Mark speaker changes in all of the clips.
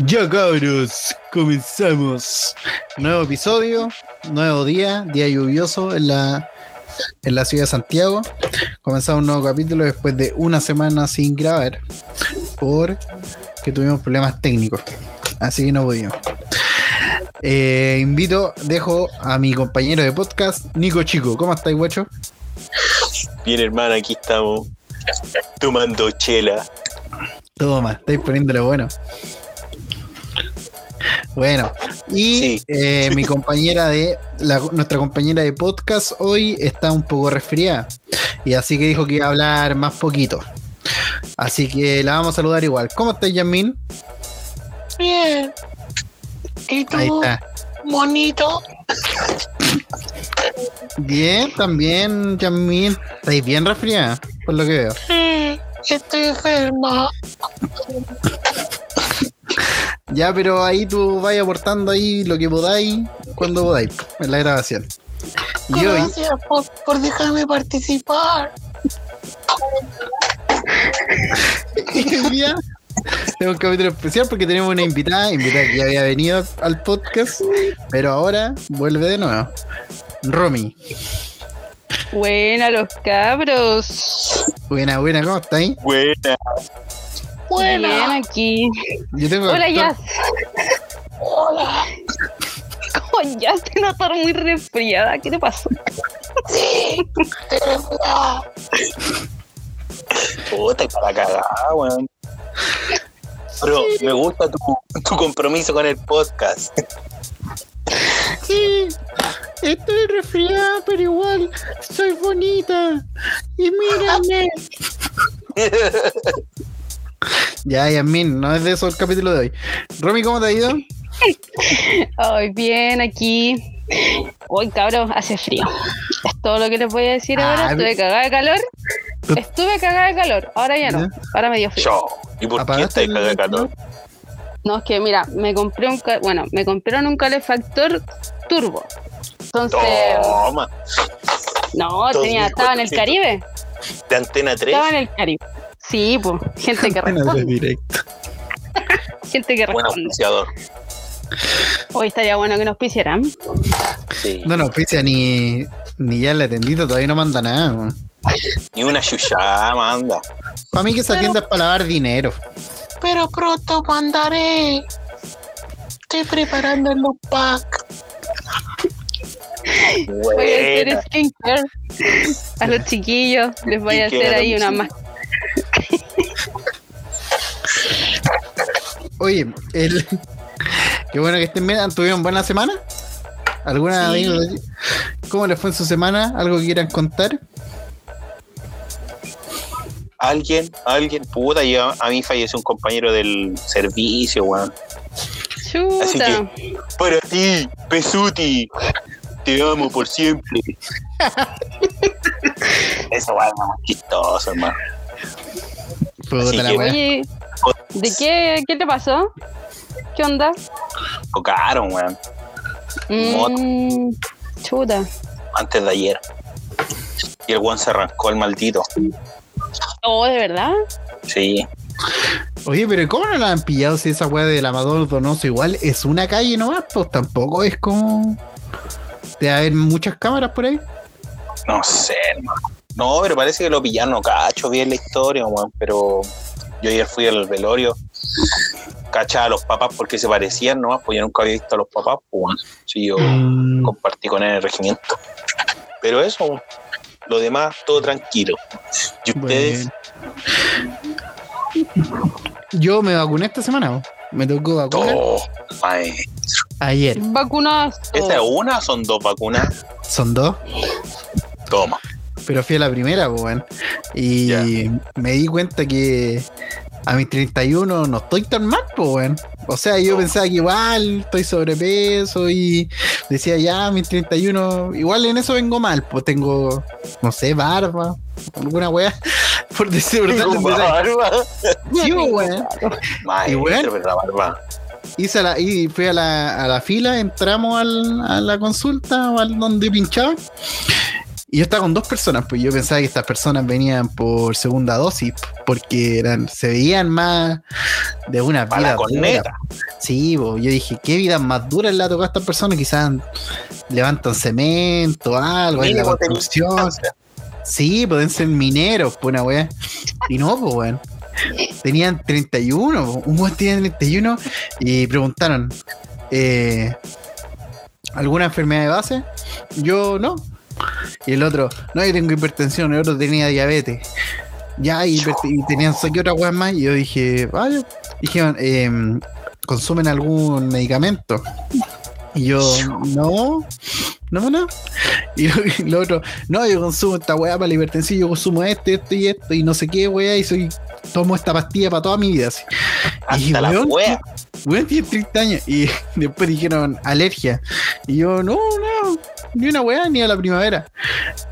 Speaker 1: Ya cabros, comenzamos. Nuevo episodio, nuevo día, día lluvioso en la, en la ciudad de Santiago. Comenzamos un nuevo capítulo después de una semana sin grabar porque tuvimos problemas técnicos. Así que no pudimos. Eh, invito, dejo a mi compañero de podcast, Nico Chico. ¿Cómo estáis, guacho?
Speaker 2: Bien, hermano, aquí estamos tomando chela.
Speaker 1: Toma, estáis poniéndole bueno. Bueno, y
Speaker 2: Sí.
Speaker 1: eh, mi compañera de la- nuestra compañera de podcast hoy está un poco resfriada y así que dijo que iba a hablar más poquito. Así que la vamos a saludar igual. ¿Cómo estás, Yasmin?
Speaker 3: Bien. ¿Y tú,
Speaker 1: Ahí está.
Speaker 3: monito?
Speaker 1: Bien, también, Yasmin. Estáis bien resfriada, por lo que veo.
Speaker 3: Sí, estoy enferma.
Speaker 1: Ya, pero ahí tú vais aportando ahí lo que podáis cuando podáis en la grabación. Y hoy,
Speaker 3: Gracias por, por dejarme participar.
Speaker 1: hoy día tengo un capítulo especial porque tenemos una invitada, invitada que ya había venido al podcast, pero ahora vuelve de nuevo. Romy,
Speaker 4: Buena los cabros.
Speaker 1: buena, buena, ¿cómo estáis?
Speaker 2: Buena.
Speaker 4: Bien
Speaker 3: Buena.
Speaker 4: aquí.
Speaker 1: Yo tengo
Speaker 4: Hola
Speaker 1: doctor-
Speaker 4: Jazz.
Speaker 3: Hola.
Speaker 4: Como Jazz te notas muy resfriada. ¿Qué te pasó?
Speaker 3: Sí. Te veo.
Speaker 2: Puta, para cagada, weón. Bro, me gusta tu, tu compromiso con el podcast.
Speaker 1: Sí, estoy resfriada, pero igual soy bonita. Y mírame. Ya, Yasmin, no es de eso el capítulo de hoy. Romy, ¿cómo te ha ido?
Speaker 4: Ay, bien aquí. Hoy cabros, hace frío. Es todo lo que les voy a decir
Speaker 1: Ah,
Speaker 4: ahora.
Speaker 1: mi-
Speaker 4: Estuve cagada de calor. Estuve cagada de calor. Ahora ya no.
Speaker 1: Ya.
Speaker 4: Ahora me dio frío.
Speaker 2: Yo. ¿Y por qué
Speaker 1: ¿Apagaste
Speaker 2: estáis
Speaker 1: el
Speaker 2: cagada de calor?
Speaker 4: No, es que mira, me compré un ca- bueno, me compraron un calefactor turbo. Entonces,
Speaker 2: Toma.
Speaker 4: no, tenía, estaba en el
Speaker 2: 2400.
Speaker 4: Caribe.
Speaker 2: De antena 3.
Speaker 4: Estaba en el Caribe. Sí, pues, gente que responde,
Speaker 1: directo.
Speaker 4: gente que
Speaker 2: Buen
Speaker 4: responde.
Speaker 2: auspiciador.
Speaker 4: Hoy estaría bueno que nos pisieran.
Speaker 2: Sí.
Speaker 1: No, no, Picia, ni, ni ya la tendita todavía no manda nada. weón.
Speaker 2: Y una chuchada, manda.
Speaker 1: Para mí que esa
Speaker 3: Pero-
Speaker 1: tienda es para lavar dinero.
Speaker 3: Pero pronto mandaré. Estoy preparando el look pack.
Speaker 4: Voy a hacer
Speaker 2: Buena.
Speaker 4: skincare a los chiquillos. Les voy a hacer
Speaker 2: Skincare a
Speaker 4: ahí una más.
Speaker 2: domicilio.
Speaker 1: Oye, el... qué bueno que estén bien. ¿Tuvieron buena semana? ¿Alguna
Speaker 3: Sí.
Speaker 1: de- ¿Cómo les fue en su semana? ¿Algo que quieran contar?
Speaker 2: Alguien, alguien, puta, yo- a mí falleció un compañero del servicio, weón. Así
Speaker 4: Chuta.
Speaker 2: Para ti, Pesuti. Te amo por siempre. Eso va más chistoso, hermano.
Speaker 1: Puta
Speaker 2: Así
Speaker 1: la
Speaker 2: que-
Speaker 1: wea.
Speaker 4: Oye, ¿de qué, qué te pasó? ¿Qué onda?
Speaker 2: Tocaron, weón,
Speaker 4: Mm, chuta.
Speaker 2: antes de ayer. Y el weón se arrancó el maldito.
Speaker 4: Oh, ¿de verdad?
Speaker 2: Sí.
Speaker 1: Oye, pero ¿cómo no la han pillado si esa weá de la Amador Donoso igual es una calle nomás? Pues tampoco es como. Te va a haber muchas cámaras por ahí.
Speaker 2: No sé, hermano. No, pero parece que lo pillaron, no cacho bien la historia, weón. Pero yo ayer fui al velorio. Cachaba a los papás porque se parecían nomás, pues yo nunca había visto a los papás, pues, weón. Sí, yo.
Speaker 1: Mm.
Speaker 2: compartí con él en el regimiento. Pero eso, lo demás, todo tranquilo. ¿Y ustedes?
Speaker 1: Bueno. Yo me vacuné esta semana. bo. Me tocó vacunar
Speaker 2: Todo. Ay,
Speaker 1: ayer.
Speaker 4: Vacunas.
Speaker 2: ¿Esta es una o son dos vacunas?
Speaker 1: Son dos,
Speaker 2: Toma.
Speaker 1: pero fui a la primera, pues, weón. Y
Speaker 2: Ya.
Speaker 1: me di cuenta que a mis 31 no estoy tan mal, pues, weón. O sea, yo
Speaker 2: Oh.
Speaker 1: pensaba que igual estoy sobrepeso y decía, ya, a mis 31, igual en eso vengo mal, pues tengo, no sé, barba, alguna weá, por decir verdad.
Speaker 2: Tengo
Speaker 1: empecé-
Speaker 2: barba.
Speaker 1: Sí, pues, weón.
Speaker 2: Maestro,
Speaker 1: bueno.
Speaker 2: pero la barba.
Speaker 1: Hice la- y fui a la, a la fila, entramos al- a la consulta, o al donde pinchaba. Y yo estaba con dos personas, pues yo pensaba que estas personas venían por segunda dosis, porque eran, se veían más de una
Speaker 2: Para la
Speaker 1: vida.
Speaker 2: corneta.
Speaker 1: Sí, po, yo dije, ¿qué vida más dura le ha tocado a estas personas? Quizás levantan cemento, algo, en la
Speaker 2: Mínimo tenía
Speaker 1: construcción.
Speaker 2: cáncer.
Speaker 1: Sí, pueden ser mineros, pues una weá. Y no, pues weón. Tenían 31, po. un weón tenía 31 y preguntaron, eh, ¿alguna enfermedad de base? Yo no. Y el otro, no, yo tengo hipertensión, el otro tenía diabetes. Ya, y, hiper- y tenían saqué otra weá más. Y yo dije, vaya. Dijeron, em, ¿consumen algún medicamento? Y yo, no, no, no, no. Y lo, y lo otro, no, yo consumo esta weá para la hipertensión, yo consumo este, esto y esto, y no sé qué weá, y soy, tomo esta pastilla para toda mi vida. Así. Y
Speaker 2: Hasta la
Speaker 1: weón,
Speaker 2: wea.
Speaker 1: Weón tiene 30 años. Y después dijeron alergia. Y yo, no, no, ni una weá, ni a la primavera.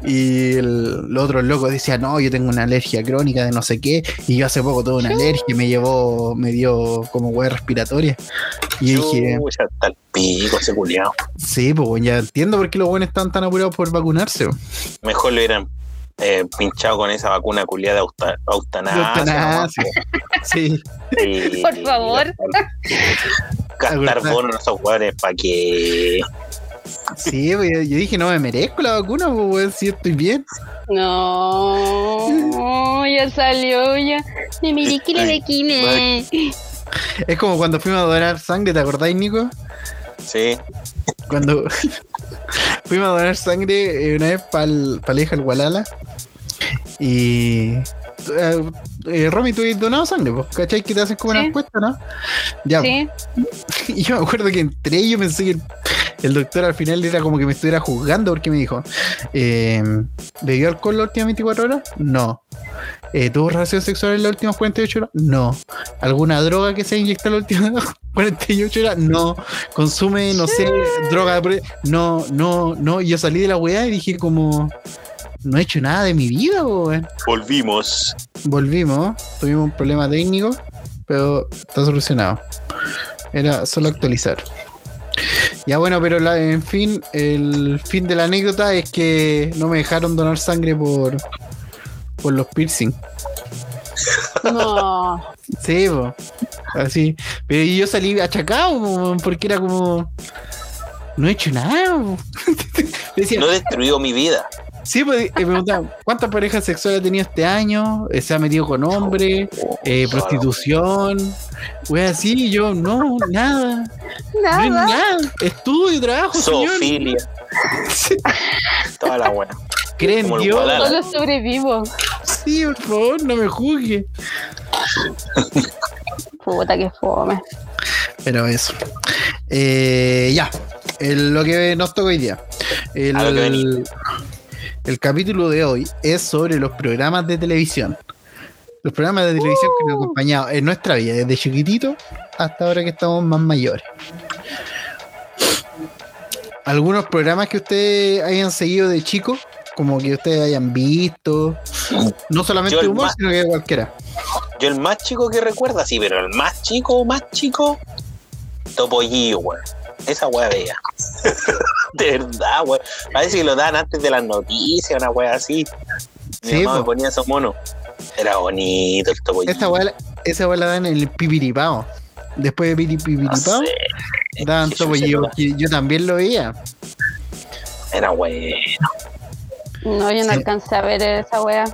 Speaker 1: Y el, los otros locos decían, no, yo tengo una alergia crónica de no sé qué. Y yo hace poco tuve una alergia y me llevó, me dio como weá respiratoria. Y yo dije,
Speaker 2: Chucha, Hasta el pico ese culiao.
Speaker 1: sí, pues weón, ya entiendo por qué los buenos están tan apurados por vacunarse. weón.
Speaker 2: Mejor lo hubieran eh, pinchado con esa vacuna culiada de auta- eutanasia. nomás,
Speaker 1: Eutanasia. Sí,
Speaker 2: po. Sí,
Speaker 4: Por favor.
Speaker 2: Gastar, gastar
Speaker 1: Eutanasia.
Speaker 2: bonos en esos jugadores para que.
Speaker 1: sí, pues, yo, yo dije, no me merezco la vacuna, pues weón, si estoy bien.
Speaker 4: Oh, No, Oh, ya salió ya. Me miré que le de
Speaker 2: Ay,
Speaker 4: quine.
Speaker 1: Es como cuando fuimos a donar sangre, ¿te acordáis, Nico?
Speaker 2: Sí,
Speaker 1: cuando fuimos a donar sangre eh, una vez para la hija del Walala. Y. eh, eh, Romy, tú has donado sangre, pues, ¿cachai? Que te hacen como
Speaker 4: Sí.
Speaker 1: una encuesta, ¿no? Ya,
Speaker 4: Sí,
Speaker 1: y yo me acuerdo que entré y yo pensé que el, el doctor al final era como que me estuviera juzgando porque me dijo: eh, ¿Bebió alcohol las últimas 24 horas? No. Eh, ¿Tuvo relación sexual en las últimas 48 horas? No. ¿Alguna droga que se inyecta en las últimas 48 horas? No. ¿Consume, no sé, droga? por- No, no, no. Y yo salí de la weá y dije, como. No he hecho nada de mi vida, weón.
Speaker 2: volvimos.
Speaker 1: Volvimos, tuvimos un problema técnico, pero está solucionado. Era solo actualizar. Ya bueno, pero la- en fin, el fin de la anécdota es que no me dejaron donar sangre por, por los piercing.
Speaker 4: no.
Speaker 1: Sí, po. así. Pero y yo salí achacado po, porque era como... No he hecho nada. po. Decía,
Speaker 2: No he destruido mi vida.
Speaker 1: Sí, pues, eh, me preguntaban, ¿cuántas parejas sexuales ha tenido este año? Eh, ¿Se ha metido con hombres? Eh, prostitución, wea así, yo no, nada, yo
Speaker 4: Nada.
Speaker 1: nada, estudio, trabajo, señor.
Speaker 2: Sofilia. Toda la buena.
Speaker 1: ¿Creen
Speaker 2: Como el
Speaker 1: Dios?
Speaker 2: Walala.
Speaker 4: Solo sobrevivo.
Speaker 1: Sí, por favor, no me juzgue.
Speaker 4: Puta que fome.
Speaker 1: Pero eso. Eh, ya, el- lo que nos toca hoy día. El,
Speaker 2: A lo que venía.
Speaker 1: el capítulo de hoy es sobre los programas de televisión. Los programas de televisión que nos han acompañado en nuestra vida, desde chiquitito hasta ahora que estamos más mayores. Algunos programas que ustedes hayan seguido de chico, como que ustedes hayan visto, no solamente
Speaker 2: Yo el
Speaker 1: humor,
Speaker 2: más-
Speaker 1: sino que cualquiera.
Speaker 2: Yo el más chico que recuerda, sí, pero el más chico, más chico, Topollillo, weón. Esa weá veía. de verdad, weón. Parece que lo dan antes de las noticias, una weá así. Mi
Speaker 1: Sí,
Speaker 2: mamá me
Speaker 1: po.
Speaker 2: ponía esos monos. Era bonito el Topollillo.
Speaker 1: Esa weá, esa weá la dan en el pipiripao. Después de Piri-
Speaker 2: No
Speaker 1: pipiripao,
Speaker 2: sé.
Speaker 1: daban
Speaker 2: Es que Ah, yo
Speaker 1: Topo
Speaker 2: sé
Speaker 1: Gio,
Speaker 2: que
Speaker 1: que Yo también lo veía.
Speaker 2: Era bueno.
Speaker 4: No, yo
Speaker 1: Sí.
Speaker 4: no alcancé a ver esa wea.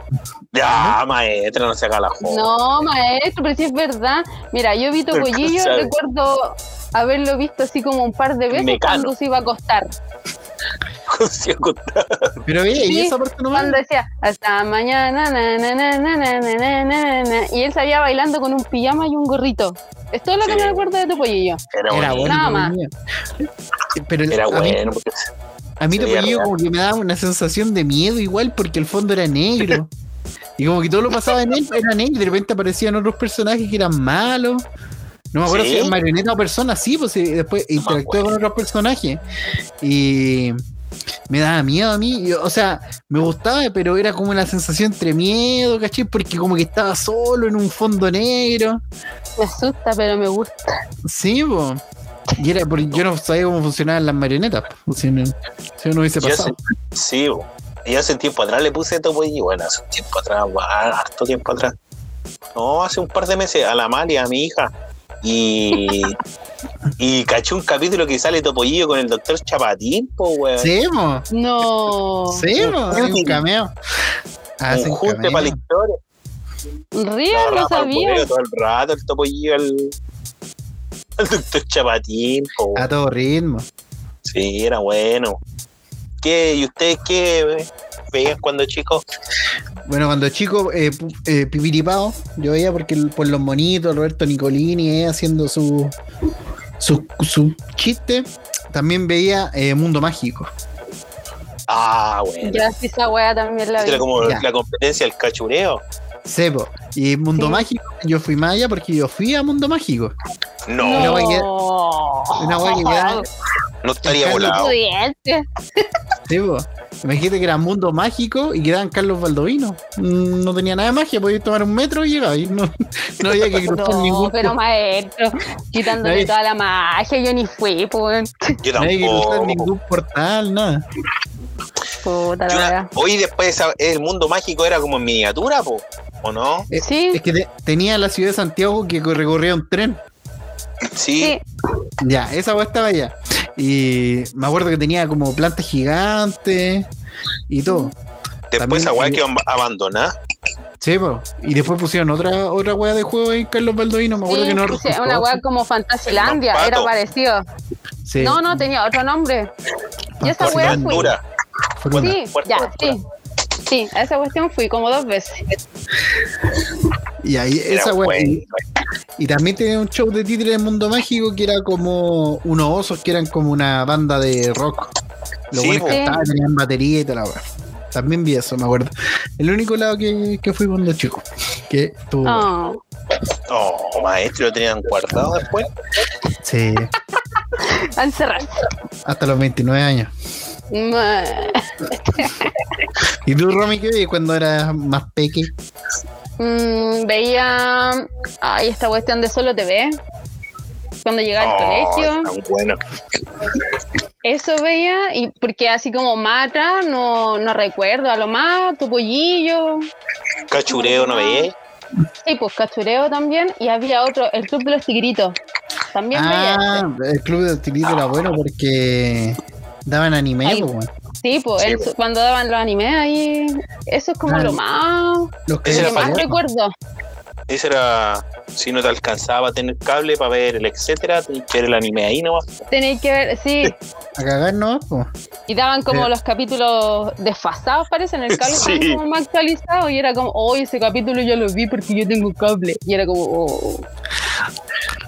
Speaker 2: Ya, maestra, no se haga la joda.
Speaker 4: No, maestro, pero si es verdad. Mira, yo vi Tocollillo,
Speaker 2: Alcanzaba.
Speaker 4: recuerdo haberlo visto así como un par de veces
Speaker 2: Mecano.
Speaker 4: cuando se iba a acostar.
Speaker 2: Se acostaba.
Speaker 1: Pero veía, y
Speaker 4: Sí,
Speaker 1: esa parte nomás.
Speaker 4: Cuando decía, hasta mañana, na, na, na, na, na, na, na, na, na", y él salía bailando con un pijama y un gorrito. Es todo lo que
Speaker 2: Sí.
Speaker 4: me recuerdo de Tocollillo.
Speaker 2: Era
Speaker 1: Era
Speaker 2: bonito.
Speaker 1: bueno.
Speaker 4: Nada más.
Speaker 1: tenía. Pero
Speaker 2: Era
Speaker 1: a mí,
Speaker 2: bueno. porque-
Speaker 1: a mí
Speaker 2: Se
Speaker 1: Topo
Speaker 2: veía
Speaker 1: Gio
Speaker 2: real.
Speaker 1: como que me daba una sensación de miedo igual porque el fondo era negro. Y como que todo lo pasaba en él, era negro. Y de repente aparecían otros personajes que eran malos. No me acuerdo
Speaker 2: ¿Sí?
Speaker 1: si eran marionetas o personas, sí, pues y después
Speaker 2: me
Speaker 1: interactué
Speaker 2: acuerdo.
Speaker 1: con otros personajes. Y me daba miedo a mí. y, o sea, me gustaba, pero era como una sensación entre miedo, ¿cachai? Porque como que estaba solo en un fondo negro.
Speaker 4: Me asusta, pero me gusta.
Speaker 1: Sí, po. Y era porque yo no sabía cómo funcionaban las marionetas. po. pues, Si no, si no hubiese
Speaker 2: Yo
Speaker 1: pasado.
Speaker 2: sé- sí, bo. Yo hace tiempo atrás le puse Topo y bueno, hace un tiempo atrás, va, harto tiempo atrás. No, hace un par de meses, a la Malia, a mi hija. Y, y caché un capítulo que sale Topollillo con el doctor Chapatín, po, weón.
Speaker 1: Sí, pues. mo.
Speaker 4: No.
Speaker 1: Sí, mo. Hay un cameo. Hace
Speaker 2: un
Speaker 1: un
Speaker 2: junte para la
Speaker 1: cameo.
Speaker 2: historia.
Speaker 4: Río,
Speaker 2: Agarraba
Speaker 4: no
Speaker 2: por
Speaker 4: sabía.
Speaker 2: cuello Todo el rato el Topollillo al, al doctor Chapatín, po, weón.
Speaker 1: A todo ritmo.
Speaker 2: Sí, era bueno. ¿Qué? ¿Y ustedes qué veían cuando chicos?
Speaker 1: Bueno, cuando chico, eh, pu- eh, Pipiripao, yo veía porque el- por los monitos, Roberto Nicolini eh, haciendo su, su, su chiste. También veía eh, Mundo Mágico.
Speaker 2: Ah, bueno.
Speaker 4: Ya sí, esa wea también la vi.
Speaker 2: Era como
Speaker 1: Ya.
Speaker 2: la competencia del cachureo.
Speaker 1: Sebo. Y Mundo
Speaker 4: Sí.
Speaker 1: Mágico, yo fui más allá porque yo fui a Mundo Mágico.
Speaker 2: No, no,
Speaker 1: wea que- Una wea que me da-
Speaker 2: estaría
Speaker 1: Carlos-
Speaker 2: volado.
Speaker 4: Estudiante.
Speaker 1: Sebo. Imagínate que era Mundo Mágico y quedaban Carlos Baldovino. Mm, No tenía nada de magia, podías tomar un metro y llegaba. y no, no había que cruzar
Speaker 4: No,
Speaker 1: ningún.
Speaker 4: pero maestro, quitándole
Speaker 1: Nadie-
Speaker 4: toda la magia, yo ni fui, pues.
Speaker 2: Yo
Speaker 1: no había que cruzar
Speaker 2: tampoco.
Speaker 1: ningún portal, nada.
Speaker 4: Puta
Speaker 2: Yo
Speaker 4: la
Speaker 2: era-
Speaker 4: wea.
Speaker 2: Hoy después esa- el mundo mágico era como en miniatura, po, ¿o no?
Speaker 1: Eh,
Speaker 4: Sí.
Speaker 1: Es que te- tenía la ciudad de Santiago que recorría un tren.
Speaker 2: Sí.
Speaker 4: Sí,
Speaker 1: Ya, esa weá estaba allá. Y me acuerdo que tenía como plantas gigantes y todo.
Speaker 2: Después
Speaker 1: También-
Speaker 2: esa weá que abandonada.
Speaker 1: Sí, po. Y después pusieron otra otra weá de juego ahí, Carlos Baldovino. Me acuerdo
Speaker 4: sí,
Speaker 1: que no
Speaker 4: sí, una
Speaker 1: resultó.
Speaker 4: wea como Fantasilandia,
Speaker 2: Los
Speaker 4: era
Speaker 2: patos.
Speaker 4: parecido.
Speaker 1: Sí,
Speaker 4: No, no, tenía otro nombre. Y
Speaker 1: Fantasilandia.
Speaker 4: esa wea fui.
Speaker 2: Aventura.
Speaker 1: fue cuando-
Speaker 4: Sí,
Speaker 2: Puerto
Speaker 4: ya,
Speaker 2: Ventura.
Speaker 4: sí. Sí, a esa cuestión fui como dos veces.
Speaker 1: Y ahí
Speaker 2: Era
Speaker 1: esa weá.
Speaker 2: bueno.
Speaker 1: Y, y también tenía un show de títeres en Mundo Mágico que era como unos osos que eran como una banda de rock. Los
Speaker 2: Sí,
Speaker 1: buenos
Speaker 2: po.
Speaker 1: cantaban, tenían batería y tal la weá. También vi eso, me acuerdo. El único lado que, que fui cuando chico. Que estuvo.
Speaker 4: Oh.
Speaker 2: Oh, maestro, lo tenían guardado después.
Speaker 1: Sí,
Speaker 4: a encerrar.
Speaker 1: hasta los 29 años.
Speaker 4: Mm,
Speaker 1: ¿Y tú, Romy, qué veías cuando eras más peque?
Speaker 4: mm, veía. Ay, esta cuestión de solo TV. Cuando llegaba al
Speaker 2: Oh,
Speaker 4: colegio.
Speaker 2: tan bueno.
Speaker 4: Eso veía, y porque así como mata, no, no recuerdo. A lo más, tu pollillo.
Speaker 2: Cachureo, ¿no veía?
Speaker 4: Sí, pues cachureo también. Y había otro, el Club de los Tigritos. También veía.
Speaker 1: Ah, el club de tiritos era bueno porque daban anime,
Speaker 4: Ay.
Speaker 1: po, weón.
Speaker 4: Sí, pues
Speaker 2: Sí,
Speaker 4: el-
Speaker 2: pues.
Speaker 4: cuando daban los animes ahí. Eso es como
Speaker 1: Ah,
Speaker 4: lo más.
Speaker 1: Los que
Speaker 2: Ese era
Speaker 4: Lo que más
Speaker 2: famoso.
Speaker 4: recuerdo.
Speaker 2: Ese era. Si no te alcanzaba a tener cable para ver el etcétera, tenías que ver el anime ahí nomás.
Speaker 4: Tenéis que ver, sí.
Speaker 1: a cagar, ¿no? po.
Speaker 4: Y daban como
Speaker 1: Mira.
Speaker 4: los capítulos desfasados, parece, en el cable
Speaker 2: Sí.
Speaker 4: estaban como más actualizados. Y era como, hoy ese capítulo yo lo vi porque yo tengo cable. Y era como, oh.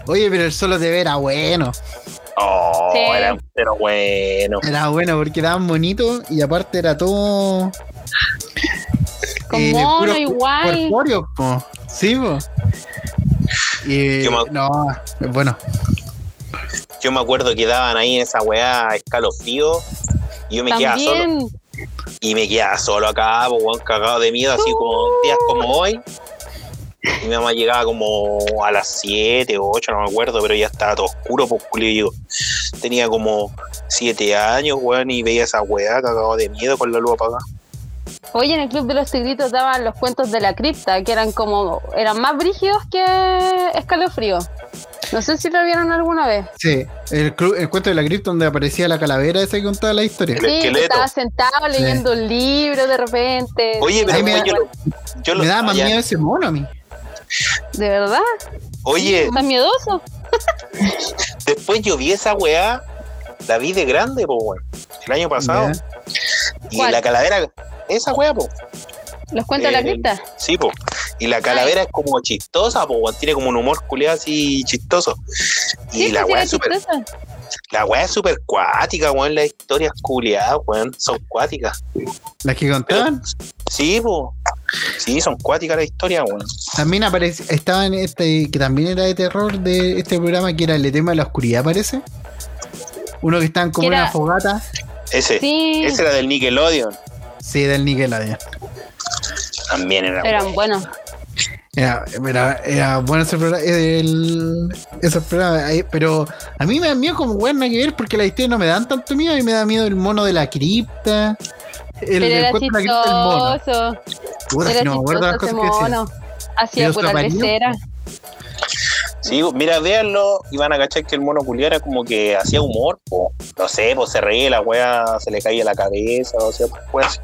Speaker 1: Oye, pero el solo TV era bueno.
Speaker 2: Oh,
Speaker 4: Sí.
Speaker 2: era, pero bueno.
Speaker 1: Era bueno porque daban bonito y aparte era todo
Speaker 4: con
Speaker 1: Eh,
Speaker 4: mono
Speaker 1: puro
Speaker 4: igual.
Speaker 1: corpóreo, po. Sí, po. Y,
Speaker 2: Yo me-
Speaker 1: no, bueno,
Speaker 2: Yo me acuerdo que daban ahí en esa weá escalofrío. Y yo me quedaba solo.
Speaker 4: También.
Speaker 2: Y me quedaba solo acá, po, weón, cagado de miedo, así como días como
Speaker 4: Uh.
Speaker 2: hoy. Y mi mamá llegaba como a las 7 o 8, no me acuerdo, pero ya estaba todo oscuro, pues culiao, y yo tenía como 7 años, weón, y veía esa weá cagado de miedo con la luz apagada.
Speaker 4: Oye, en el Club de los Tigritos daban los cuentos de la cripta, que eran como, eran más brígidos que escalofrío. No sé si lo vieron alguna vez.
Speaker 1: sí. El, club, el cuento de la cripta donde aparecía la calavera esa que contaba la historia.
Speaker 2: El
Speaker 4: sí, que
Speaker 2: esqueleto.
Speaker 4: estaba sentado leyendo un libro de repente.
Speaker 2: Oye, pero
Speaker 1: Ay, me
Speaker 2: weón,
Speaker 1: da-
Speaker 2: yo, lo- yo lo-
Speaker 1: Me daba más
Speaker 2: ya-
Speaker 1: miedo ese mono a mí.
Speaker 4: ¿De verdad?
Speaker 2: Oye,
Speaker 4: ¿Estás miedoso?
Speaker 2: después yo vi esa weá, la vi de grande, po, weón, el año pasado.
Speaker 1: Ya.
Speaker 2: Y
Speaker 4: ¿Cuál?
Speaker 2: la calavera, esa weá, po.
Speaker 4: ¿Los cuentos de la
Speaker 2: Eh,
Speaker 4: cripta?
Speaker 2: Sí, po. Y la calavera es como chistosa, po, weón. Tiene como un humor culiado así chistoso. Y
Speaker 4: Sí,
Speaker 2: la weá
Speaker 4: pues, sí, era
Speaker 2: es súper,
Speaker 4: chistosa.
Speaker 2: la weá es súper cuática, weón. Las historias culiadas, weón, son cuáticas.
Speaker 1: Las que contaban.
Speaker 2: Sí, po. Sí, son cuáticas las historias, weón.
Speaker 1: También aparece, estaba en este, que también era de terror de este programa, que era el de tema de la oscuridad, parece. Uno que estaban como en
Speaker 4: Que era-
Speaker 1: una fogata.
Speaker 2: Ese,
Speaker 4: Sí,
Speaker 2: ese era del Nickelodeon.
Speaker 1: Sí, del Nickelodeon.
Speaker 2: También era.
Speaker 4: eran buenos.
Speaker 1: Era, era, era bueno ese programa, el- esos programas, eh, pero a mí me da miedo como weón nada que ver porque las historias no me dan tanto miedo y me da miedo el mono de la cripta, el
Speaker 4: Pero era
Speaker 1: encuentro en la cripta del mono.
Speaker 4: chistoso.
Speaker 1: Puta,
Speaker 4: Era
Speaker 1: si no me acuerdo las
Speaker 4: chistoso
Speaker 1: cosas
Speaker 4: ese
Speaker 1: que decía.
Speaker 4: mono. Hacía
Speaker 1: Videos
Speaker 4: pura
Speaker 1: amarillos.
Speaker 4: lesera.
Speaker 2: Sí, mira, véanlo y van a cachar que el mono culiara como que hacía humor, po. No sé, pues se reía, la wea se le caía la cabeza, o sea, pues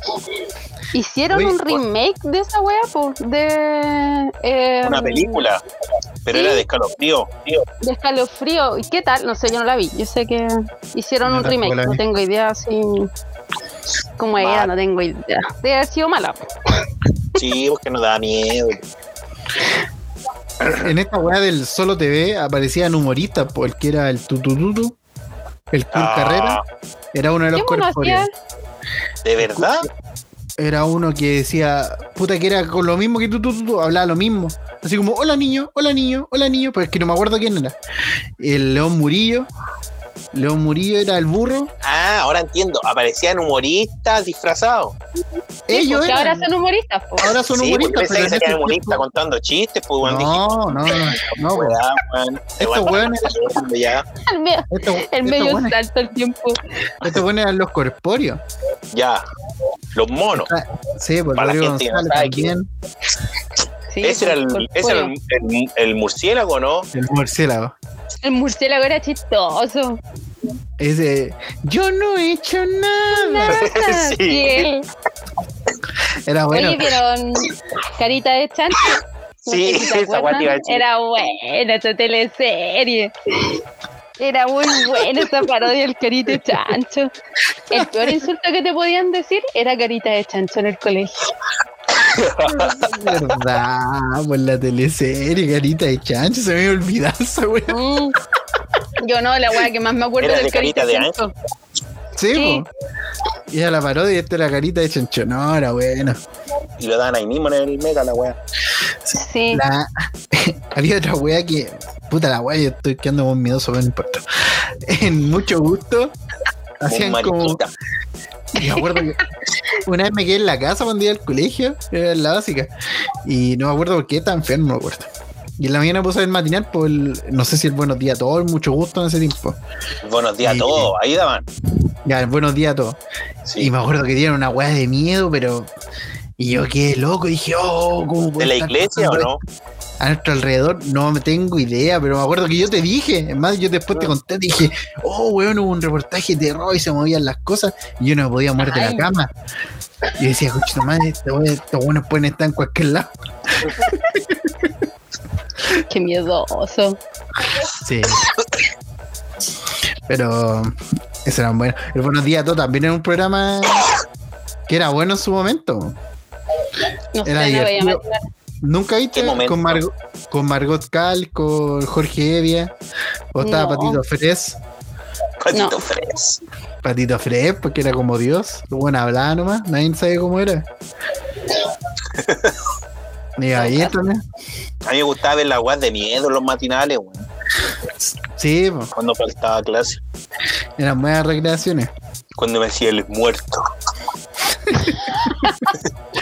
Speaker 4: Hicieron
Speaker 1: Oye,
Speaker 4: un
Speaker 1: por-
Speaker 4: remake de esa wea, po, de. eh,
Speaker 2: una película. Pero
Speaker 4: sí.
Speaker 2: era de escalofrío, tío.
Speaker 4: De escalofrío. ¿Y qué tal? No sé, yo no la vi. Yo sé que hicieron
Speaker 1: No,
Speaker 4: un
Speaker 1: tampoco
Speaker 4: remake.
Speaker 1: la vi.
Speaker 4: No tengo idea así. ¿Cómo era?
Speaker 2: Mal.
Speaker 4: No tengo idea. Debe haber sido mala. pues.
Speaker 2: Sí, porque nos da miedo.
Speaker 1: En esta weá del Solo TV aparecían humoristas, po, el que era el Tutututu, el Tour
Speaker 2: Ah,
Speaker 1: Carrera, era uno de los
Speaker 4: ¿Qué mono hacía?
Speaker 1: corpóreos.
Speaker 2: ¿De verdad?
Speaker 1: Era uno que decía, puta, que era con lo mismo que Tutututu, hablaba lo mismo. Así como, hola niño, hola niño, hola niño, pero es que no me acuerdo quién era. El León Murillo. León Murillo era el burro.
Speaker 2: Ah, ahora entiendo. Aparecían humoristas disfrazados.
Speaker 1: Ellos
Speaker 4: pues, que
Speaker 1: eran.
Speaker 4: ahora son humoristas, pues. po.
Speaker 1: ahora son
Speaker 2: sí, porque
Speaker 1: humoristas.
Speaker 2: pensé que
Speaker 1: en
Speaker 2: serían
Speaker 1: ese
Speaker 2: humoristas
Speaker 1: tiempo-
Speaker 2: contando chistes, pues, weón. dije,
Speaker 1: No, no, no, no. weón.
Speaker 2: weá, weón, se
Speaker 1: Estos
Speaker 2: van
Speaker 1: weones-
Speaker 2: pasando ya.
Speaker 4: El medio,
Speaker 1: Estos-
Speaker 4: el
Speaker 1: estos
Speaker 4: medio
Speaker 1: buenos-
Speaker 4: salto el tiempo.
Speaker 1: estos buenos eran los corpóreos.
Speaker 2: Ya. Los monos.
Speaker 1: Sí, por
Speaker 2: Para la
Speaker 1: Rodrigo
Speaker 2: gente que no
Speaker 1: González
Speaker 2: sabe quién
Speaker 1: también.
Speaker 4: Sí,
Speaker 2: ese era, el, ese era el, el- el murciélago, ¿no?
Speaker 1: El murciélago.
Speaker 4: El murciélago era chistoso.
Speaker 1: Ese. Yo no he hecho nada.
Speaker 4: Ah,
Speaker 2: Sí.
Speaker 4: sí.
Speaker 1: Era bueno.
Speaker 4: Oye, vieron Carita de Chancho. No
Speaker 2: Sí,
Speaker 4: sé si se
Speaker 2: esa weá te iba a
Speaker 4: acuerdan.
Speaker 2: decir.
Speaker 4: Era buena esa teleserie. Era muy buena esa parodia del Carita de Chancho. El peor insulto que te podían decir era Carita de Chancho en el colegio.
Speaker 1: verdad. Por la teleserie, carita de chancho. Se me olvidaba esa wea.
Speaker 4: Mm. Yo no, la weá que más me acuerdo
Speaker 2: Era
Speaker 4: del
Speaker 2: de Carita
Speaker 4: Carita
Speaker 2: de
Speaker 4: de Chancho.
Speaker 1: Sí,
Speaker 4: Sí.
Speaker 1: po. Y era la parodia y esta era carita de chancho. No, era bueno.
Speaker 2: Y lo daban ahí mismo en el mega, la weá.
Speaker 4: Sí.
Speaker 1: La- Había otra wea que. Puta la wea, yo estoy quedando con miedoso, pero no importa. En mucho gusto. Hacían
Speaker 2: Un
Speaker 1: como.
Speaker 2: mariquita.
Speaker 1: Me acuerdo que una vez me quedé en la casa cuando iba al colegio, era en la básica, y no me acuerdo por qué estaba enfermo, no me acuerdo. Y en la mañana puse el matinal por el- no sé si el buenos días a todos, el mucho gusto en ese tiempo.
Speaker 2: Buenos días a
Speaker 1: Sí.
Speaker 2: todos. Ahí daban.
Speaker 1: Ya, el buenos días a todos. Y
Speaker 2: Sí.
Speaker 1: me acuerdo que dieron una weá de miedo, pero. Y yo quedé loco, dije, oh, ¿cómo
Speaker 2: ¿De
Speaker 1: puede
Speaker 2: la
Speaker 1: estar
Speaker 2: iglesia o
Speaker 1: pasando
Speaker 2: no?
Speaker 1: esto A nuestro alrededor, no me tengo idea, pero me acuerdo que yo te dije, es más, yo después te
Speaker 2: Ah.
Speaker 1: conté, te dije, oh, weón, hubo un reportaje de terror y se movían las cosas, y yo no me podía mover de la
Speaker 4: Ay.
Speaker 1: cama. Y yo decía, coche, madre, estos we- estos buenos pueden estar en cualquier lado.
Speaker 4: Qué miedoso.
Speaker 1: Sí. Pero ese era un bueno. El Buenos Días a Todos también era un programa que era bueno en su momento.
Speaker 4: No sé,
Speaker 1: Era
Speaker 4: no veía
Speaker 1: divertido.
Speaker 4: más.
Speaker 1: Nunca viste
Speaker 2: ¿Qué momento?
Speaker 1: con, Margo- con Margot Cal, con Jorge Evia, o estaba
Speaker 4: No.
Speaker 1: Patito Fres,
Speaker 2: Patito
Speaker 4: No.
Speaker 2: Fres.
Speaker 1: Patito Fres, porque era como Dios. Bueno, hablaba nomás, nadie sabe cómo era. Y ahí también.
Speaker 2: A mí me gustaba ver las weas de miedo en los matinales, weón.
Speaker 1: Sí, po,
Speaker 2: Cuando faltaba clase.
Speaker 1: eran buenas recreaciones.
Speaker 2: Cuando me decía el muerto.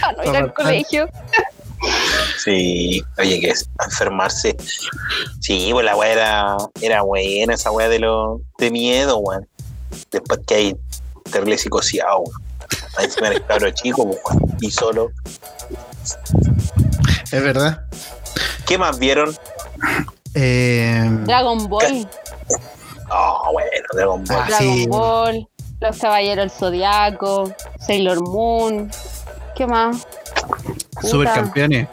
Speaker 4: Ah, no ir al colegio.
Speaker 2: Sí, oye, que es enfermarse. Sí, pues la weá era, era buena, esa weá de lo, de miedo, weón. Después que hay terrible psicoseado, weón. Ahí encima eres cabro chico, pues, weón, y solo.
Speaker 1: Es verdad.
Speaker 2: ¿Qué más vieron?
Speaker 1: Eh,
Speaker 4: Dragon Ball.
Speaker 2: Oh, bueno, Dragon Ball.
Speaker 1: Ah,
Speaker 4: Dragon
Speaker 1: sí.
Speaker 4: Ball, Los Caballeros del Zodiaco, Sailor Moon. ¿Qué más? Puta.
Speaker 1: supercampeones.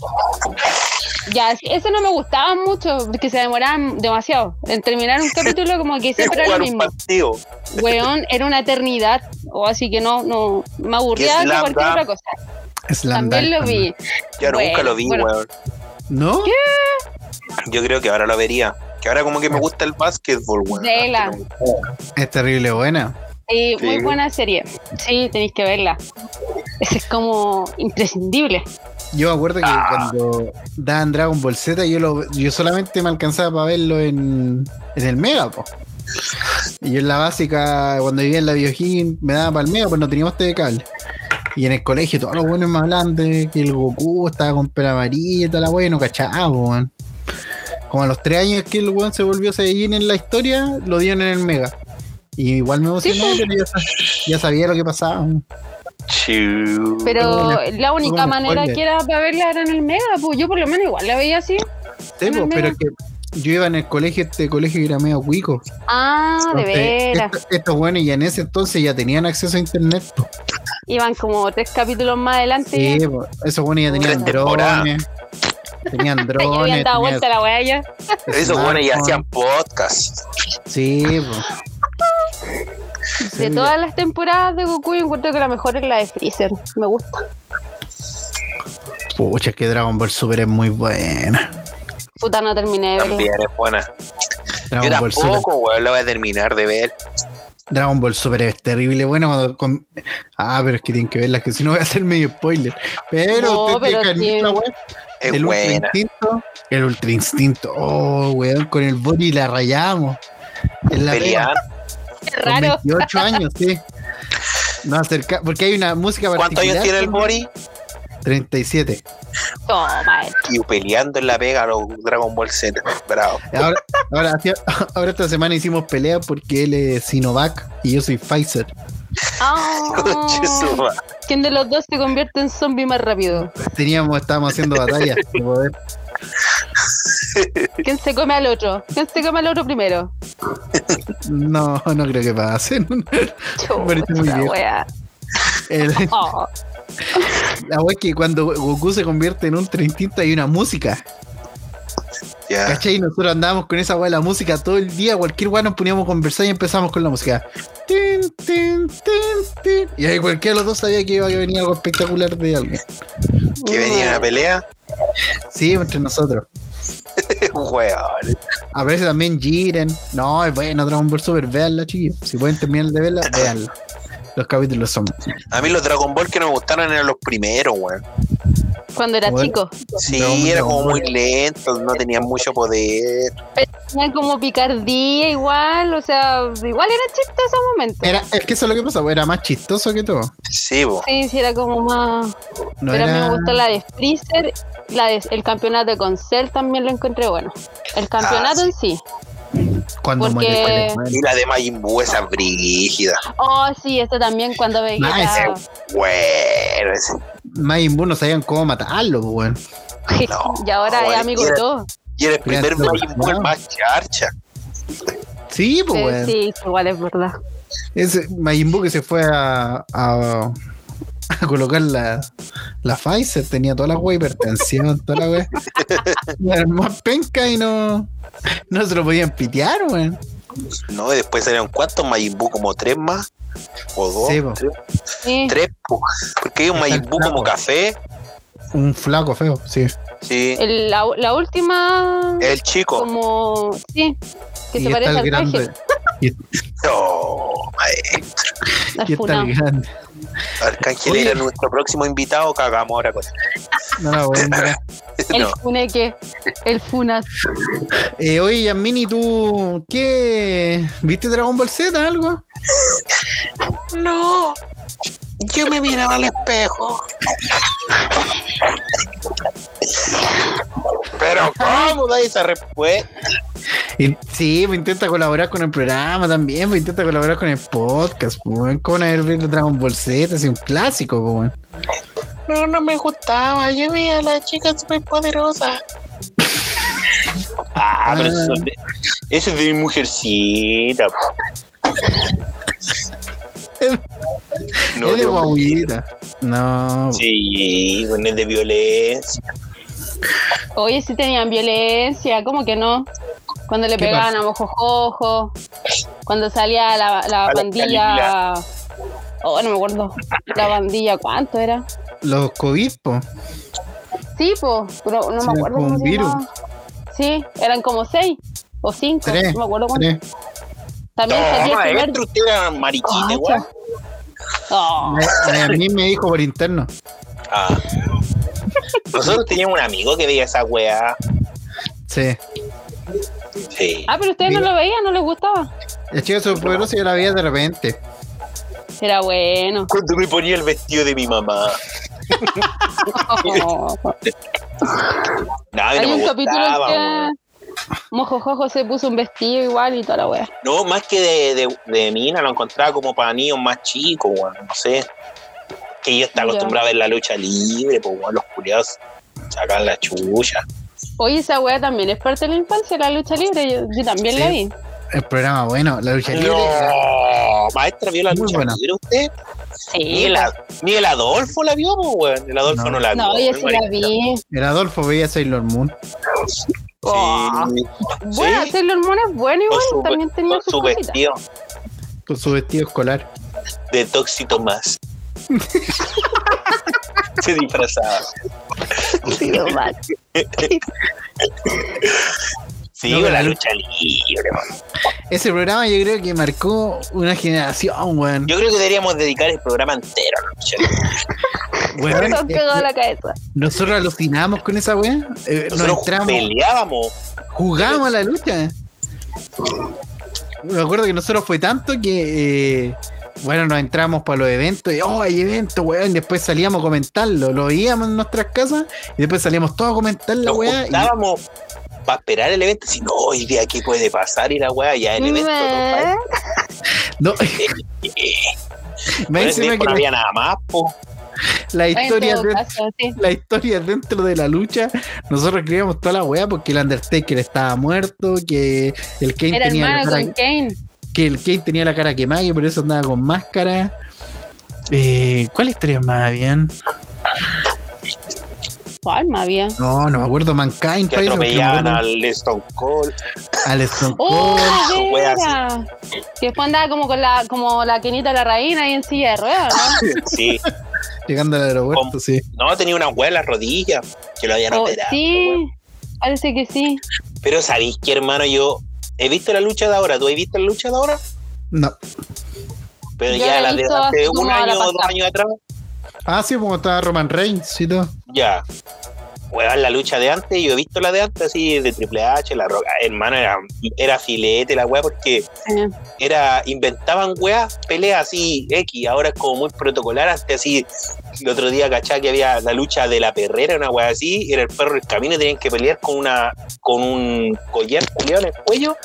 Speaker 4: Ya, sí, eso no me gustaba mucho porque se demoraban demasiado. En terminar un capítulo, como que siempre era
Speaker 2: Jugar
Speaker 4: lo
Speaker 2: un
Speaker 4: mismo.
Speaker 2: partido.
Speaker 4: Weón, era una eternidad. O así que no, no. Me aburría
Speaker 2: Y
Speaker 4: que
Speaker 2: Slam
Speaker 4: cualquier
Speaker 2: Dunk.
Speaker 4: otra cosa.
Speaker 1: Slam
Speaker 4: También
Speaker 1: Dunk
Speaker 4: lo vi.
Speaker 2: Yo
Speaker 4: Bueno,
Speaker 2: nunca lo vi,
Speaker 4: bueno.
Speaker 2: weón.
Speaker 1: ¿No?
Speaker 2: Yo creo que ahora lo vería. Que ahora como que me gusta el básquetbol, weón.
Speaker 4: Vela.
Speaker 1: Es terrible buena.
Speaker 4: Sí, muy
Speaker 2: Sí.
Speaker 4: buena serie. Sí, tenéis que verla. Ese es como imprescindible.
Speaker 1: Yo me acuerdo que cuando daban Dragon Ball Z, yo, lo, yo solamente me alcanzaba para verlo en, en el Mega, po. Y yo en la básica, cuando vivía en la Biojín, me daba para el Mega, pues no teníamos TV cable. Y en el colegio, todos los buenos me hablaban de que el Goku estaba con pera amarilla y toda la wea, y no cachaba, po, weón. Como a los tres años que el weón se volvió Saiyajin en la historia, lo dieron en el Mega. Y igual me emocioné,
Speaker 4: Sí,
Speaker 1: pero ya, sa- ya sabía lo que pasaba. weón.
Speaker 2: Chu.
Speaker 4: Pero la única
Speaker 1: un
Speaker 4: manera
Speaker 1: spoiler.
Speaker 4: que era para verla era en el Mega, pues yo por lo menos igual la veía así.
Speaker 1: Sí,
Speaker 4: No,
Speaker 1: po,
Speaker 4: no.
Speaker 1: pero es que yo iba en el colegio, este colegio era medio cuico.
Speaker 4: Ah, de
Speaker 1: Entonces,
Speaker 4: veras.
Speaker 1: esto- Estos buenos ya en ese entonces ya tenían acceso a internet. po.
Speaker 4: Iban como tres capítulos más adelante.
Speaker 1: Sí,
Speaker 4: ya.
Speaker 1: po, esos buenos ya tenían
Speaker 2: Tres temporadas.
Speaker 1: drones. Tenían
Speaker 4: Ya habían
Speaker 1: drones.
Speaker 4: dado
Speaker 1: tenían
Speaker 4: vuelta la weá ya.
Speaker 2: Eso bueno, y
Speaker 1: smartphone.
Speaker 2: hacían podcast.
Speaker 1: Sí, po.
Speaker 4: De
Speaker 1: Sí,
Speaker 4: todas las temporadas de Goku, yo encuentro que la mejor es la de Freezer. Me gusta.
Speaker 1: Pucha, es que Dragon Ball Super es muy buena.
Speaker 4: Puta, no terminé de verla.
Speaker 2: También es buena. Yo
Speaker 1: Dragon Ball Super.
Speaker 2: tampoco, weón, la voy a terminar de ver.
Speaker 1: Dragon Ball Super es terrible. Bueno, cuando. con- Ah, pero es que tienen que verlas, que si no voy a hacer medio spoiler. Pero.
Speaker 4: No,
Speaker 1: usted
Speaker 4: pero
Speaker 1: deja en
Speaker 4: tiene-
Speaker 1: la web
Speaker 2: Es
Speaker 1: el
Speaker 2: buena.
Speaker 1: Ultra Instinto. El Ultra Instinto. Oh, weón, con el body la rayamos. En la
Speaker 2: Pelear.
Speaker 4: Qué
Speaker 1: pega, con
Speaker 4: raro.
Speaker 1: 28 años, sí. No acerca, porque hay una música
Speaker 2: ¿Cuántos
Speaker 1: particular.
Speaker 2: años tiene el Mori?
Speaker 1: 37.
Speaker 4: Toma, eh.
Speaker 2: Y peleando en la pega a los Dragon Ball Z. Bravo.
Speaker 1: Ahora, ahora, hacía- ahora esta semana hicimos pelea porque él es Sinovac y yo soy Pfizer. Oh.
Speaker 2: Conche su
Speaker 4: Ah,
Speaker 2: madre.
Speaker 4: ¿Quién de los dos se convierte en zombie más rápido?
Speaker 1: Teníamos, estábamos haciendo batallas de poder.
Speaker 4: ¿Quién se come al otro? ¿Quién se come al otro primero?
Speaker 1: No, no creo que pasen. Parece muy
Speaker 4: Chuta,
Speaker 1: viejo.
Speaker 4: weá.
Speaker 1: El-
Speaker 4: Oh,
Speaker 1: La wea es que cuando Goku se convierte en un trintista hay una música.
Speaker 2: Ya.
Speaker 1: ¿Cachai? Y nosotros andábamos con esa wea de la música todo el día. Cualquier wea nos poníamos a conversar y empezamos con la música. Tin, tin, tin, tin. Y ahí cualquiera de los dos sabía que iba a venir algo espectacular de alguien.
Speaker 2: Que venía una pelea.
Speaker 1: Sí, entre nosotros.
Speaker 2: Weón.
Speaker 1: Aparece también Jiren. No, es bueno, Dragon Ball Super, véanla, chiquillos. Si pueden terminar de verla, véanla. Los capítulos son.
Speaker 2: A mí los Dragon Ball que nos gustaron eran los primeros, weón.
Speaker 4: Cuando era
Speaker 1: Bueno.
Speaker 4: chico.
Speaker 2: Sí,
Speaker 1: Dragon
Speaker 2: era como
Speaker 1: Ball.
Speaker 2: muy lento, no tenían mucho poder.
Speaker 4: Tenían como picardía igual, o sea, igual era chistoso momento.
Speaker 1: Era, es que eso es lo que pasaba, era más chistoso que todo.
Speaker 2: Sí, bo.
Speaker 4: Sí, sí, era como más...
Speaker 1: No
Speaker 4: Pero a mí
Speaker 1: era-
Speaker 4: me gustó la de Freezer, la de, el campeonato de Concel también lo encontré bueno. El campeonato
Speaker 2: sí.
Speaker 4: en sí.
Speaker 1: cuando
Speaker 4: porque-
Speaker 1: muere, muere, muere.
Speaker 2: Y la de Majin Buu, esa brígida.
Speaker 4: Oh, sí, esto también cuando Vegeta...
Speaker 1: Nice.
Speaker 2: Bueno, ese-
Speaker 1: Majin Buu no sabían cómo matarlo, pues, weón.
Speaker 2: No,
Speaker 4: y ahora
Speaker 2: no,
Speaker 4: es amigo de
Speaker 2: cualquiera.
Speaker 4: todos.
Speaker 2: y era el primer
Speaker 1: Mira,
Speaker 2: Majin Buu, el
Speaker 1: no.
Speaker 2: más charcha.
Speaker 1: Sí, pues,
Speaker 4: Sí,
Speaker 1: weón.
Speaker 4: Eh, sí, igual es verdad.
Speaker 1: Ese Majin Buu que se fue a, a, a colocar la, la Pfizer, tenía toda la wea hipertensión, toda la wea. Era el más penca y no, no se lo podían pitear, weón.
Speaker 2: No, y después salieron cuántos Majin Buu, como tres más. O dos.
Speaker 1: Sí, bo.
Speaker 2: tres,
Speaker 4: Sí.
Speaker 2: tres, po. Porque hay un Majin Buu como café.
Speaker 1: Un flaco feo, sí.
Speaker 2: Sí.
Speaker 4: El- la, la última,
Speaker 2: El chico.
Speaker 4: como. Sí, que
Speaker 1: Y
Speaker 4: se
Speaker 1: está
Speaker 4: parece
Speaker 1: el
Speaker 4: al
Speaker 1: grande.
Speaker 4: traje.
Speaker 2: No, mae.
Speaker 4: al
Speaker 1: Y está
Speaker 4: funao.
Speaker 1: el grande.
Speaker 2: Arcángel
Speaker 1: Oye.
Speaker 2: era nuestro próximo invitado, cagamos ahora con él.
Speaker 1: No la voy a mirar.
Speaker 4: El
Speaker 2: No,
Speaker 4: funeque. El funas.
Speaker 1: Eh, oye, Yasmini, ¿tú qué? ¿Viste Dragon Ball Z algo?
Speaker 3: No, yo me miraba al espejo.
Speaker 2: pero ¿cómo da esa respuesta?
Speaker 1: Y- sí, pues intenta colaborar con el programa también, pues intenta colaborar con el podcast, pues, weón. ¿Cómo no haber visto Dragon Ball Z? Es un clásico, pues, weón.
Speaker 3: No, no me gustaba. Yo vi a la chica superpoderosa.
Speaker 2: Ah, pero eso, es de- eso es de mujercita. po. No,
Speaker 1: es de
Speaker 2: yo-
Speaker 1: guaguita. No.
Speaker 2: Sí, con el de violencia.
Speaker 4: Oye, sí tenían violencia, ¿cómo que no? Cuando le
Speaker 1: ¿Qué
Speaker 4: pegaban a Mojojojo, cuando salía la, la
Speaker 2: A la
Speaker 4: bandilla. Oh, no me acuerdo. La bandilla, ¿cuánto era?
Speaker 1: Los COVID, po.
Speaker 4: Sí, po, pero no
Speaker 1: Sí,
Speaker 4: me acuerdo.
Speaker 1: con
Speaker 4: cómo se
Speaker 1: virus.
Speaker 4: llamaba. Sí, eran como seis o cinco,
Speaker 1: Tres,
Speaker 4: no me acuerdo cuánto.
Speaker 1: Tres.
Speaker 4: También salía el Ah, primer.
Speaker 2: maestro, ¿eh? usted era mariquita,
Speaker 4: Cacha.
Speaker 2: igual.
Speaker 4: Oh.
Speaker 1: Eh, A mí me dijo por interno.
Speaker 2: Ah. Nosotros teníamos un amigo que veía esa weá.
Speaker 1: Sí.
Speaker 2: Sí.
Speaker 4: Ah, pero ustedes no
Speaker 1: Diga.
Speaker 4: lo veían, no les gustaba.
Speaker 1: El chico superpoderoso yo la veía de repente.
Speaker 4: Era bueno.
Speaker 2: Cuando me ponía el vestido de mi mamá. No, a mí
Speaker 4: Hay
Speaker 2: no
Speaker 4: un
Speaker 2: me
Speaker 4: capítulo en
Speaker 2: gustaba,
Speaker 4: que
Speaker 2: weón.
Speaker 4: Mojojojo se puso un vestido igual y toda la wea.
Speaker 2: No, más que de, de, de mina, lo encontraba como para niños más chicos, weón. No sé. que yo estaba
Speaker 4: Ya.
Speaker 2: acostumbrado a ver la lucha libre, pues weón, los culiados sacan la chucha.
Speaker 4: Oye, esa wea también es parte de la infancia, la lucha libre. Yo, yo también
Speaker 1: Sí.
Speaker 4: la vi.
Speaker 1: El programa bueno, la lucha libre.
Speaker 2: No, maestra, ¿vio la
Speaker 1: Muy
Speaker 2: lucha
Speaker 1: buena.
Speaker 2: libre usted? Ni
Speaker 4: Sí,
Speaker 2: el, a- ni el Adolfo la vio, pues weón. El Adolfo
Speaker 1: No.
Speaker 2: no, la vio.
Speaker 4: No, yo
Speaker 2: weón,
Speaker 4: sí la
Speaker 2: marica.
Speaker 4: vi.
Speaker 1: El Adolfo veía Sailor Moon.
Speaker 4: Oh.
Speaker 2: Sí,
Speaker 4: Bueno,
Speaker 2: Sí.
Speaker 4: Sailor Moon es
Speaker 2: con
Speaker 4: bueno igual,
Speaker 2: su,
Speaker 4: también tenía
Speaker 2: con
Speaker 4: sus
Speaker 2: su
Speaker 4: cositas.
Speaker 2: vestido
Speaker 1: Con su vestido escolar.
Speaker 2: de tóxico más. Se disfrazaba.
Speaker 4: Tío, mal.
Speaker 2: Sí,
Speaker 1: No,
Speaker 2: con la
Speaker 1: pero-
Speaker 2: lucha libre, man.
Speaker 1: Ese programa yo creo que marcó una generación, weón.
Speaker 2: Yo creo que deberíamos dedicar el programa entero a la lucha libre.
Speaker 1: Weón,
Speaker 4: Nos
Speaker 1: eh,
Speaker 4: cagó la cabeza.
Speaker 1: Nosotros alucinábamos con esa weá. eh, nos
Speaker 2: Nosotros
Speaker 1: entramos,
Speaker 2: peleábamos.
Speaker 1: jugábamos a la lucha. Me acuerdo que nosotros fue tanto que, eh, bueno, nos entramos para los eventos. Y, oh, hay eventos, weón. Y después salíamos a comentarlo. Lo oíamos en nuestras casas. Y después salíamos todos a comentar la
Speaker 2: Nos
Speaker 1: weá. y-
Speaker 2: juntábamos para esperar el evento. Si no, hoy día aquí puede pasar y la weá, ya el evento.
Speaker 4: Me-
Speaker 2: compadre.
Speaker 1: no,
Speaker 2: Eh,
Speaker 1: me
Speaker 2: Pues Por ese
Speaker 1: encima
Speaker 2: tiempo
Speaker 1: que
Speaker 2: no
Speaker 1: la-
Speaker 2: había nada más, po.
Speaker 1: la
Speaker 4: En
Speaker 1: historia
Speaker 4: todo
Speaker 1: de-
Speaker 4: caso, sí.
Speaker 1: la historia dentro de la lucha, nosotros creíamos toda la weá porque el Undertaker estaba muerto, que el Kane
Speaker 4: Era
Speaker 1: tenía la
Speaker 4: hermano
Speaker 1: cara,
Speaker 4: con Kane.
Speaker 1: que el Kane tenía la cara quemada y por eso andaba con máscara. Eh, ¿Cuál historia más bien?
Speaker 4: ¿Cuál más había?
Speaker 1: No, no me acuerdo. Mankind,
Speaker 2: Que
Speaker 1: parece, porque me
Speaker 2: atropellaban
Speaker 1: acuerdo-
Speaker 2: al Stone Cold.
Speaker 1: al Stone
Speaker 4: ¡Oh,
Speaker 1: Cold.
Speaker 4: de
Speaker 2: wea, sí.
Speaker 4: veras! Que después andaba como con la, como la quenita de la reina ahí en silla de ruedas,
Speaker 2: Ah,
Speaker 4: ¿no?
Speaker 2: Sí.
Speaker 1: llegando al aeropuerto, sí.
Speaker 2: No, tenía una weá en las rodillas que lo habían
Speaker 4: Oh,
Speaker 2: operado.
Speaker 4: sí, parece que sí.
Speaker 2: Pero sabéis que, hermano, yo he visto la lucha de ahora. ¿Tú has visto la lucha de ahora?
Speaker 1: No.
Speaker 2: Pero
Speaker 4: Yo
Speaker 2: ya
Speaker 4: la
Speaker 2: la de
Speaker 4: hizo
Speaker 2: hace
Speaker 4: así
Speaker 2: un
Speaker 4: como a la
Speaker 2: año o dos
Speaker 4: pasada.
Speaker 2: años atrás.
Speaker 1: Ah, sí, como estaba Roman Reigns y todo.
Speaker 2: Ya. Weón, la lucha de antes, yo he visto la de antes, así de Triple H, la roca. Hermano, era, era filete la weá porque
Speaker 4: Eh,
Speaker 2: era inventaban weas, peleas así X. Ahora es como muy protocolar. Antes, así, el otro día cachá que había la lucha de la perrera, una wea así. Era el perro del camino, tenían que pelear con una con un collar culiado en el cuello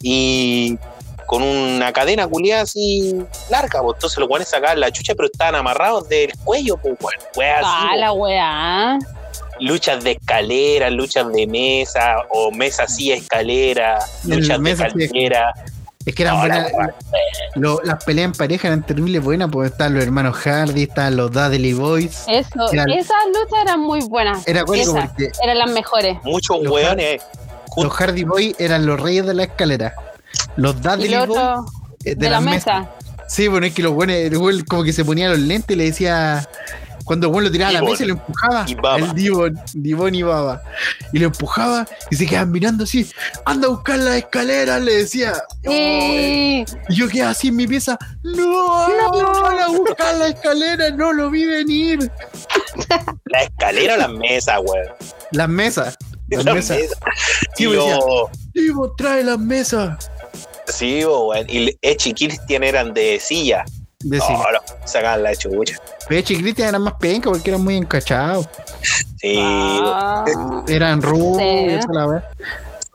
Speaker 2: y con una cadena culiada así larga. Pues. Entonces, los weones sacaban la chucha, pero estaban amarrados del cuello, pues, weón. Wea así,
Speaker 4: Ah,
Speaker 2: po
Speaker 4: la weá.
Speaker 2: luchas de escalera, luchas de mesa, o mesa silla escalera,
Speaker 1: Mm,
Speaker 2: luchas de
Speaker 1: mesa, silla,
Speaker 2: escalera.
Speaker 1: Es que eran
Speaker 2: Ahora,
Speaker 1: buenas. lo- las peleas en pareja eran terribles buenas porque estaban los hermanos Hardy, estaban los Dudley Boys.
Speaker 4: Eso,
Speaker 1: Era-
Speaker 4: esas luchas eran muy buenas.
Speaker 1: Era bueno
Speaker 4: Esa.
Speaker 1: porque
Speaker 4: Eran las mejores.
Speaker 2: Muchos
Speaker 1: Los
Speaker 2: hueones
Speaker 1: Los
Speaker 2: juntos
Speaker 1: Hardy Boy eran los reyes de la escalera. Los
Speaker 4: Y
Speaker 1: Dudley
Speaker 4: lo
Speaker 1: Boy
Speaker 4: otro,
Speaker 1: eh,
Speaker 4: de, la mesa.
Speaker 1: Sí, bueno, es que los buenos, el güey como que se ponía los lentes y le decía. Cuando el güey lo tiraba a la
Speaker 2: Divon.
Speaker 1: mesa y lo empujaba.
Speaker 2: Y Baba.
Speaker 1: El Divon, Divon y Baba. Y lo empujaba y se quedaban mirando así. Anda a buscar las escaleras, le decía.
Speaker 4: Sí,
Speaker 1: Y yo quedaba así en mi pieza. No, no, van a buscar la escalera, no lo vi venir.
Speaker 2: la escalera o las mesas, weón.
Speaker 1: Las mesas. Las
Speaker 2: Las
Speaker 1: mesas.
Speaker 2: mesas.
Speaker 1: Sí,
Speaker 2: Y
Speaker 1: me decía.
Speaker 2: lo-
Speaker 1: Divo, trae las mesas.
Speaker 2: sí, weón. Y Echi y Christian eran de silla.
Speaker 1: Decía.
Speaker 2: Oh, los sacaban la chucha.
Speaker 1: Peche y Cristian eran más penca porque eran muy encachados.
Speaker 2: Sí, pues. weón.
Speaker 4: Ah,
Speaker 1: Eran rubios,
Speaker 4: Sí.
Speaker 1: esa la verdad.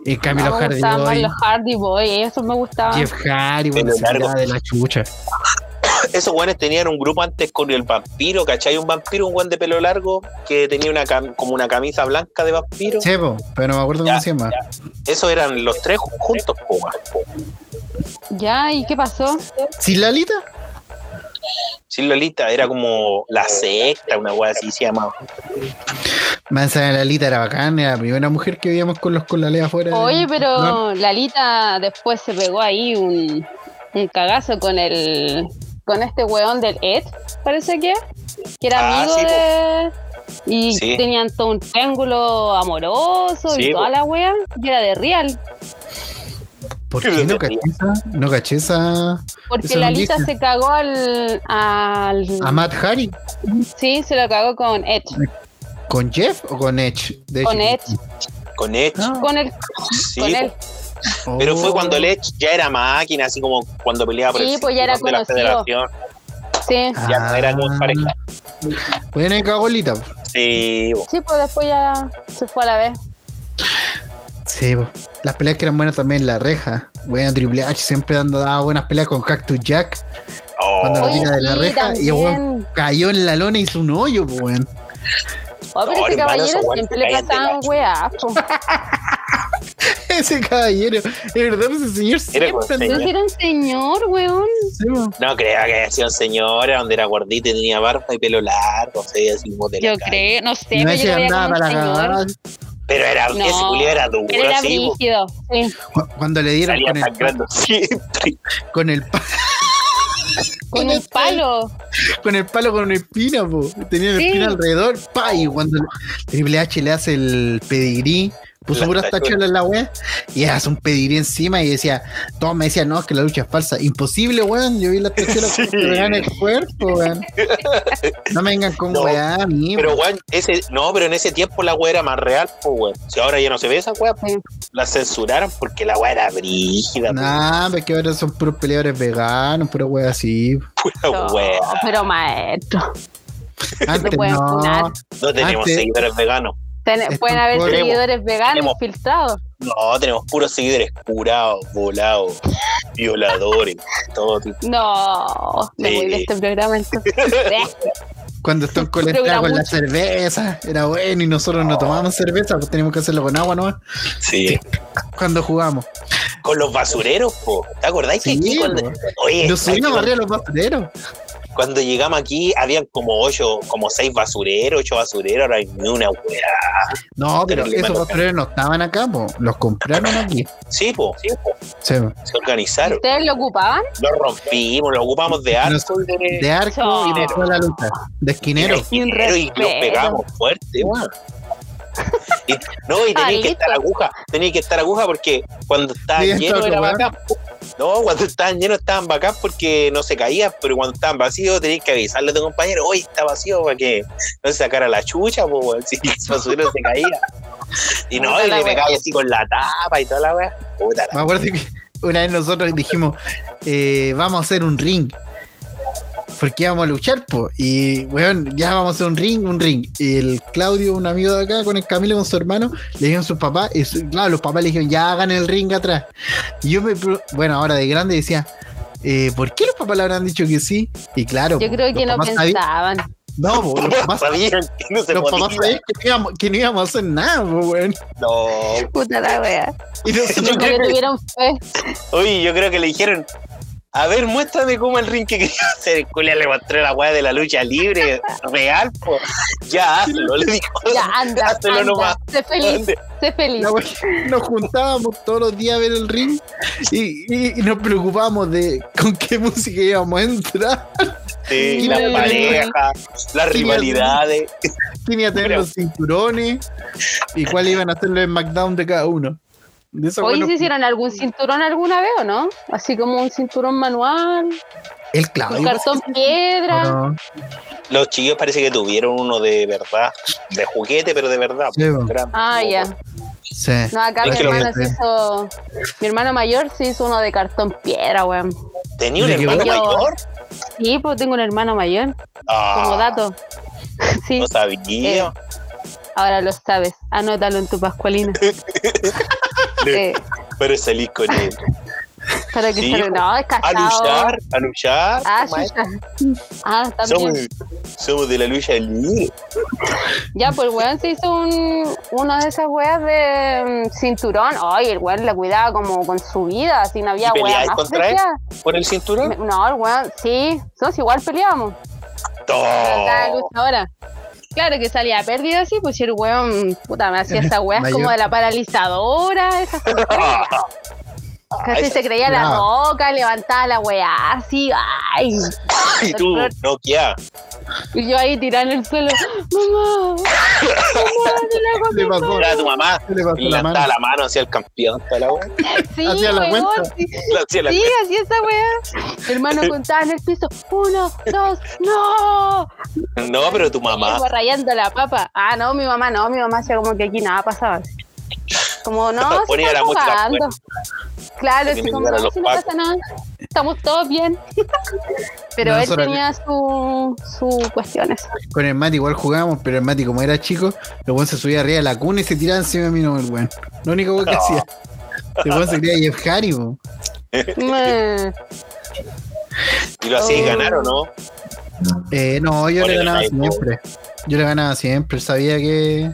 Speaker 1: En cambio,
Speaker 4: no,
Speaker 1: los
Speaker 4: me
Speaker 1: Hardy
Speaker 4: gustaban más
Speaker 1: Boy,
Speaker 4: los Hardy Boy, eso me gustaba.
Speaker 1: Jeff Hardy, bueno,
Speaker 2: Pelo
Speaker 1: se
Speaker 2: largo.
Speaker 1: tiraba de la chucha.
Speaker 2: Esos weones tenían un grupo antes con el vampiro, ¿cachai? Un vampiro, un weón de pelo largo que tenía una cam- como una camisa blanca de vampiro.
Speaker 1: Chepo, pero no me acuerdo
Speaker 2: Ya,
Speaker 1: cómo se llama.
Speaker 2: Esos eran los tres juntos, pues, po, weón.
Speaker 4: Ya, ¿y qué pasó?
Speaker 1: ¿Sin Lalita?
Speaker 2: Sí, Lolita, era como la secta, una weá así se llamaba.
Speaker 1: Manzana Lalita era bacán, era la primera mujer que veíamos con los con la ley afuera.
Speaker 4: Oye,
Speaker 1: Eh, No,
Speaker 4: pero Lalita después se pegó ahí un, un cagazo con el con este weón del Ed, parece que, que era
Speaker 2: Ah,
Speaker 4: amigo
Speaker 2: sí, po.
Speaker 4: de y
Speaker 2: Sí.
Speaker 4: tenían todo un triángulo amoroso
Speaker 2: Sí,
Speaker 4: y toda
Speaker 2: po.
Speaker 4: la wea, y era de real,
Speaker 1: ¿Por qué no caché esa? No caché esa.
Speaker 4: porque
Speaker 1: Eso no
Speaker 4: Lalita
Speaker 1: dice.
Speaker 4: se cagó al, al
Speaker 1: ¿A Matt Hardy?
Speaker 4: sí, se lo cagó con Ed,
Speaker 1: ¿Con Jeff o con Edge? De
Speaker 4: Con
Speaker 1: Edge.
Speaker 4: Edge.
Speaker 2: Con Edge.
Speaker 1: Ah,
Speaker 4: con el
Speaker 2: sí,
Speaker 4: con él.
Speaker 1: oh.
Speaker 2: Pero fue cuando el Edge ya era máquina, así como cuando peleaba por
Speaker 4: Sí,
Speaker 2: el
Speaker 4: pues ya era
Speaker 2: cinturón de la
Speaker 4: conocido. Ah.
Speaker 2: federación.
Speaker 4: Sí.
Speaker 1: Ah.
Speaker 2: Ya no era como pareja.
Speaker 1: Bueno, y cagolita. po.
Speaker 2: Sí, bo.
Speaker 4: Sí, pues después ya se fue a la vez.
Speaker 1: Sí, po. las peleas que eran buenas también, la reja. Bueno, Triple H siempre dando daba buenas peleas con Cactus Jack.
Speaker 2: Oh,
Speaker 1: Cuando-
Speaker 4: Oye,
Speaker 1: tira de la
Speaker 4: sí,
Speaker 1: reja y el weón
Speaker 4: también.
Speaker 1: cayó en la lona y hizo un hoyo, pues, weón.
Speaker 4: Oh, pero
Speaker 2: No,
Speaker 4: ese
Speaker 2: hermano,
Speaker 4: caballero
Speaker 2: esos weones
Speaker 4: siempre le
Speaker 2: caen de
Speaker 4: pasaban
Speaker 2: gacho.
Speaker 4: weá. po.
Speaker 1: Ese caballero, de verdad, ese señor siempre
Speaker 2: buen
Speaker 1: andaba
Speaker 4: Pero si era un señor, weón.
Speaker 1: así, weón.
Speaker 2: No creo que haya sido un señor donde era gordita y tenía barba y pelo largo, o sea, así como de la
Speaker 4: Yo
Speaker 2: calle.
Speaker 4: creo, no sé,
Speaker 1: No
Speaker 4: pero
Speaker 1: es
Speaker 4: yo
Speaker 1: que
Speaker 4: lo veía como
Speaker 1: andaba
Speaker 4: un
Speaker 1: para
Speaker 4: señor.
Speaker 1: cagar.
Speaker 2: Pero era,
Speaker 4: No,
Speaker 2: ese culiao era duro,
Speaker 4: Él era
Speaker 2: sí, po.
Speaker 4: brígido. eh, Sí,
Speaker 1: Cu- Cuando le dieron
Speaker 2: salía
Speaker 1: con el, pa-
Speaker 2: sangrando siempre.
Speaker 1: con el pa-
Speaker 4: con un
Speaker 1: este
Speaker 4: palo.
Speaker 1: con el palo con una espina, po. tenía la
Speaker 4: Sí.
Speaker 1: espina alrededor, pa, y cuando Triple H le hace el pedigrí, puso
Speaker 2: Las
Speaker 1: puras
Speaker 2: tachuelas.
Speaker 1: tachuelas en la wea, y hace un pedigrí encima y decía, todos me decían, no, es que la lucha es falsa, imposible, weón, yo vi las tachuelas
Speaker 2: Sí.
Speaker 1: que me dan el cuerpo, weón. No me vengan con
Speaker 2: No,
Speaker 1: weá, a mí,
Speaker 2: Pero weón, ese, no, pero en ese tiempo la weá era más real, pues weón. Si ahora ya no se ve esa weá, pues, la censuraron porque la weá era brígida,
Speaker 1: Nah, pero que ahora son puros peleadores veganos, puras weas así.
Speaker 2: pues, pura
Speaker 4: No,
Speaker 2: weá.
Speaker 4: pero maestro.
Speaker 1: Antes
Speaker 4: pueden funar.
Speaker 1: no.
Speaker 2: No tenemos
Speaker 1: Antes-
Speaker 2: seguidores veganos.
Speaker 4: Ten-
Speaker 1: Esto
Speaker 4: pueden haber
Speaker 1: podemos-
Speaker 4: seguidores veganos
Speaker 2: tenemos-
Speaker 4: filtrados.
Speaker 2: No, tenemos puros seguidores curados, volados, violadores, todo tipo.
Speaker 4: No, me
Speaker 2: Sí.
Speaker 4: voy de este programa entonces.
Speaker 1: Cuando Stone Cold estaba con la cerveza, era bueno y nosotros no tomábamos cerveza, pues teníamos que hacerlo con agua nomás.
Speaker 2: Sí.
Speaker 1: Cuando jugamos.
Speaker 2: Con los basureros, po. ¿Te acordáis que
Speaker 1: Sí, pues. eh,
Speaker 2: aquí cuando,
Speaker 1: po.
Speaker 2: oye,
Speaker 1: Yo soy una
Speaker 2: cuando-
Speaker 1: barrera de los basureros.
Speaker 2: cuando llegamos aquí habían como ocho, como seis basureros, ocho basureros, ahora hay ni una weá.
Speaker 1: No, pero
Speaker 2: Terrible,
Speaker 1: esos
Speaker 2: mano.
Speaker 1: basureros no estaban acá, po. los compraron aquí.
Speaker 2: Sí, po, sí, po.
Speaker 1: Sí, po.
Speaker 2: Se organizaron.
Speaker 4: ¿Ustedes lo ocupaban?
Speaker 2: Los rompimos, los ocupamos de arco.
Speaker 1: Nos- de arco y de
Speaker 4: Chao.
Speaker 1: toda la lucha. De esquinero.
Speaker 2: Y,
Speaker 4: Sin
Speaker 2: y los
Speaker 4: respeto.
Speaker 2: pegamos fuerte, weón. Y- No, y tenía que
Speaker 4: Palito.
Speaker 2: estar aguja, tenía que estar aguja porque cuando estaban
Speaker 1: Sí, esto
Speaker 2: llenos
Speaker 1: es
Speaker 2: era
Speaker 1: lo bueno.
Speaker 2: bacán. po. No, cuando estaban llenos estaban bacán porque no se caían, pero cuando estaban vacíos tenías que avisarle a tu compañero, hoy está vacío para que no se sacara la chucha, po, weón, si el basurero se caía. Y no,
Speaker 4: Puta
Speaker 2: y
Speaker 4: la
Speaker 2: le
Speaker 4: wea.
Speaker 2: pegaba así con la tapa y toda la weá. Puta la
Speaker 1: Me acuerdo que una vez nosotros dijimos, eh, vamos a hacer un ring. Porque íbamos a luchar, po. Y, weón, ya vamos a hacer un ring, un ring. Y el Claudio, un amigo de acá, con el Camilo, con su hermano, le dijeron a sus papás. Y su- claro, los papás le dijeron, ya hagan el ring atrás. Y yo me, pro- bueno, ahora de grande decía, eh, ¿por qué los papás le habrán dicho que sí? Y claro,
Speaker 4: Yo
Speaker 1: po,
Speaker 4: creo que
Speaker 1: los
Speaker 4: no
Speaker 1: papás sabían-
Speaker 4: pensaban.
Speaker 1: No, po, los papás,
Speaker 2: Sabían que no se
Speaker 1: los papás
Speaker 2: podía.
Speaker 1: sabían que, no íbamos, que no íbamos a hacer nada, po, weón.
Speaker 2: No,
Speaker 4: Puta la wea.
Speaker 1: Y nosotros,
Speaker 4: Nunca
Speaker 2: creo
Speaker 4: le
Speaker 2: que-
Speaker 4: tuvieron fe.
Speaker 2: Oye, yo creo que le dijeron, a ver, muéstrame cómo el ring que quería hacer. El culia le mostró la weá de la lucha libre, real, po. Ya, hazlo, le dijo.
Speaker 4: Ya, anda,
Speaker 2: Hazlo nomás.
Speaker 4: anda. Sé feliz, sé feliz.
Speaker 1: La wea- nos juntábamos todos los días a ver el ring y, y- y nos preocupábamos de con qué música íbamos a entrar.
Speaker 2: Sí, las
Speaker 1: Sí.
Speaker 2: parejas, las rivalidades.
Speaker 1: Quién iba a tener
Speaker 2: Pero-
Speaker 1: los cinturones y cuáles iban a ser los SmackDown de cada uno. De esa wea
Speaker 4: Hoy
Speaker 1: nos-
Speaker 4: se hicieron algún cinturón alguna vez o no? Así como un cinturón manual,
Speaker 1: El
Speaker 4: un
Speaker 2: Ah,
Speaker 1: Claudio.
Speaker 4: cartón piedra.
Speaker 1: No,
Speaker 2: Los chiquillos parece que tuvieron uno de verdad, de juguete, pero de verdad.
Speaker 1: Sí, po.
Speaker 2: Gran-
Speaker 4: Ah, ya.
Speaker 1: sí.
Speaker 4: No, acá
Speaker 2: Es
Speaker 4: mi
Speaker 2: que lo
Speaker 4: hermano
Speaker 1: voy a
Speaker 4: se hizo. Mi hermano mayor se hizo uno de cartón piedra, weón.
Speaker 2: ¿Tenía un
Speaker 1: ¿Le quedó?
Speaker 2: hermano
Speaker 4: Yo-
Speaker 2: mayor?
Speaker 4: Sí, pues tengo un hermano mayor,
Speaker 2: Ah, Pues
Speaker 4: como dato. Sí,
Speaker 2: No sabía.
Speaker 4: Eh, ahora lo sabes. Anótalo en tu pascualina.
Speaker 2: Le-
Speaker 4: Eh,
Speaker 2: Pero salí con él.
Speaker 4: para que
Speaker 2: Sí,
Speaker 4: se-
Speaker 2: pues.
Speaker 4: No, es
Speaker 2: A
Speaker 4: casado.
Speaker 2: luchar, a luchar.
Speaker 4: Ah,
Speaker 2: maestro.
Speaker 4: chucha. Ah,
Speaker 2: somos,
Speaker 4: también.
Speaker 2: somos de la lucha libre.
Speaker 4: Ya, pues el weón se hizo un, una de esas weas de mm, cinturón. Ay, el weón la cuidaba como con su vida, así no había
Speaker 2: ¿Y
Speaker 4: wea
Speaker 2: peleáis
Speaker 4: más
Speaker 2: contra él? Oh.
Speaker 4: preciada.
Speaker 2: ¿Por el cinturón?
Speaker 4: Me- No, el weón, sí, nosotros igual peleábamos.
Speaker 2: No.
Speaker 4: Cada luchadora. Claro que salía pérdida así, pues si el weón, puta, me hacía esas weas
Speaker 1: Mayor.
Speaker 4: como de la paralizadora, esas cosas. Casi
Speaker 2: esa-
Speaker 4: se creía la
Speaker 1: brava.
Speaker 4: roca, levantaba la weá así, ay.
Speaker 2: Y tú, Nokia.
Speaker 4: Y yo ahí tirando en el suelo, mamá, mamá, dile algo a
Speaker 1: Le
Speaker 4: mi
Speaker 1: pasó,
Speaker 2: Era tu mamá.
Speaker 1: se le pasó
Speaker 2: Y
Speaker 1: la
Speaker 2: levantaba
Speaker 1: mano.
Speaker 2: la mano hacia el campeón. toda la wea.
Speaker 4: Sí,
Speaker 1: Hacía la
Speaker 4: weón,
Speaker 1: cuenta.
Speaker 4: sí,
Speaker 2: Hacia la-
Speaker 4: sí, así esa weá. Mi hermano contaba en el piso, uno, dos, no.
Speaker 2: No, pero tu mamá.
Speaker 4: Iba rayando la papa. Ah, no, mi mamá no, mi mamá hacía como que aquí nada pasaba. Como no, se
Speaker 2: Ponía
Speaker 4: están
Speaker 2: la música
Speaker 4: jugando. Claro,
Speaker 2: Porque
Speaker 4: así
Speaker 2: me
Speaker 4: como
Speaker 2: llegaron
Speaker 4: no,
Speaker 2: los
Speaker 4: si no pasa
Speaker 2: pacos.
Speaker 4: nada. Estamos todos bien. Pero él
Speaker 1: Nosotros-
Speaker 4: tenía su, su cuestiones.
Speaker 1: Con el Mati igual jugábamos, pero el Mati, como era chico, el weón se subía arriba de la cuna y se tiraba encima de mí, no, el weón. Lo único weón que
Speaker 2: No.
Speaker 1: hacía. El weón se creía Jeff Harry, po.
Speaker 4: Mm.
Speaker 2: Y lo hacía
Speaker 4: Oh.
Speaker 2: ganar o no.
Speaker 1: Eh, no, yo
Speaker 2: ¿Cuál
Speaker 1: le
Speaker 2: era el
Speaker 1: ganaba
Speaker 2: iPhone?
Speaker 1: siempre. Yo le ganaba siempre. Sabía que.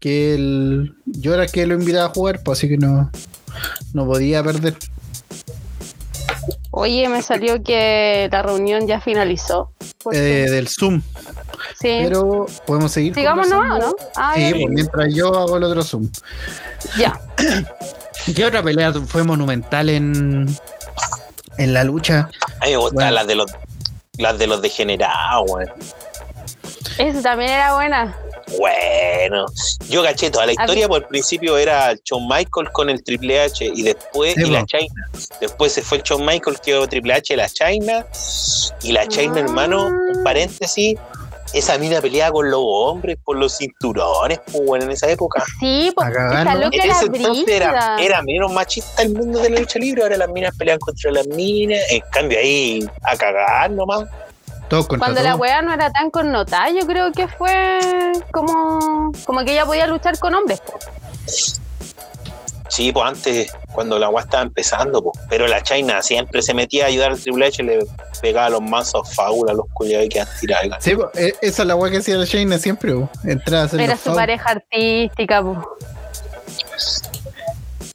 Speaker 1: que el, yo era el que lo invitaba a jugar, pues así que no. No podía perder.
Speaker 4: Oye, me salió que la reunión ya finalizó. Por
Speaker 1: eh, del Zoom.
Speaker 4: Zoom. sí.
Speaker 1: Pero podemos seguir.
Speaker 4: Sigamos nomás, ¿o ¿no? Ah,
Speaker 1: Sí,
Speaker 4: ya,
Speaker 1: pues, mientras yo hago el otro Zoom.
Speaker 4: ya.
Speaker 1: ¿Qué otra pelea fue monumental en. en la lucha?
Speaker 2: A mí me gustan
Speaker 1: Bueno.
Speaker 2: las de los las de los degenerados, weón.
Speaker 4: Esa también era buena.
Speaker 2: Bueno, yo caché toda la historia, por el principio era Shawn Michael con el Triple H y después
Speaker 1: Sí,
Speaker 2: y la
Speaker 1: po.
Speaker 2: China. Después se fue el Shawn Michael, quedó Triple H, la China. Y la China,
Speaker 4: Ah.
Speaker 2: hermano, un paréntesis, esa mina peleaba con los hombres, por los cinturones, pues bueno, en esa época.
Speaker 4: Sí,
Speaker 1: A
Speaker 4: pues
Speaker 1: cagar,
Speaker 4: esa
Speaker 1: ¿no?
Speaker 4: loca
Speaker 2: En
Speaker 4: era
Speaker 2: ese entonces era,
Speaker 4: brígida.
Speaker 2: era menos machista el mundo de la lucha libre, ahora las minas pelean contra las minas, en cambio ahí a cagar nomás.
Speaker 1: Todos contra
Speaker 4: Cuando la
Speaker 1: todos.
Speaker 4: weá no era tan connotada, yo creo que fue como, como que ella podía luchar con hombres. po.
Speaker 2: Sí, pues antes, cuando la UA estaba empezando, pues. pero la China siempre se metía a ayudar al Triple H, le pegaba los mazos fábula a los culiados que han tirado. oigan.
Speaker 1: Sí, pues, e- esa es la weá que hacía la Shayna siempre, po. Entraba a hacer
Speaker 4: Era
Speaker 1: los
Speaker 4: su
Speaker 1: fouls.
Speaker 4: pareja artística. po.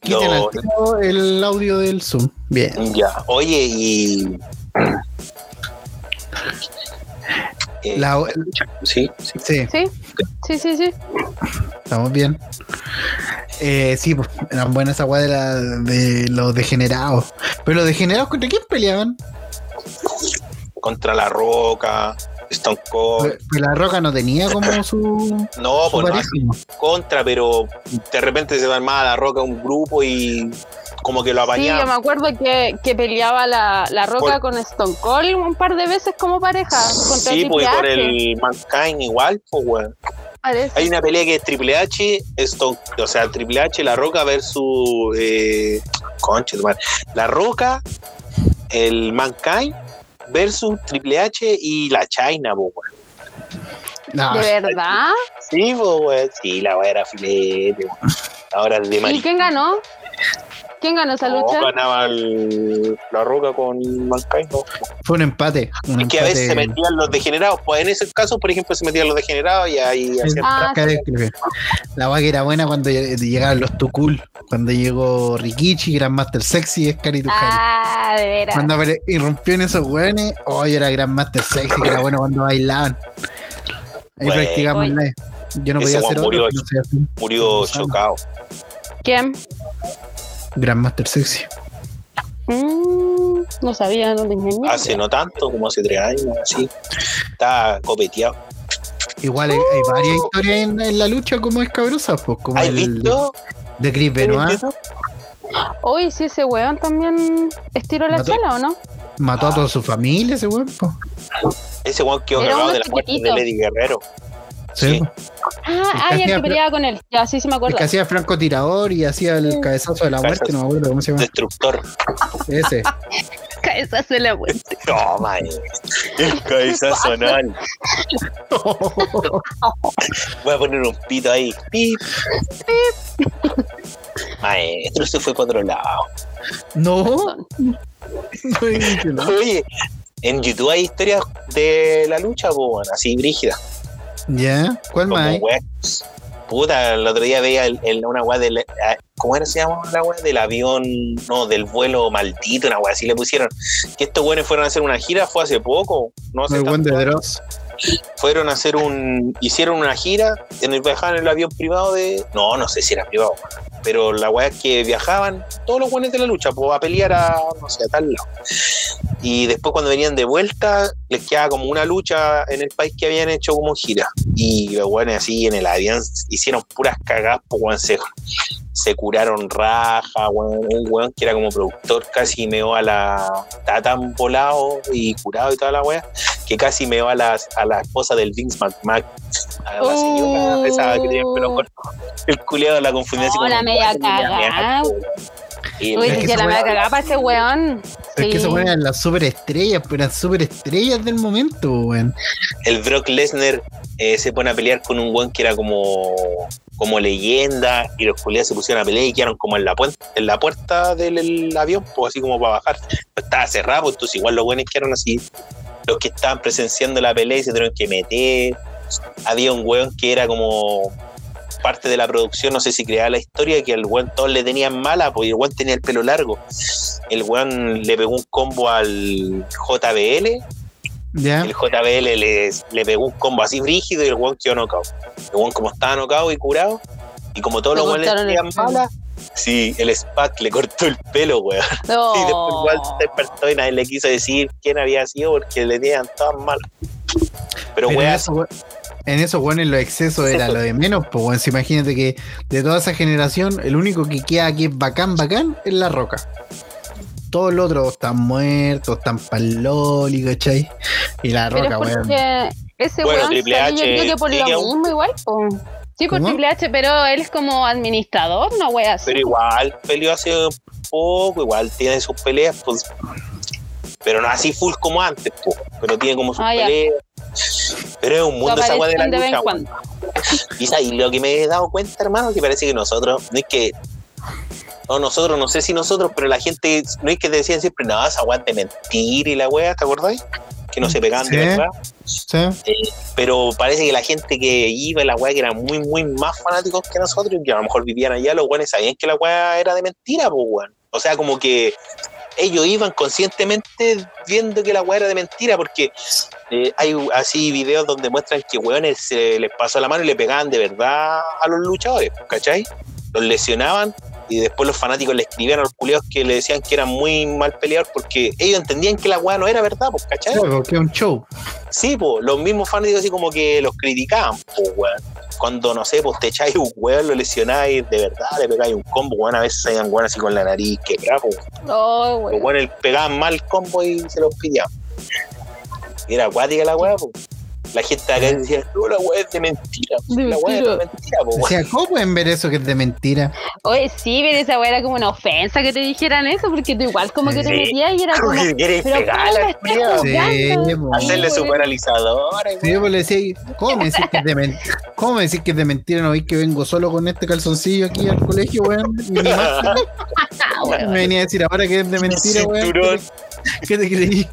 Speaker 1: Quiten al
Speaker 2: Yo-
Speaker 1: tiro el audio del Zoom. Bien.
Speaker 2: ya. Oye, y. Eh,
Speaker 1: La-
Speaker 2: Sí,
Speaker 1: sí,
Speaker 4: Sí, sí, sí, sí.
Speaker 1: estamos bien. Eh, sí, pues, eran buenas esa weá de, la- de los degenerados. Pero los degenerados, ¿contra quién peleaban?
Speaker 2: contra la roca, Stone Cold.
Speaker 1: Pues la Roca no tenía como su,
Speaker 2: No,
Speaker 1: su
Speaker 2: Oh. pues no,
Speaker 1: pareja.
Speaker 2: así contra, pero de repente se armaba la roca un grupo y como que lo
Speaker 4: Sí, yo me
Speaker 2: apañaba.
Speaker 4: acuerdo que, que peleaba la, la Roca
Speaker 2: Por-
Speaker 4: con Stone Cold un par de veces como pareja. Contra
Speaker 2: Sí,
Speaker 4: Triple
Speaker 2: pues y por
Speaker 4: H,
Speaker 2: el Mankind igual, pues, weón.
Speaker 4: parece.
Speaker 2: Hay una pelea que es Triple H, Stone, o sea, Triple H, La Roca versus. Eh, conche tu madre. La Roca, el Mankind versus Triple H y la China, po, weón.
Speaker 1: No,
Speaker 4: ¿De verdad?
Speaker 2: Sí, po, weón. Sí, la weá era filete, weón. Ahora es de
Speaker 4: ¿Y quién ganó? ¿Quién ganó esa
Speaker 2: No,
Speaker 4: lucha?
Speaker 2: ganaba el- la roca con Mankind. ¿no?
Speaker 1: fue un empate. Un
Speaker 2: Es que a veces se
Speaker 1: empate-
Speaker 2: metían los degenerados. Pues en ese caso, por ejemplo, se metían los degenerados y ahí hacían.
Speaker 4: Ah,
Speaker 1: Cada vez que lo veo. La weá que era buena cuando lleg- llegaban los Tukul. Cuando llegó Rikichi, Grandmaster Sexy, Escari Tujari.
Speaker 4: Ah, de veras.
Speaker 1: Cuando apare- irrumpió en esos weones, hoy era Grandmaster Sexy, que era bueno cuando bailaban. Ahí
Speaker 2: Bueno.
Speaker 1: practicamos live. Yo no
Speaker 2: Ese
Speaker 1: podía
Speaker 2: weón
Speaker 1: hacer
Speaker 2: murió.
Speaker 1: otro. no sé hacer.
Speaker 2: Murió
Speaker 1: Ah.
Speaker 2: chocado.
Speaker 4: ¿Quién?
Speaker 1: Grandmaster Sexy.
Speaker 4: Mm, no sabía, no tenía ni idea.
Speaker 2: Hace no tanto, como hace tres años, así. Está copeteado.
Speaker 1: Igual hay, hay varias historias en, en la lucha como escabrosas, pues, como
Speaker 2: Oh. ¿Has
Speaker 1: el
Speaker 2: visto?
Speaker 1: de Chris Benoit,
Speaker 4: Hoy sí, ese weón también estiró la
Speaker 1: Mató-
Speaker 4: chela, ¿o no?
Speaker 1: mató a toda su familia ese weón, pues.
Speaker 2: Ese weón quedó
Speaker 4: Era
Speaker 2: cagado
Speaker 4: uno
Speaker 2: de la muerte de
Speaker 4: chiquitito.
Speaker 2: Lady Guerrero.
Speaker 1: Sí. pues,
Speaker 2: Sí.
Speaker 1: po.
Speaker 4: Ah,
Speaker 1: El que
Speaker 4: ay, el
Speaker 1: hacía-
Speaker 4: que peleaba con él. Ya, sí, sí me
Speaker 1: El
Speaker 4: acuerdo.
Speaker 1: que hacía francotirador y hacía el cabezazo de la muerte, no me acuerdo cómo se llama.
Speaker 2: Destructor.
Speaker 1: Ese.
Speaker 4: Cabezazo de la weón.
Speaker 2: No, man. eh. El cabezazo anal. Voy a poner un pito ahí. Pip, pip. Maestro, se fue para otro lado.
Speaker 1: no. No he dicho nada.
Speaker 2: Oye, en YouTube hay historias de la lucha, po, weón, así brígidas.
Speaker 1: Ya, ¿cuál
Speaker 2: Como
Speaker 1: más? hay?
Speaker 2: weón. Puta, el otro día veía el- el- una weá del. ah, ¿Cómo era se llamaba la weá? Del avión, no, del vuelo maldito, una weá así le pusieron. Que estos weones fueron a hacer una gira, fue hace poco, no hace
Speaker 1: El
Speaker 2: tanto.
Speaker 1: buen de Dross.
Speaker 2: Fueron a hacer un. Hicieron una gira, en el, viajaban en el avión privado de. No, no sé si era privado, pero la weá es que viajaban todos los buenos de la lucha, pues a pelear a, no sé, a tal lado. Y después cuando venían de vuelta, les quedaba como una lucha en el país que habían hecho como gira. Y los buenos así en el avión hicieron puras cagadas, pues weón, se, se curaron raja, weón, un weón que era como productor casi meó a la... Está tan volado y curado y toda la weá, que casi meó a, las, a la esposa del Vince McMahon. A la señora esa que tenía el pelo corto. El culiado la confundió así
Speaker 4: No,
Speaker 2: como.
Speaker 4: la media cagá.
Speaker 2: Y
Speaker 4: Uy,
Speaker 1: Es que
Speaker 4: ya
Speaker 1: esa
Speaker 4: la me
Speaker 1: weá-
Speaker 4: va a cagar para ese weón.
Speaker 1: Es
Speaker 4: Sí.
Speaker 1: que esos weones eran las superestrellas, pero eran superestrellas del momento, weón.
Speaker 2: el Brock Lesnar eh, se pone a pelear con un weón que era como, como leyenda y los culiados se pusieron a pelear y quedaron como en la, puen- en la puerta del el avión, pues así como para bajar. Pues estaba cerrado, pues, entonces igual los buenos quedaron así los que estaban presenciando la pelea y se tuvieron que meter. Había un weón que era como parte de la producción, no sé si creaba la historia, que al weón todos le tenían mala, porque el weón tenía el pelo largo. El weón le pegó un combo al JBL,
Speaker 1: ¿Ya?
Speaker 2: el JBL le, le pegó un combo así brígido y el weón quedó knockout. El weón como estaba knockout y curado, y como todos
Speaker 4: Le
Speaker 2: los weones le
Speaker 4: cortaron
Speaker 2: tenían
Speaker 4: el pelo.
Speaker 2: mala, sí, el SPAC le cortó el pelo, weón.
Speaker 4: No.
Speaker 2: Y después igual se despertó y nadie le quiso decir quién había sido porque le tenían tan mal. Pero,
Speaker 1: Pero en
Speaker 2: weón,
Speaker 1: eso, we- en esos weones los excesos era lo de menos, pues weón. Si imagínate que de toda esa generación, el único que queda aquí es bacán, bacán, es la roca. Todos los otros están muertos, están paloli, ¿cachai? Y la
Speaker 4: Pero
Speaker 1: roca,
Speaker 4: es
Speaker 1: weón.
Speaker 4: porque ese
Speaker 2: Bueno,
Speaker 4: weón
Speaker 2: Triple
Speaker 4: salió,
Speaker 2: H
Speaker 4: yo creo que por lo
Speaker 2: sigue aún.
Speaker 4: mismo igual, po. Sí, por
Speaker 1: ¿Cómo?
Speaker 4: Triple H, pero él es como administrador, no wea así.
Speaker 2: pero igual peleó hace poco, igual tiene sus peleas, pues. Pero no así full como antes, po, pero tiene como sus
Speaker 4: Ah, ya.
Speaker 2: peleas. Pero es un mundo esa weá de la
Speaker 4: Aparecen de
Speaker 2: lucha,
Speaker 4: vez en
Speaker 2: weón.
Speaker 4: cuando.
Speaker 2: Y sa- y lo que me he dado cuenta, hermano, que parece que nosotros, no es que. No, nosotros, no sé si nosotros, pero la gente, no es que decían siempre, no, esa weá es de mentir y la weá, ¿te acordáis? Que no se pegaban de
Speaker 1: Sí.
Speaker 2: verdad.
Speaker 1: ¿Sí?
Speaker 2: pero parece que la gente que iba en la weá, que eran muy, muy más fanáticos que nosotros, que a lo mejor vivían allá, los weones sabían que la weá era de mentira, pues weón. O sea, como que ellos iban conscientemente viendo que la weá era de mentira, porque eh, hay u- así videos donde muestran que weones se les pasó la mano y le pegaban de verdad a los luchadores, ¿cachai? Los lesionaban y después los fanáticos le escribían a los culiados que le decían que eran muy mal peleadores porque ellos entendían que la weá no era verdad, pues, ¿cachai?
Speaker 1: Sí, porque es un show.
Speaker 2: Sí, po, los mismos fanáticos así como que los criticaban, po, weón. Cuando, no sé, pues te echáis un weón, lo lesionáis, de verdad, le pegáis un combo, weón, a veces salían weón así con la nariz quebrada, po.
Speaker 4: Oh,
Speaker 2: Los
Speaker 4: weón.
Speaker 2: weones pegaban mal el combo y se los pillaban. Y era acuática la weá, po. La gente acá decía, no, la weá es de mentira, po. la weá es de mentira, po, weón.
Speaker 1: Decía, ¿cómo pueden ver eso que es de mentira?
Speaker 4: Oye, sí, pero esa weá era como una ofensa que te dijeran eso, porque tú igual como que te
Speaker 2: Sí.
Speaker 4: metías y era como.
Speaker 2: Como que queréis
Speaker 4: Pero
Speaker 2: pegar a
Speaker 4: ¿cómo
Speaker 2: la
Speaker 4: me estás
Speaker 2: culiao,
Speaker 4: jugando?
Speaker 1: Sí,
Speaker 4: Sí,
Speaker 1: po.
Speaker 2: hacerle su
Speaker 4: weón.
Speaker 2: paralizadora,
Speaker 1: Sí, pues le decía, ¿cómo me decís que es de mentira? ¿Cómo me decís que es de mentira? ¿No veis que vengo solo con este calzoncillo aquí al colegio, weón? Ni más.
Speaker 4: Ah, weón.
Speaker 1: Me venía a decir ahora que es de mentira, weón.
Speaker 2: Cinturón.
Speaker 1: ¿Qué te creí?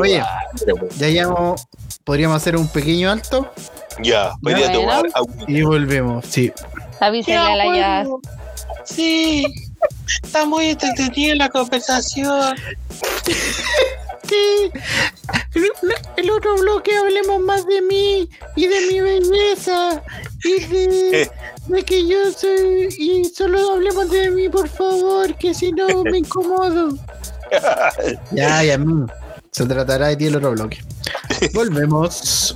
Speaker 1: Oye. Ya llamamos, podríamos hacer un pequeño alto
Speaker 2: Ya, pues, voy a
Speaker 4: Bueno.
Speaker 2: tomar
Speaker 1: y volvemos. Sí,
Speaker 4: Avísenle
Speaker 3: Ya,
Speaker 4: a
Speaker 2: pues,
Speaker 4: la Jazz.
Speaker 3: bueno. Sí, está muy entretenida la conversación.
Speaker 1: Sí. El otro bloque hablemos más de mí y de mi belleza y de, de que yo soy y solo hablemos de mí, por favor, que si no me incomodo.
Speaker 2: agua.
Speaker 1: Ya, ya, mm. se tratará de ti el otro bloque. Volvemos.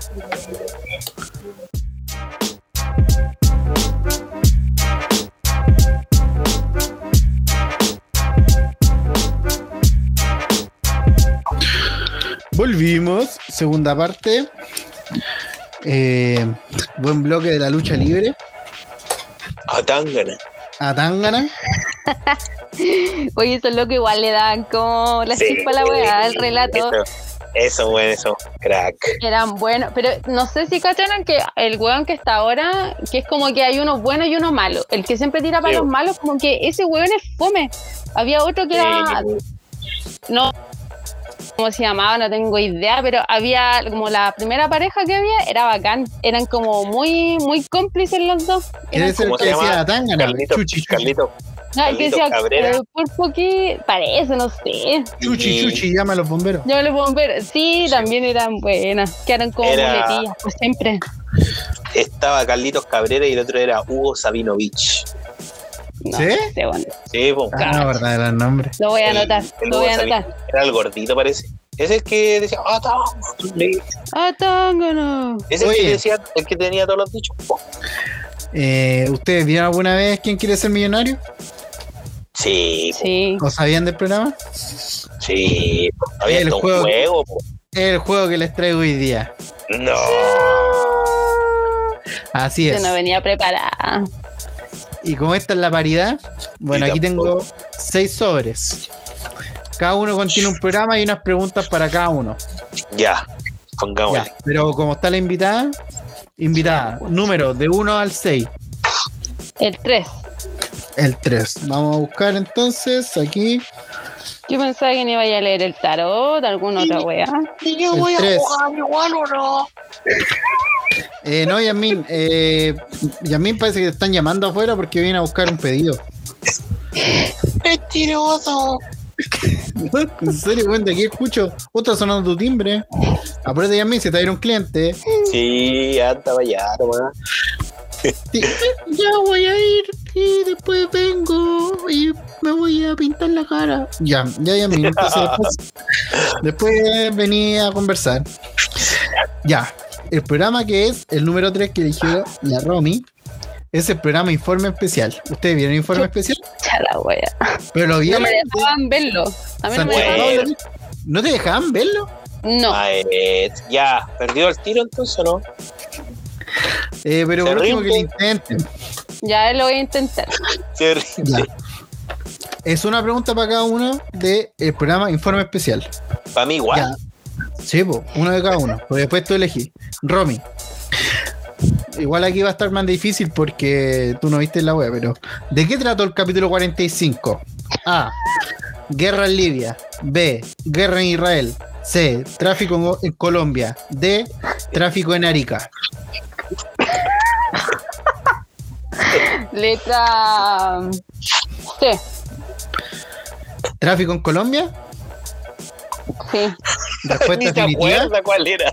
Speaker 1: Volvimos, segunda parte. Eh, buen bloque de la lucha libre.
Speaker 2: A Tangana.
Speaker 1: A Tangana.
Speaker 4: Oye, eso es lo que igual le dan como la
Speaker 2: Sí.
Speaker 4: chispa a la weá, el relato.
Speaker 2: Eso, eso, weón, eso. Crack.
Speaker 4: Eran buenos, pero no sé si cacharon que el weón que está ahora, que es como que hay unos buenos y unos malos. El que siempre tira para
Speaker 2: Sí.
Speaker 4: los malos, como que ese weón es fome. Había otro que era, no, cómo se llamaba, no tengo idea, pero había como la primera pareja que había, era bacán. Eran como muy, muy cómplices los dos. Eran
Speaker 1: Eres el
Speaker 2: ¿Cómo
Speaker 1: que
Speaker 2: se
Speaker 1: decía
Speaker 2: llama?
Speaker 1: a Tangana.
Speaker 2: Carlito,
Speaker 1: Chuchi, chuchi,
Speaker 2: Carlito.
Speaker 4: Ah, el que
Speaker 2: Carlito
Speaker 4: decía,
Speaker 2: Cabrera.
Speaker 4: eh, por poquí, parece, no sé.
Speaker 1: chuchi, chuchi, llama a los bomberos.
Speaker 4: Yo los bomberos, sí, también eran buenas. Quedaron como
Speaker 2: Era-
Speaker 4: muletillas, pues siempre.
Speaker 2: Estaba Carlitos Cabrera y el otro era Hugo Sabinovich.
Speaker 4: No,
Speaker 1: ¿Sí?
Speaker 4: no sé, bueno,
Speaker 2: Sí, po.
Speaker 1: Ah, no, verdad, era el nombre.
Speaker 4: lo voy a
Speaker 2: El-
Speaker 4: anotar,
Speaker 2: el
Speaker 4: lo voy a
Speaker 2: Hugo
Speaker 4: anotar.
Speaker 2: Era el gordito, parece. Ese es el que decía, ah, Tangana.
Speaker 4: Ah, Tángano.
Speaker 2: Ese es el
Speaker 1: Oye.
Speaker 2: que decía, el que tenía todos los dichos. po.
Speaker 1: Eh, ¿Ustedes vieron alguna vez quién quiere ser millonario?
Speaker 2: Sí,
Speaker 4: Sí.
Speaker 1: ¿O sabían del programa?
Speaker 2: sí. po. Había
Speaker 1: El
Speaker 2: hasta un
Speaker 1: juego.
Speaker 2: juego. po.
Speaker 1: El juego que les traigo hoy día.
Speaker 2: No.
Speaker 1: Así
Speaker 4: Yo
Speaker 1: es.
Speaker 4: no venía preparada.
Speaker 1: Y como esta es la paridad, bueno,
Speaker 2: Y
Speaker 1: aquí
Speaker 2: tampoco.
Speaker 1: tengo seis sobres. Cada uno contiene un programa y unas preguntas para cada uno.
Speaker 2: Ya. Pongámosle.
Speaker 1: Ya, Pero como está la invitada, invitada, número de 1 al 6,
Speaker 4: El 3.
Speaker 1: el 3. Vamos a buscar entonces aquí.
Speaker 4: Yo pensaba que no iba a leer el tarot, alguna otra wea.
Speaker 3: Y yo
Speaker 1: El
Speaker 3: voy a
Speaker 1: tres.
Speaker 3: jugar igual o no.
Speaker 1: Eh, no, Yasmin, eh, Yasmin parece que te están llamando afuera porque viene a buscar un pedido.
Speaker 3: Mentiroso.
Speaker 1: en serio, weón, de aquí escucho. Otra sonando tu timbre. Apúrate, Yasmin, se te va a ir un cliente.
Speaker 2: Sí, anda vaya, nomás.
Speaker 1: Ya voy a ir y después vengo y me voy a pintar la cara. Ya, ya, ya, mira, entonces después, después vení a conversar. Ya, el programa que es el número 3 que eligió la Romy es el programa Informe Especial. ¿Ustedes vieron Informe Especial?
Speaker 4: Pucha la wea.
Speaker 1: Pero lo
Speaker 4: No
Speaker 1: vieron.
Speaker 4: me dejaban Ah, verlo. A mí no me
Speaker 1: Santiago,
Speaker 4: dejaban.
Speaker 2: dejaron.
Speaker 1: Rodríguez. ¿No te dejaban verlo?
Speaker 4: No.
Speaker 2: Ah, eh, ya, perdió el tiro entonces, ¿o ¿no?
Speaker 1: Eh, pero por último que lo
Speaker 2: Terrible.
Speaker 1: intenten.
Speaker 4: Ya lo voy a intentar.
Speaker 2: Se ríe.
Speaker 1: Ya. Es una pregunta para cada uno del programa Informe Especial.
Speaker 2: Para mí igual.
Speaker 1: Ya. Sí, po, uno de cada uno. Pero después tú elegís. Romy. Igual aquí va a estar más difícil porque tú no viste la web, pero. ¿De qué trató el capítulo 45? A. Guerra en Libia. B. Guerra en Israel. C. Tráfico en, en Colombia. D. Tráfico en Arica.
Speaker 4: Letra C.
Speaker 1: ¿Tráfico en Colombia?
Speaker 4: Sí.
Speaker 2: Ni
Speaker 1: Respuesta
Speaker 2: se
Speaker 1: definitiva.
Speaker 2: acuerda cuál era.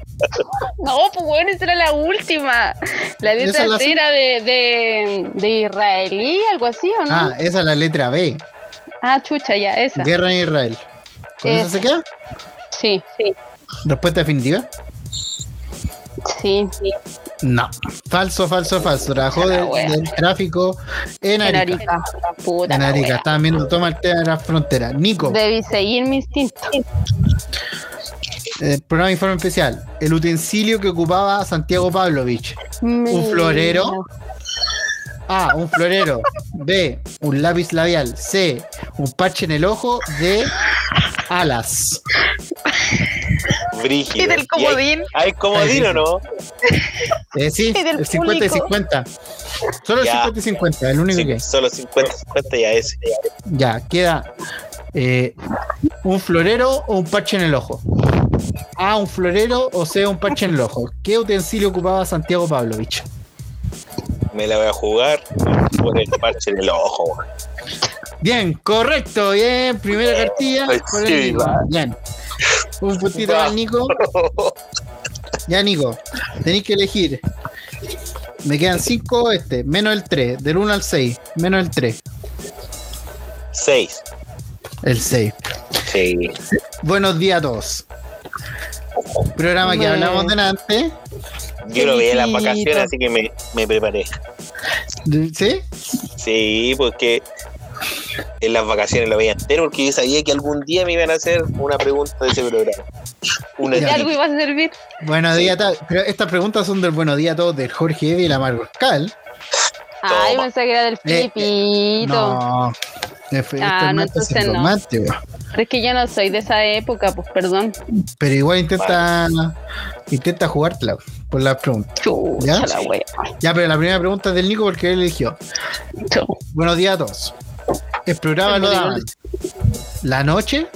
Speaker 4: No, pues bueno, esa era la última. La
Speaker 1: Esa es
Speaker 4: letra
Speaker 1: la
Speaker 4: C era de, de, de israelí, algo así, ¿o no?
Speaker 1: Ah,
Speaker 4: Ah,
Speaker 1: esa es la letra B.
Speaker 4: chucha, ya, esa.
Speaker 1: Guerra en Israel. ¿Con eso se queda?
Speaker 4: Sí, sí,
Speaker 1: ¿Respuesta definitiva?
Speaker 4: sí, sí.
Speaker 1: No. Falso, falso, falso. Trabajó de-
Speaker 4: La wea.
Speaker 1: del tráfico en
Speaker 4: En
Speaker 1: Arica.
Speaker 4: Arica. Puta
Speaker 1: En
Speaker 4: la
Speaker 1: Arica,
Speaker 4: wea.
Speaker 1: estaban viendo toma el tema de la frontera. Nico,
Speaker 4: Debí seguir mi instinto.
Speaker 1: eh, programa de informe especial. El utensilio que ocupaba Santiago Pavlovich.
Speaker 4: Mira.
Speaker 1: florero? A. Un florero. B. Un lápiz labial. C. Un parche en el ojo. D. Alas.
Speaker 2: Brígido.
Speaker 4: Y del
Speaker 2: ahí-
Speaker 4: comodín.
Speaker 2: ¿Hay comodín o no?
Speaker 1: Eh, sí,
Speaker 4: Y del
Speaker 1: el 50 y
Speaker 4: público.
Speaker 1: 50. Solo el
Speaker 2: Ya.
Speaker 1: 50 y 50, el único
Speaker 2: Sí,
Speaker 1: que es.
Speaker 2: solo 50, 50 ya ese.
Speaker 1: Ya, queda eh, un florero o un parche en el ojo. A, un florero o C, un parche en el ojo. ¿Qué utensilio ocupaba Santiago Pavlovich?
Speaker 2: Me la voy a jugar por el parche en el ojo. weón.
Speaker 1: Bien, correcto, bien, primera cartilla.
Speaker 2: Ay,
Speaker 1: por el
Speaker 2: sí,
Speaker 1: Nico.
Speaker 2: va.
Speaker 1: Bien. Un puntito al Nico. Ya, Nico, tenéis que elegir. Me quedan 5 este, menos el 3, del 1 al 6, menos el 3,
Speaker 2: 6.
Speaker 1: el 6.
Speaker 2: Sí.
Speaker 1: Buenos días a todos. Programa que
Speaker 4: Bueno.
Speaker 1: hablamos delante.
Speaker 2: Yo lo veía en las vacaciones,
Speaker 4: Felicito.
Speaker 2: así que me, me preparé.
Speaker 1: ¿Sí?
Speaker 2: Sí, porque en las vacaciones lo veía entero porque yo sabía que algún día me iban a hacer una pregunta de ese programa. Una
Speaker 1: Ya.
Speaker 4: ¿De algo
Speaker 2: típica.
Speaker 4: iba a servir?
Speaker 1: Buenos días, a todos. pero estas preguntas son del buenos días a todos del Jorge Evi y la Margot Cal.
Speaker 4: Ay,
Speaker 2: Toma.
Speaker 4: pensé que era del
Speaker 1: eh,
Speaker 4: Filipito.
Speaker 1: No, es, esto es
Speaker 4: Ah, no,
Speaker 1: más
Speaker 4: entonces no.
Speaker 1: romántico.
Speaker 4: Pero es que yo no soy de esa época, pues perdón.
Speaker 1: Pero igual intenta, intenta jugártela por las preguntas.
Speaker 4: Chucha
Speaker 1: ¿Ya?
Speaker 4: la wea.
Speaker 1: Ya, pero la primera pregunta es del Nico porque él eligió.
Speaker 4: Chu.
Speaker 1: Buenos días a todos. El programa lo daban la noche.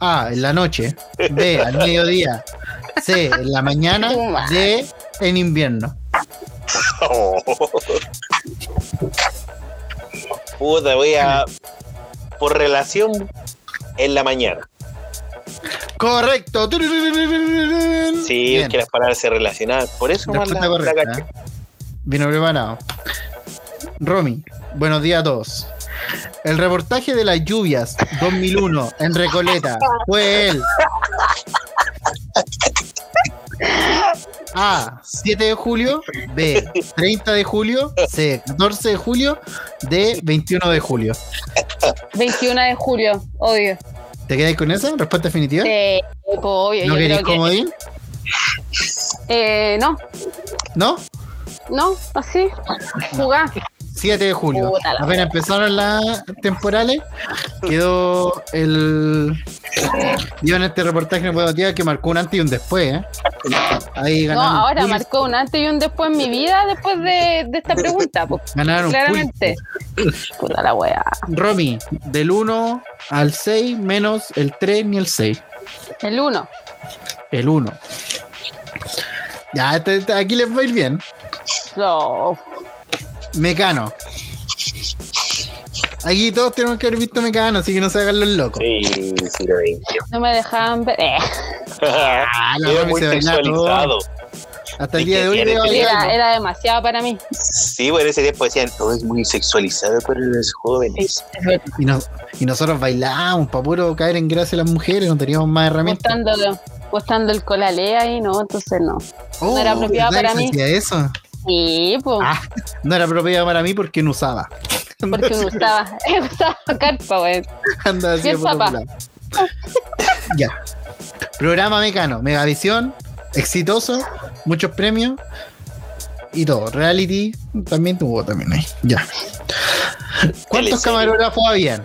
Speaker 1: A, en la noche. B, al mediodía. C, en la mañana.
Speaker 4: Tu madre.
Speaker 1: D, en invierno.
Speaker 2: Oh. Puta, voy a. Por relación, en la mañana.
Speaker 1: Correcto.
Speaker 2: Sí,
Speaker 1: Bien.
Speaker 2: es que las palabras se relacionaban. Por eso más
Speaker 1: Respuesta
Speaker 2: la, la
Speaker 1: correcta,
Speaker 2: caché.
Speaker 1: ¿eh? Vino preparado. Romy, buenos días a todos. El reportaje de las lluvias 2001 en Recoleta fue él. A. 7 de julio. B. 30 de julio. C. 14 de julio. D. 21 de julio.
Speaker 4: 21 de julio, obvio.
Speaker 1: ¿Te quedáis con esa? ¿Respuesta definitiva?
Speaker 4: Sí, pues, obvio.
Speaker 1: ¿No
Speaker 4: yo
Speaker 1: queréis
Speaker 4: creo que.
Speaker 1: comodín?
Speaker 4: Eh, no,
Speaker 1: ¿No?
Speaker 4: no, así. Jugá.
Speaker 1: 7 de julio.
Speaker 4: Puta la
Speaker 1: Apenas empezaron las temporales, quedó el. Dio en este reportaje en Buenos Días que marcó un antes y un después, ¿eh? Ahí
Speaker 4: No,
Speaker 1: ganaron.
Speaker 4: ahora
Speaker 1: Pulitzer,
Speaker 4: marcó un antes y un después en mi vida después de, de esta pregunta, pues,
Speaker 1: Ganaron.
Speaker 4: claramente. Puta la weá.
Speaker 1: Pulitzer. Romy, del 1 al 6, menos el 3 ni el 6.
Speaker 4: El uno.
Speaker 1: El 1. Ya, este- este- aquí les va a ir bien.
Speaker 4: No.
Speaker 1: Mecano. Aquí todos tenemos que haber visto Mecano, así que no se hagan los locos.
Speaker 2: Sí, sí, lo vi.
Speaker 4: No me dejaban ver. Eh,
Speaker 1: Ah, la
Speaker 2: Era
Speaker 1: Romy
Speaker 2: muy
Speaker 1: se bañaba
Speaker 2: sexualizado.
Speaker 1: Hasta el
Speaker 2: ¿Y
Speaker 1: día
Speaker 2: qué
Speaker 1: de hoy
Speaker 2: tiene
Speaker 1: veo
Speaker 2: que
Speaker 1: ahí
Speaker 4: era,
Speaker 1: algo.
Speaker 4: era demasiado para mí.
Speaker 2: Sí, bueno, ese tiempo decían, todo es muy sexualizado para los jóvenes.
Speaker 1: y, nos- y nosotros bailábamos para puro caer en gracia las mujeres, no teníamos más herramientas.
Speaker 4: Gustando, gustando el colalé ahí, no, entonces no.
Speaker 1: Oh,
Speaker 4: era apropiado
Speaker 1: ¿verdad
Speaker 4: para
Speaker 1: que
Speaker 4: mí.
Speaker 1: se hacía eso?
Speaker 4: Sí, pues,
Speaker 1: Ah, no era apropiado para mí porque no usaba.
Speaker 4: porque me gustaba, me gustaba carpa, weón.
Speaker 1: Andaba así
Speaker 4: Bien
Speaker 1: por los
Speaker 4: papa.
Speaker 1: lados. Ya. Programa Mecano, Megavisión, exitoso, muchos premios y todo. Reality también tuvo también ahí. Ya. ¿Cuántos
Speaker 2: Teleserie.
Speaker 1: camarógrafos habían?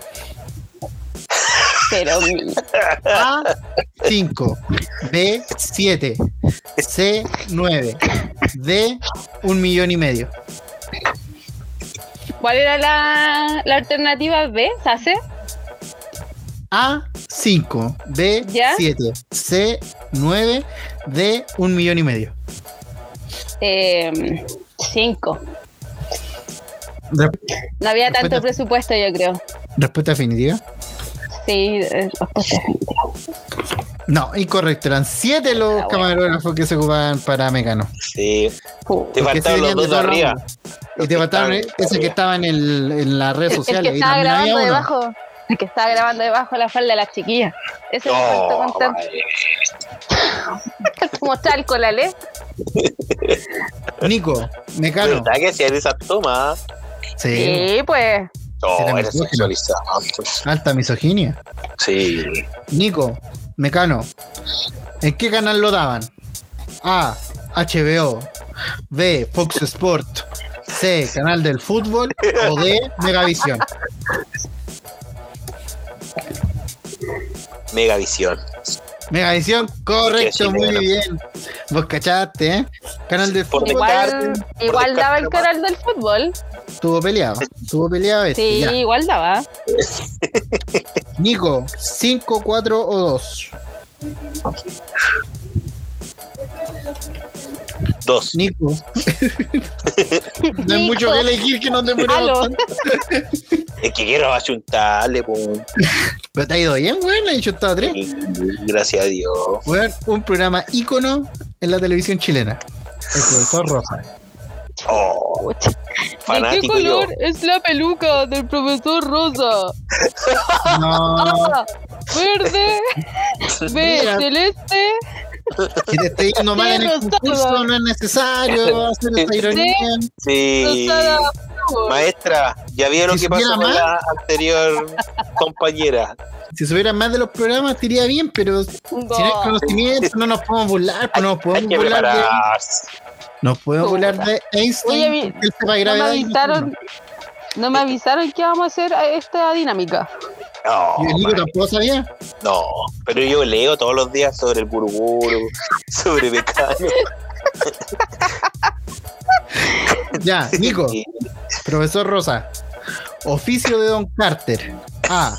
Speaker 4: Pero mm, mi-
Speaker 1: A 5, B 7, C 9, D un millón y medio.
Speaker 4: ¿cuál era la, la alternativa B? ¿Sase?
Speaker 1: A 5, B
Speaker 4: ¿Ya?
Speaker 1: 7, C 9, D un millón y medio.
Speaker 4: Eh, cinco.
Speaker 1: Re-
Speaker 4: No había tanto
Speaker 1: Respuesta.
Speaker 4: presupuesto, yo creo.
Speaker 1: respuesta definitiva.
Speaker 4: Sí, eh, respuesta.
Speaker 1: No, incorrecto. Eran 7 los
Speaker 4: Ah, bueno.
Speaker 1: camarógrafos que se ocupaban para Mecano.
Speaker 2: Sí,
Speaker 4: Puh.
Speaker 2: te
Speaker 1: Porque
Speaker 2: faltaban
Speaker 1: sí venían
Speaker 2: los
Speaker 1: de
Speaker 2: dos de
Speaker 1: todos
Speaker 2: arriba.
Speaker 1: lados. Y te mataron
Speaker 2: Los que estaban
Speaker 1: ese que
Speaker 2: arriba.
Speaker 1: estaba en, el- en las redes
Speaker 4: El, el
Speaker 1: sociales.
Speaker 4: que
Speaker 1: y
Speaker 4: estaba
Speaker 1: también había
Speaker 4: grabando
Speaker 1: uno.
Speaker 4: debajo, el que estaba grabando debajo la falda de las chiquillas. Ese me faltó
Speaker 2: No,
Speaker 4: contar.
Speaker 2: madre.
Speaker 4: mostrar el colalé.
Speaker 1: Nico, Mecano.
Speaker 2: ¿verdad que hacían esas tomas?
Speaker 1: Sí,
Speaker 4: Sí, pues.
Speaker 1: Era
Speaker 2: No, era
Speaker 1: misógino.
Speaker 2: sexualizado.
Speaker 1: alta misoginia.
Speaker 2: Sí.
Speaker 1: Nico, Mecano, ¿en qué canal lo daban? A, HBO, B, Fox Sport, C, Canal del Fútbol o D, Megavisión.
Speaker 2: Megavisión.
Speaker 1: Megavisión, correcto,
Speaker 2: Sí,
Speaker 1: muy
Speaker 2: bueno.
Speaker 1: bien. Vos cachaste, ¿eh? Canal del
Speaker 2: Por
Speaker 1: Fútbol
Speaker 4: Igual, igual
Speaker 2: descarte
Speaker 4: daba el
Speaker 2: nomás.
Speaker 4: canal del fútbol.
Speaker 1: estuvo peleado, estuvo peleado este.
Speaker 4: Sí,
Speaker 1: ya.
Speaker 4: igual daba.
Speaker 1: Nico, 5, 4 o 2.
Speaker 2: Dos.
Speaker 1: Nico. no hay mucho que elegir que no te
Speaker 4: Aló.
Speaker 1: tanto.
Speaker 2: Es que quiero achuntarle, pum.
Speaker 1: Pero te ha ido bien, bueno, he hecho hasta 3.
Speaker 2: Y Gracias a Dios.
Speaker 1: Weón, un programa ícono en la televisión chilena. El profesor Rosa.
Speaker 2: Oh,
Speaker 4: Pucha. ¿De qué
Speaker 2: fanático yo.
Speaker 4: color es la peluca del profesor Rosa?
Speaker 1: No,
Speaker 4: A, verde, B,
Speaker 1: Mira.
Speaker 4: celeste,
Speaker 1: que te esté yendo mal en el
Speaker 4: Rosado.
Speaker 1: concurso, no es necesario hacer esa ironía.
Speaker 2: Sí.
Speaker 4: rosada.
Speaker 2: Maestra, ya vio lo
Speaker 1: Si
Speaker 2: que pasó
Speaker 1: supiera
Speaker 2: con
Speaker 1: más.
Speaker 2: la anterior compañera.
Speaker 1: Si subieran más de los programas, te iría bien, pero si no hay
Speaker 4: No.
Speaker 1: conocimiento, no nos podemos burlar, pues no nos
Speaker 2: Hay
Speaker 1: podemos
Speaker 2: que
Speaker 1: burlar de,
Speaker 2: prepararse.
Speaker 1: nos podemos
Speaker 4: Puta.
Speaker 1: burlar de Einstein.
Speaker 4: Oye, mi-
Speaker 1: porque él sepa
Speaker 4: No me
Speaker 1: gravedad y
Speaker 4: avisaron.
Speaker 1: nosotros
Speaker 4: No me avisaron que íbamos a hacer a esta dinámica.
Speaker 2: No,
Speaker 1: no. Y el libro
Speaker 2: madre,
Speaker 1: tampoco sabía.
Speaker 2: no, pero yo leo todos los días sobre el buruburu, sobre Mecano.
Speaker 1: Ya, Nico,
Speaker 2: Sí.
Speaker 1: profesor Rosa. Oficio de Don Carter. A.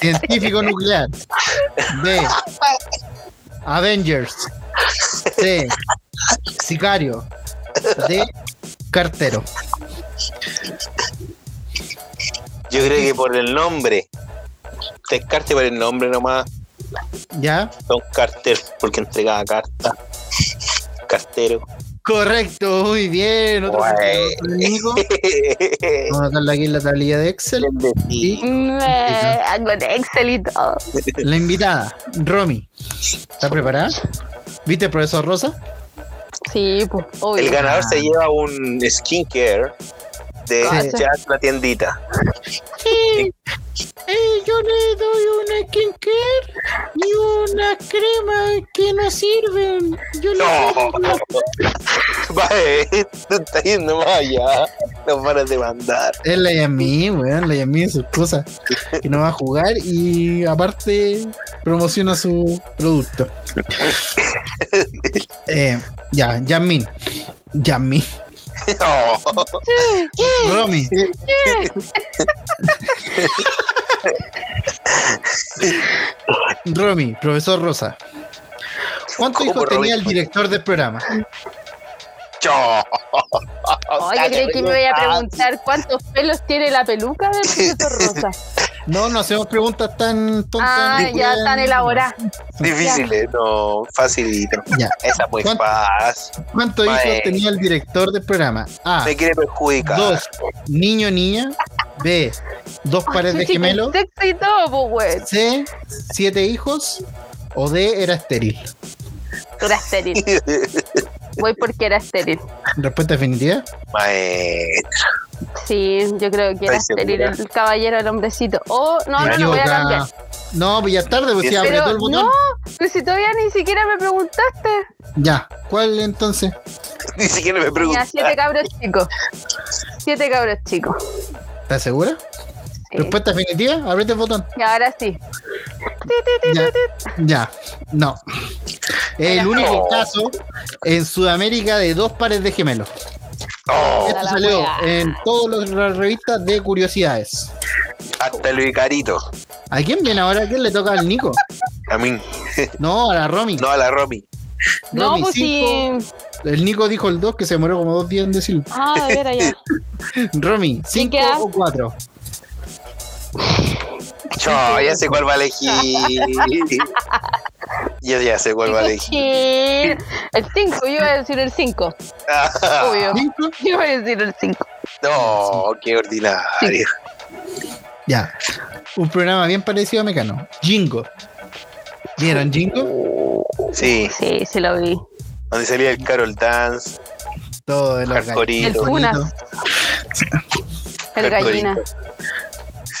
Speaker 1: Científico nuclear. B. Avengers. C. Sicario. D. Cartero.
Speaker 2: Yo creo que por el nombre. Descarte por el nombre nomás.
Speaker 1: ¿Ya?
Speaker 2: Don Carter, porque entregaba carta. Cartero.
Speaker 1: Correcto, muy bien. Otro
Speaker 2: Bueno.
Speaker 1: punto para Nico. Vamos a darle aquí en la tablilla de Excel.
Speaker 2: Bendecido.
Speaker 4: Eh, Con Excel y todo.
Speaker 1: La invitada, Romy. ¿Está preparada? ¿Viste, profesor Rosa?
Speaker 4: Sí, pues,
Speaker 2: El
Speaker 4: obvio.
Speaker 1: Ah.
Speaker 2: ganador se lleva un skincare de
Speaker 4: Sí.
Speaker 2: Jazz la tiendita.
Speaker 1: Eh, yo le doy una skincare
Speaker 3: Ni unas cremas que no sirven. Yo no.
Speaker 2: No, Mae, tú estás yendo más allá. Nos van a demandar.
Speaker 1: Es la Yami, weón, la Yami es su esposa. Que no va a jugar y aparte promociona su producto. Eh, ya, Yamin. Yamin.
Speaker 2: No.
Speaker 1: Romy. Romy, profesor Rosa. ¿Cuántos
Speaker 2: ¿Cómo,
Speaker 1: hijos
Speaker 2: Romy?
Speaker 1: tenía el director del programa?
Speaker 2: Yo.
Speaker 4: Oye, yo creí que me voy a preguntar cuántos pelos tiene la peluca del profesor Rosa.
Speaker 1: No, no hacemos preguntas tan tontas.
Speaker 4: Ah,
Speaker 1: ni
Speaker 4: ya
Speaker 1: tan-
Speaker 4: tan elaborada.
Speaker 2: Difícil, eh, no, facilito.
Speaker 1: Ya.
Speaker 2: Esa muy
Speaker 1: ¿Cuánto?
Speaker 2: fácil.
Speaker 1: ¿Cuántos hijos
Speaker 2: Mae.
Speaker 1: tenía el director del programa? A.
Speaker 2: Me quiere perjudicar.
Speaker 1: Ah. Dos. Niño, niña. B. Dos pares de
Speaker 4: Sí, con
Speaker 1: gemelos.
Speaker 4: Sexo y todo, pues, weón.
Speaker 1: C. Siete hijos. O D. Era estéril.
Speaker 4: Tú eras estéril. Voy porque era estéril.
Speaker 1: Respuesta definitiva.
Speaker 2: Maestra.
Speaker 4: Sí, yo creo que era
Speaker 2: ¿Estás
Speaker 4: estéril
Speaker 2: segura?
Speaker 4: el caballero, el hombrecito. O, no, no, no, voy a
Speaker 1: Equivocada.
Speaker 4: cambiar.
Speaker 1: No, pues ya es tarde, pues
Speaker 2: Sí,
Speaker 1: si apretó
Speaker 4: Pero
Speaker 1: el
Speaker 4: no,
Speaker 1: botón.
Speaker 4: que si todavía ni siquiera me preguntaste.
Speaker 1: Ya. ¿Cuál entonces?
Speaker 2: Ni siquiera me
Speaker 4: Tenía
Speaker 2: pregunta.
Speaker 4: siete cabros chicos. Siete cabros chicos.
Speaker 1: ¿Estás segura?
Speaker 4: Sí.
Speaker 1: Respuesta definitiva. Aprieta el botón.
Speaker 4: Y ahora sí.
Speaker 1: Ya. Ya. No. Es el único
Speaker 2: No.
Speaker 1: caso en Sudamérica de dos pares de gemelos.
Speaker 2: No,
Speaker 1: Esto
Speaker 4: la
Speaker 1: salió
Speaker 4: wea.
Speaker 1: en todas las revistas de curiosidades.
Speaker 2: hasta el vicarito.
Speaker 1: ¿A quién viene ahora? ¿A quién le toca al Nico?
Speaker 2: A mí.
Speaker 1: No, a la Romy.
Speaker 2: No a la Romy.
Speaker 4: No,
Speaker 1: Romy,
Speaker 4: pues sí.
Speaker 1: cinco. El Nico dijo el 2 que se demoró como dos días en decirlo.
Speaker 4: Ah, a ver allá.
Speaker 1: Romy, ¿5
Speaker 4: queda?
Speaker 1: o 4?
Speaker 2: Yo ya sé cuál va a elegir. Yo ya sé cuál va a
Speaker 4: Qué
Speaker 2: elegir.
Speaker 4: cochín. El 5, yo iba a decir el 5.
Speaker 2: Ah.
Speaker 4: Obvio.
Speaker 1: ¿5?
Speaker 4: Yo iba a decir el 5.
Speaker 2: No, qué ordinario.
Speaker 1: Ya. Un programa bien parecido a Mecano. Jingo. ¿Vieron Jingo?
Speaker 2: Sí,
Speaker 4: Sí, sí lo vi.
Speaker 2: donde salía el Carol Dance,
Speaker 1: Todo de los gallitos.
Speaker 2: Hardcoreito.
Speaker 4: El Funas. El
Speaker 2: Hardcoreito.
Speaker 4: gallina.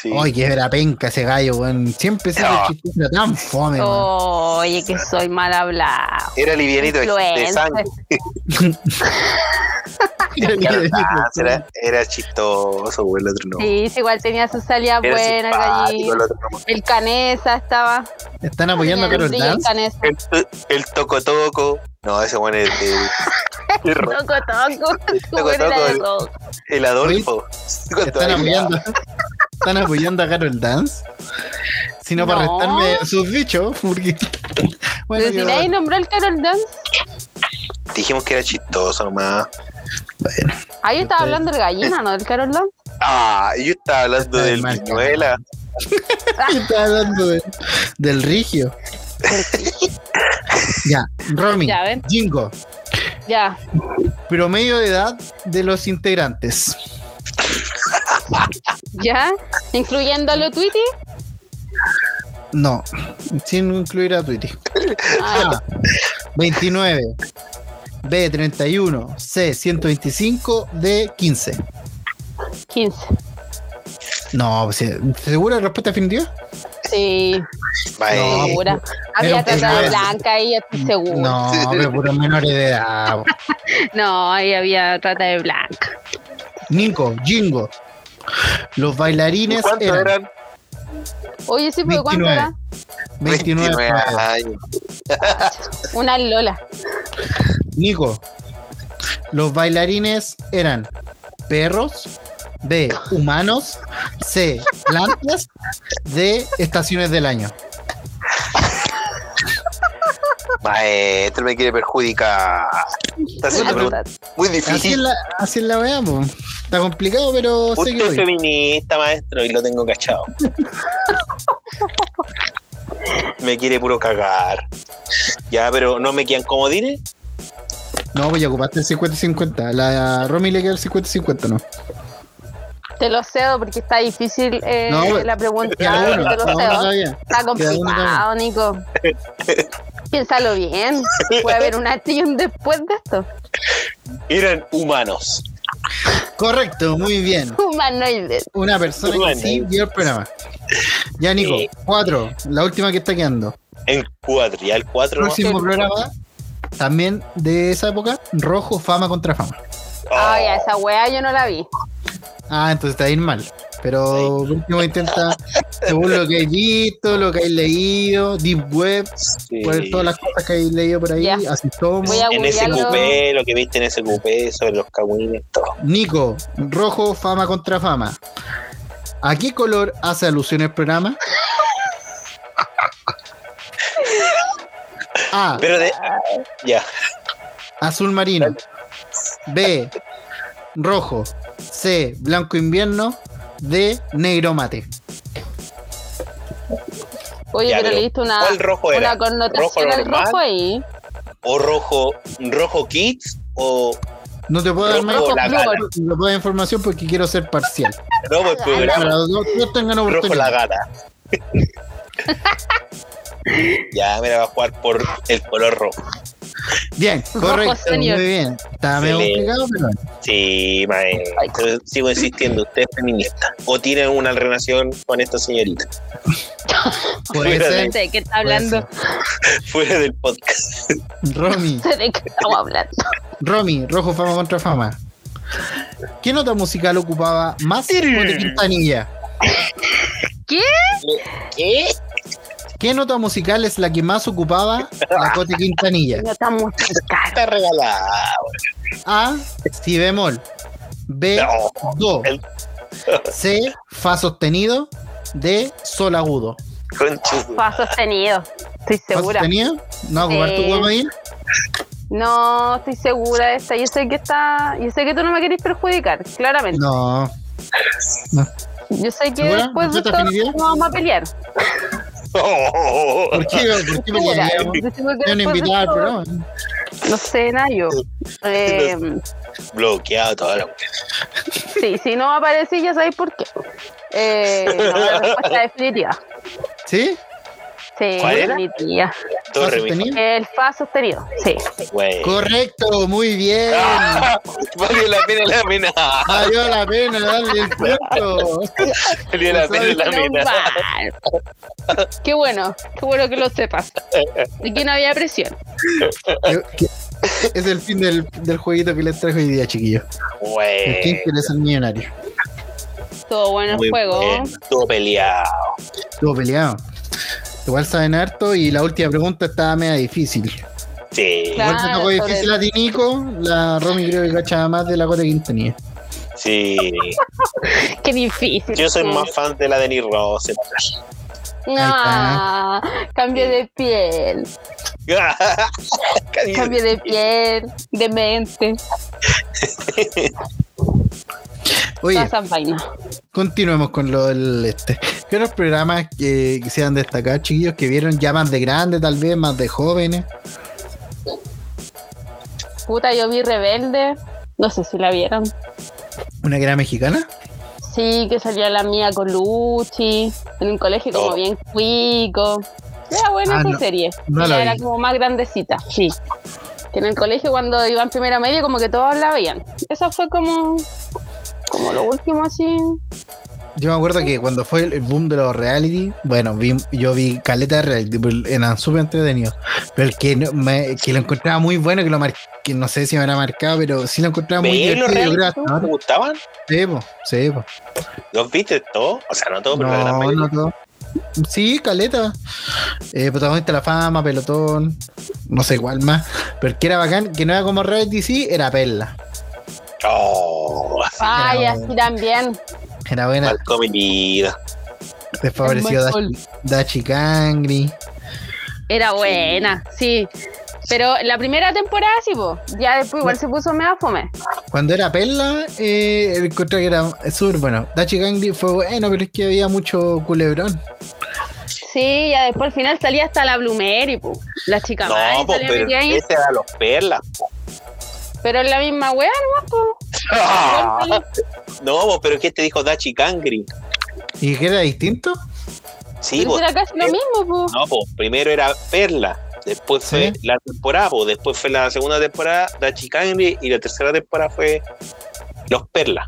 Speaker 2: Sí.
Speaker 1: Ay, qué era penca ese gallo, weón. Siempre se
Speaker 2: No.
Speaker 1: le chiste tan fome,
Speaker 4: Oh.
Speaker 1: weón.
Speaker 4: Oye, que soy mal hablado.
Speaker 2: Era livianito de, de
Speaker 4: Influencer.
Speaker 2: sangre. Ah, era, era chistoso, güey, el otro no.
Speaker 4: Sí, sí, igual tenía su salida
Speaker 2: Era
Speaker 4: buena, el
Speaker 2: simpático, el
Speaker 4: gallina.
Speaker 2: otro no.
Speaker 4: El canesa estaba.
Speaker 1: Están apoyando a
Speaker 4: el
Speaker 1: Carol
Speaker 4: brillo, el
Speaker 1: Dance.
Speaker 4: canesa.
Speaker 2: El, el toco toco. No, ese bueno es de- de Ro-
Speaker 4: Toco, toco. Su
Speaker 2: Toco,
Speaker 4: buena era de
Speaker 2: toco.
Speaker 4: rock.
Speaker 2: el Adolfo. Con
Speaker 1: Están
Speaker 2: toda la-
Speaker 1: apoyando, están apoyando a Carol Dance. Sino para
Speaker 4: No.
Speaker 1: restarme sus dichos, porque. Bueno,
Speaker 4: Pero si
Speaker 1: yo-
Speaker 4: nadie nombró el Carol Dance.
Speaker 2: Dijimos que era chistoso nomás.
Speaker 4: Ahí
Speaker 1: Ustedes-
Speaker 4: estaba hablando el gallina, ¿no? Del Carol Dance.
Speaker 2: Ah, yo estaba hablando
Speaker 1: Está
Speaker 2: del
Speaker 1: mal.
Speaker 2: Piñuela.
Speaker 1: yo estaba hablando de- del rigio. ya, Romy,
Speaker 4: Ya, ven.
Speaker 1: Jingo,
Speaker 4: Ya.
Speaker 1: promedio de edad de los integrantes.
Speaker 4: Ya. Incluyendo a los Twitty.
Speaker 1: No, sin incluir a Twitty.
Speaker 4: Ah,
Speaker 1: A, 29. B, 31. C, 125. D, 15.
Speaker 4: 15.
Speaker 1: No, se- ¿segura la respuesta definitiva?
Speaker 4: Sí,
Speaker 1: No,
Speaker 2: Mae,
Speaker 4: segura.
Speaker 1: era
Speaker 4: Había
Speaker 1: un
Speaker 4: tratado de
Speaker 1: penal.
Speaker 4: blanca ahí, estoy seguro. No.
Speaker 1: Mm, No, pero puros menores de edad. po.
Speaker 4: ahí había trata de blanca.
Speaker 1: Nico, Jingo. Los bailarines
Speaker 2: ¿Cuántos
Speaker 1: eran,
Speaker 2: eran?
Speaker 4: Oye, sí, pues, pero ¿cuánto
Speaker 1: 29.
Speaker 4: era?
Speaker 1: 29. pares.
Speaker 2: años.
Speaker 4: Una Lola.
Speaker 1: Nico, los bailarines eran perros, B, humanos, C, plantas, D, estaciones del año.
Speaker 2: Maestro, me quiere perjudicar. Está haciendo preguntas muy
Speaker 1: Así es
Speaker 2: difíciles.
Speaker 1: la, así es la weá, po. Está complicado, pero sé que
Speaker 2: Usted es
Speaker 1: voy.
Speaker 2: feminista, maestro, y lo tengo cachado. me quiere puro cagar. Ya, pero no me quedan comodines.
Speaker 1: No, voy a ocuparte el 50-50. La Romy le queda el 50-50, ¿no?
Speaker 4: Te lo cedo porque está difícil eh,
Speaker 1: No, pero-
Speaker 4: la pregunta.
Speaker 1: Queda uno,
Speaker 4: te
Speaker 1: queda
Speaker 4: lo
Speaker 1: uno
Speaker 4: cedo.
Speaker 1: todavía.
Speaker 4: Está complicado, Nico. Piénsalo bien. Puede haber un antes y un después de esto.
Speaker 2: Eran humanos.
Speaker 1: Correcto, muy bien.
Speaker 4: Humanoides.
Speaker 1: una persona que
Speaker 2: Bueno.
Speaker 1: sí vio el programa. Ya, Nico,
Speaker 2: Sí.
Speaker 1: cuatro, la última que está quedando.
Speaker 2: En cuatro, ya el cuatro. ¿no?
Speaker 1: Próximo programa, también de esa época, rojo, fama contra fama.
Speaker 4: Ah,
Speaker 2: Oh,
Speaker 4: ya, esa weá yo no la vi.
Speaker 1: Ah, entonces te va a ir mal. Pero por último intenta, según lo que hay visto, lo que hay leído, Deep Web,
Speaker 2: sí.
Speaker 1: por todas las cosas que hay leído por ahí,
Speaker 4: Ya.
Speaker 1: así somos.
Speaker 4: Voy a
Speaker 2: en ese
Speaker 4: googlearlo.
Speaker 2: cupé, lo que viste en ese cupé, sobre los cagüines, todo.
Speaker 1: Nico, rojo, fama contra fama. ¿A qué color hace alusión el programa? A.
Speaker 2: Pero de. Ya.
Speaker 1: Azul marino. B. Rojo. C. Blanco invierno. D. Negro mate.
Speaker 4: Oye,
Speaker 2: Ya,
Speaker 4: pero,
Speaker 2: pero
Speaker 4: le diste una,
Speaker 2: ¿cuál rojo era?
Speaker 4: Ah, una connotación
Speaker 2: ¿Rojo
Speaker 4: al
Speaker 2: normal?
Speaker 4: rojo ahí.
Speaker 2: O rojo, rojo kids o
Speaker 1: No te puedo dar más
Speaker 2: rojo la gala.
Speaker 4: flúor.
Speaker 1: no te puedo dar información porque quiero ser parcial.
Speaker 2: No, pues, pues,
Speaker 4: Gala.
Speaker 1: Para los dos no tengan
Speaker 2: rojo la
Speaker 1: oportunidad.
Speaker 2: gata. ya, mira, va a jugar por el color rojo.
Speaker 1: Bien,
Speaker 4: Rojo
Speaker 1: correcto. Muy
Speaker 4: senior.
Speaker 1: bien. Está medio
Speaker 2: Excelente.
Speaker 1: complicado, pero bueno.
Speaker 2: Sí, maestro.
Speaker 4: Ay.
Speaker 2: Pero Sigo insistiendo, usted es feminista. O tiene una relación con esta señorita.
Speaker 1: puede
Speaker 2: Fuera
Speaker 1: ser.
Speaker 4: No sé de qué está
Speaker 1: puede
Speaker 4: hablando.
Speaker 2: Fuera del podcast.
Speaker 1: ser. Romy,
Speaker 4: No sé de qué estamos hablando.
Speaker 1: Romy, rojo fama contra fama. ¿Qué nota musical ocupaba más de Quintanilla?
Speaker 2: ¿Qué?
Speaker 1: ¿Qué nota musical es la que más ocupaba a Cote Quintanilla?
Speaker 4: No estamos cerca.
Speaker 2: Está regalada.
Speaker 1: A, si bemol. B,
Speaker 2: No.
Speaker 1: do.
Speaker 2: El-
Speaker 1: C, fa sostenido. D, sol agudo.
Speaker 2: Conchudo.
Speaker 4: Fa sostenido. Estoy
Speaker 1: ¿Fa
Speaker 4: segura.
Speaker 1: sostenido? ¿No a ocupar tu
Speaker 4: Sí.
Speaker 1: huevo ahí?
Speaker 4: No, estoy segura de esta. Yo sé que está. Yo sé que tú no me querés perjudicar, claramente.
Speaker 1: No.
Speaker 4: Yo sé que
Speaker 1: ¿Segura?
Speaker 4: después de
Speaker 1: ¿Respuesta
Speaker 4: todo
Speaker 1: definitiva?
Speaker 4: nos vamos a pelear.
Speaker 1: ¿Por qué? ¿Por qué me
Speaker 4: Segura.
Speaker 1: quedaríamos?
Speaker 4: Yo tengo que
Speaker 1: Yo no
Speaker 4: después de
Speaker 1: invitaba al
Speaker 4: todo-
Speaker 1: programa.
Speaker 4: No sé, Nayo. Eh,
Speaker 2: Bloqueado toda la
Speaker 1: pues.
Speaker 4: sí, si no aparecí, ya sabéis por qué. Eh, no, la respuesta definitiva.
Speaker 1: ¿Sí?
Speaker 4: Sí,
Speaker 2: ¿Cuál era?
Speaker 4: definitiva.
Speaker 1: ¿Fa
Speaker 2: torre. mi-
Speaker 1: sostenido?
Speaker 4: El fa sostenido. Sí.
Speaker 2: Güey.
Speaker 1: Correcto, muy bien.
Speaker 2: Ah, Valió la pena la mina.
Speaker 1: Valió la pena darle el punto.
Speaker 2: Valió la pena la mina.
Speaker 4: Normal. Qué bueno, qué bueno que lo sepas. Y que no había presión.
Speaker 1: Es el fin del, del jueguito que les traje hoy día, chiquillos. ¿Quién
Speaker 2: Güey.
Speaker 1: quiere ser millonario?
Speaker 4: Todo bueno
Speaker 2: Muy
Speaker 4: el juego.
Speaker 2: bien, Estuvo peleado.
Speaker 1: Estuvo peleado. Igual saben harto y la última pregunta estaba media difícil.
Speaker 2: Sí.
Speaker 4: Claro.
Speaker 1: Igual te tocó
Speaker 4: sobre
Speaker 1: difícil a ti, Nico. La Romy creo que cachaba más de la Cote Quintanilla.
Speaker 2: Sí.
Speaker 4: Qué difícil.
Speaker 2: Yo soy
Speaker 4: Sí.
Speaker 2: más fan de la de Nick Rose.
Speaker 4: Ah, cambio de piel, cambio de piel, de mente,
Speaker 1: Oye,
Speaker 4: todas esas vainas.
Speaker 1: continuemos con lo del este. ¿Qué otros programas que quisieran destacar, chiquillos, que vieron ya más de grandes, tal vez, más de jóvenes?
Speaker 4: Puta, yo vi Rebelde, no sé si la vieron.
Speaker 1: ¿Una que era mexicana?
Speaker 4: Sí, que salía la mía Colucci, en un colegio
Speaker 2: No.
Speaker 4: como bien cuico. Era buena
Speaker 1: Oh. Ah,
Speaker 4: esa
Speaker 1: no,
Speaker 4: serie.
Speaker 1: no la
Speaker 4: Ella era
Speaker 1: vi.
Speaker 4: como más grandecita, sí. Que en el colegio cuando iba en primera media como que todos la veían. Eso fue como, como lo último así.
Speaker 1: Yo me acuerdo que cuando fue el el boom de los reality, bueno, vi- yo vi caleta de reality, pero eran súper entretenidos. Pero el que, no- me- que lo encontraba muy bueno, que lo mar- que no sé si me habrá marcado, pero sí lo encontraba muy
Speaker 2: ¿Veías los
Speaker 1: divertido. yo creo
Speaker 2: reales?
Speaker 1: hasta
Speaker 2: ¿Te
Speaker 1: ahora.
Speaker 2: gustaban?
Speaker 1: Sí, po, sí, po.
Speaker 2: ¿Los viste todos? O sea, no todos, pero la gran
Speaker 1: No,
Speaker 2: mayoría.
Speaker 1: no todo. Sí, caleta. Eh, protagonista de la fama, pelotón, no sé cuál más. Pero el que era bacán, que no era como reality, sí, era perla.
Speaker 2: Oh, así,
Speaker 4: Ay,
Speaker 1: era
Speaker 4: así
Speaker 1: bueno.
Speaker 4: también.
Speaker 1: Era buena.
Speaker 2: mal comida.
Speaker 1: Desfavorecido
Speaker 4: El Maestro.
Speaker 1: Dachi, Dachi Cangri.
Speaker 4: Era buena, sí. Pero la primera temporada sí, po. ya después igual se puso medio fome.
Speaker 1: Cuando era Perla, eh, encontré que era súper bueno. Dachi Gangli fue bueno, pero es que había mucho culebrón.
Speaker 4: Sí, ya después al final salía hasta la Blumeri, po. la chica
Speaker 2: No,
Speaker 4: Mari
Speaker 2: pues,
Speaker 4: salía
Speaker 2: pero
Speaker 4: metida ahí.
Speaker 2: ese era los perlas. po.
Speaker 4: Pero es la misma wea, ¿no? po?
Speaker 3: Ah,
Speaker 2: No, pues, pero ¿qué te dijo Dachi Kangri?
Speaker 1: ¿Y que era distinto?
Speaker 2: Sí,
Speaker 4: Pero
Speaker 2: pues,
Speaker 4: era casi lo mismo, po.
Speaker 2: no, pues, primero era Perla, después fue
Speaker 1: Sí.
Speaker 2: la temporada, pues, después fue la segunda temporada Dachi Kangri y la tercera temporada fue Los Perlas.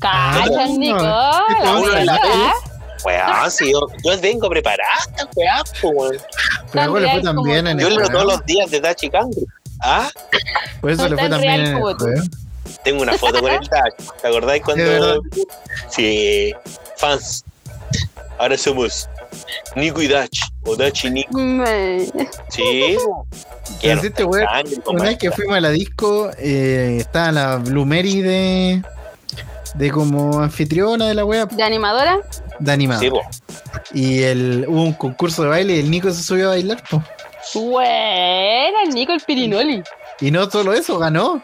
Speaker 4: Cachas,
Speaker 1: no.
Speaker 4: Nico.
Speaker 1: Este
Speaker 4: la
Speaker 1: hombre
Speaker 4: wea.
Speaker 1: la-
Speaker 2: Weón, si yo, yo vengo preparada, weón, pues, weón.
Speaker 1: Pero algo le fue
Speaker 4: real como-
Speaker 1: también en
Speaker 2: Yo
Speaker 1: el
Speaker 2: leo todos
Speaker 1: juego.
Speaker 2: los días de Dachi Cangre. Ah,
Speaker 1: Por eso
Speaker 4: No
Speaker 1: le fue
Speaker 4: tan
Speaker 1: también
Speaker 4: real
Speaker 1: en el
Speaker 4: como tú.
Speaker 1: juego.
Speaker 2: tengo una foto con el Dachi. ¿Te acordáis
Speaker 1: De verdad.
Speaker 2: cuando.? Sí, fans. Ahora somos Nico y Dachi. O Dachi y Nico.
Speaker 4: Me-
Speaker 2: Sí, po.
Speaker 1: Pero sí, este weón,
Speaker 2: Cangre,
Speaker 1: Una vez
Speaker 2: compadre.
Speaker 1: que fuimos a la disco, eh, estaba la Blue Mary de, de como anfitriona de la wea
Speaker 4: ¿De animadora?
Speaker 1: de animado.
Speaker 2: Sí, po.
Speaker 1: y el, hubo un concurso de baile y el Nico se subió a bailar. po.
Speaker 4: Buena, el Nico el Pirinoli.
Speaker 1: Y no solo eso, ganó.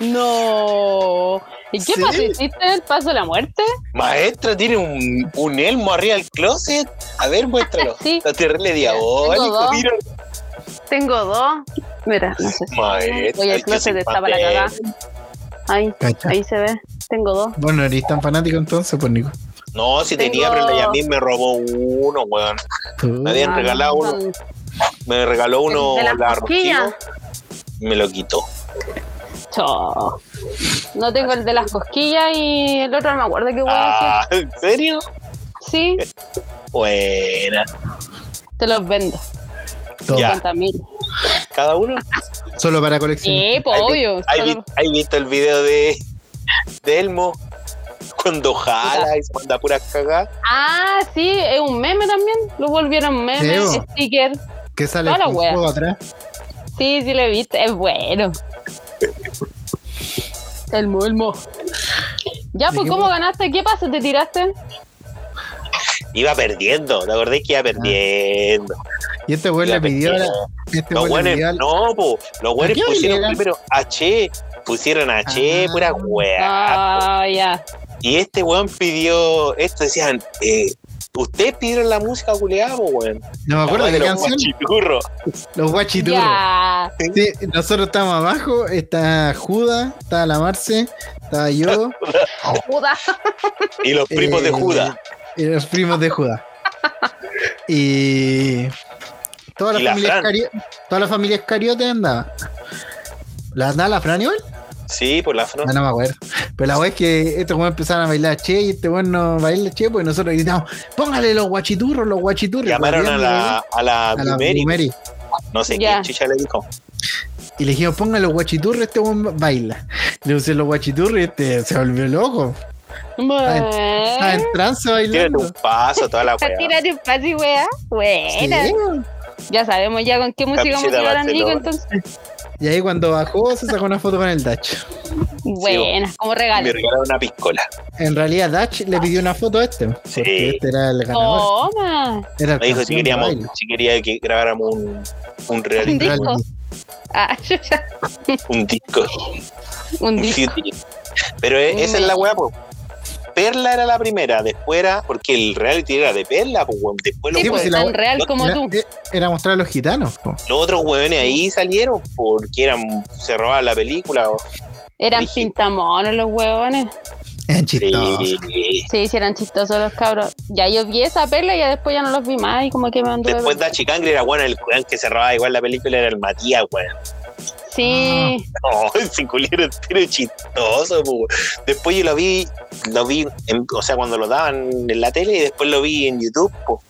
Speaker 4: No. ¿Y qué
Speaker 1: Sí.
Speaker 4: pasó? ¿Hiciste el paso de la muerte?
Speaker 2: Maestra, tiene un, un elmo arriba del closet. A ver, muéstralo.
Speaker 4: Sí.
Speaker 2: Está terrible
Speaker 4: Tengo
Speaker 2: diabólico.
Speaker 4: dos.
Speaker 2: Mira,
Speaker 4: Tengo dos. Mira, no sé si.
Speaker 2: maestra.
Speaker 4: Oye, el
Speaker 2: yo
Speaker 4: closet
Speaker 2: soy
Speaker 4: está para la
Speaker 2: papel.
Speaker 4: cagada. Ahí,
Speaker 1: Cacha.
Speaker 4: ahí se ve. Tengo dos.
Speaker 1: Bueno, eres tan fanático entonces, pues Nico.
Speaker 2: No, si
Speaker 4: Tengo-
Speaker 2: tenía, pero la Yasmin me robó uno, weón. Me habían
Speaker 4: Ah,
Speaker 2: regalado uno.
Speaker 4: son-
Speaker 2: Me regaló uno
Speaker 4: de las
Speaker 2: la
Speaker 4: cosquillas.
Speaker 2: Rocío, y Me lo quitó.
Speaker 4: Chao. No tengo el de las cosquillas y el otro no me acuerdo qué hueá
Speaker 2: Ah, ¿en serio?
Speaker 4: Sí,
Speaker 2: Buena.
Speaker 4: te los vendo.
Speaker 1: Todo.
Speaker 2: Ya.
Speaker 4: 50 mil.
Speaker 2: ¿Cada uno?
Speaker 1: Solo para coleccionar.
Speaker 4: Sí, pues
Speaker 2: Ahí vi-
Speaker 4: obvio.
Speaker 2: ¿Hay,
Speaker 4: solo-
Speaker 2: vi- hay visto el video de, de Elmo? Cuando jala y se manda puras cagadas.
Speaker 4: Ah, sí, es un meme también. Lo volvieron meme,
Speaker 1: Sí, bo.
Speaker 4: sticker.
Speaker 1: Que sale
Speaker 4: Toda la
Speaker 1: con
Speaker 4: wea.
Speaker 1: fuego atrás.
Speaker 4: Sí, sí, lo he visto. Es bueno. El muelmo. Ya,
Speaker 1: ¿De
Speaker 4: pues,
Speaker 1: qué
Speaker 4: ¿cómo
Speaker 1: mo-
Speaker 4: ganaste? ¿Qué pasa? ¿Te tiraste?
Speaker 2: Iba perdiendo. ¿Te acordás que iba perdiendo?
Speaker 1: Y este weón
Speaker 2: Iba
Speaker 1: le pidió a la-
Speaker 2: perdiendo.
Speaker 1: este
Speaker 2: Los
Speaker 1: weón le
Speaker 2: buenos,
Speaker 1: pidió al-
Speaker 2: no, po, los buenos
Speaker 1: qué hoy
Speaker 2: pusieron
Speaker 1: llegan?
Speaker 2: primero H, pusieron H,
Speaker 1: Ah.
Speaker 2: pura weá. po.
Speaker 4: Ah, ya.
Speaker 2: Y este weón pidió, esto decían, eh, ustedes pidieron la música culeada, po, weón.
Speaker 1: No me acuerdo
Speaker 2: La
Speaker 1: qué
Speaker 2: weá de los
Speaker 1: canción.
Speaker 2: guachiturros.
Speaker 1: Los guachiturros.
Speaker 4: Ya.
Speaker 1: Sí, nosotros estamos abajo. Está Judas, está la Marce, está yo.
Speaker 4: Joda.
Speaker 2: Y los primos de
Speaker 1: eh,
Speaker 2: Judas.
Speaker 1: Y los primos de Judas. Y. Toda la,
Speaker 2: Y la
Speaker 1: familia
Speaker 2: Fran.
Speaker 1: escario- toda la familia escariote andaba. ¿La andaba la Fran igual?
Speaker 2: Sí, por la
Speaker 1: Ah,
Speaker 2: franja.
Speaker 1: no me acuerdo. Pero la weá es que estos weones empezaron a bailar che y este weón no baila che, pues nosotros gritamos, póngale los guachiturros, los guachiturros.
Speaker 2: Llamaron a la, a la,
Speaker 1: a la
Speaker 2: Mary,
Speaker 1: Mary.
Speaker 2: no sé
Speaker 4: Ya.
Speaker 2: quién chicha le dijo.
Speaker 1: Y le dijimos, póngale los guachiturros, este weón baila. Le puse los guachiturros y este se volvió loco. Estaba en
Speaker 4: Bueno.
Speaker 1: trance
Speaker 2: Tírate
Speaker 1: bailando.
Speaker 2: un paso, toda la weá.
Speaker 4: Tírate un pase, wea. Buena.
Speaker 1: Sí, weón.
Speaker 4: Ya sabemos ya con qué música
Speaker 2: Camiseta
Speaker 4: motivar a Nico,
Speaker 2: Barcelona.
Speaker 4: entonces.
Speaker 1: Y ahí cuando bajó se sacó una foto con el Dutch.
Speaker 4: Buena, como
Speaker 2: Me
Speaker 4: regalo.
Speaker 2: regalaron una piscola.
Speaker 1: En realidad Dutch le pidió una foto a este. Porque
Speaker 2: Sí.
Speaker 1: este era el ganador.
Speaker 4: Oh. Toma.
Speaker 1: Era el
Speaker 2: Me dijo
Speaker 1: campeón
Speaker 2: si
Speaker 1: de Ah,
Speaker 2: queríamos,
Speaker 1: baile.
Speaker 2: si quería que grabáramos un, un
Speaker 4: Un
Speaker 2: reality,
Speaker 4: disco.
Speaker 1: Reality.
Speaker 4: Ah, yo ya.
Speaker 2: un disco.
Speaker 4: Un
Speaker 2: Un
Speaker 1: pues,
Speaker 4: disco.
Speaker 2: CD. Pero e- esa es la weá, po. Perla era la primera, después era, porque el reality era de Perla, po, weón. después los,
Speaker 4: Sí,
Speaker 1: Sí, pues,
Speaker 4: pues,
Speaker 1: si la-
Speaker 4: tan real como
Speaker 1: era,
Speaker 4: tú.
Speaker 1: eh, era mostrar a los gitanos. po.
Speaker 2: los otros weones ahí salieron porque eran, se robaban la película. o-
Speaker 4: Eran
Speaker 2: Brígido.
Speaker 4: pintamonos los huevones.
Speaker 1: Eran chistosos.
Speaker 2: Sí.
Speaker 4: Sí, sí, eran chistosos los cabros. Ya yo vi esa perla y ya después ya no los vi más y como que me anduve.
Speaker 2: Después Dachi Cangre era bueno, el weón que se robaba igual la película era el Matías, weón.
Speaker 4: Sí,
Speaker 2: No, ese culero entero chistoso, po. Después yo lo vi, lo vi, en- o sea, cuando lo daban en la tele y después lo vi en YouTube, po.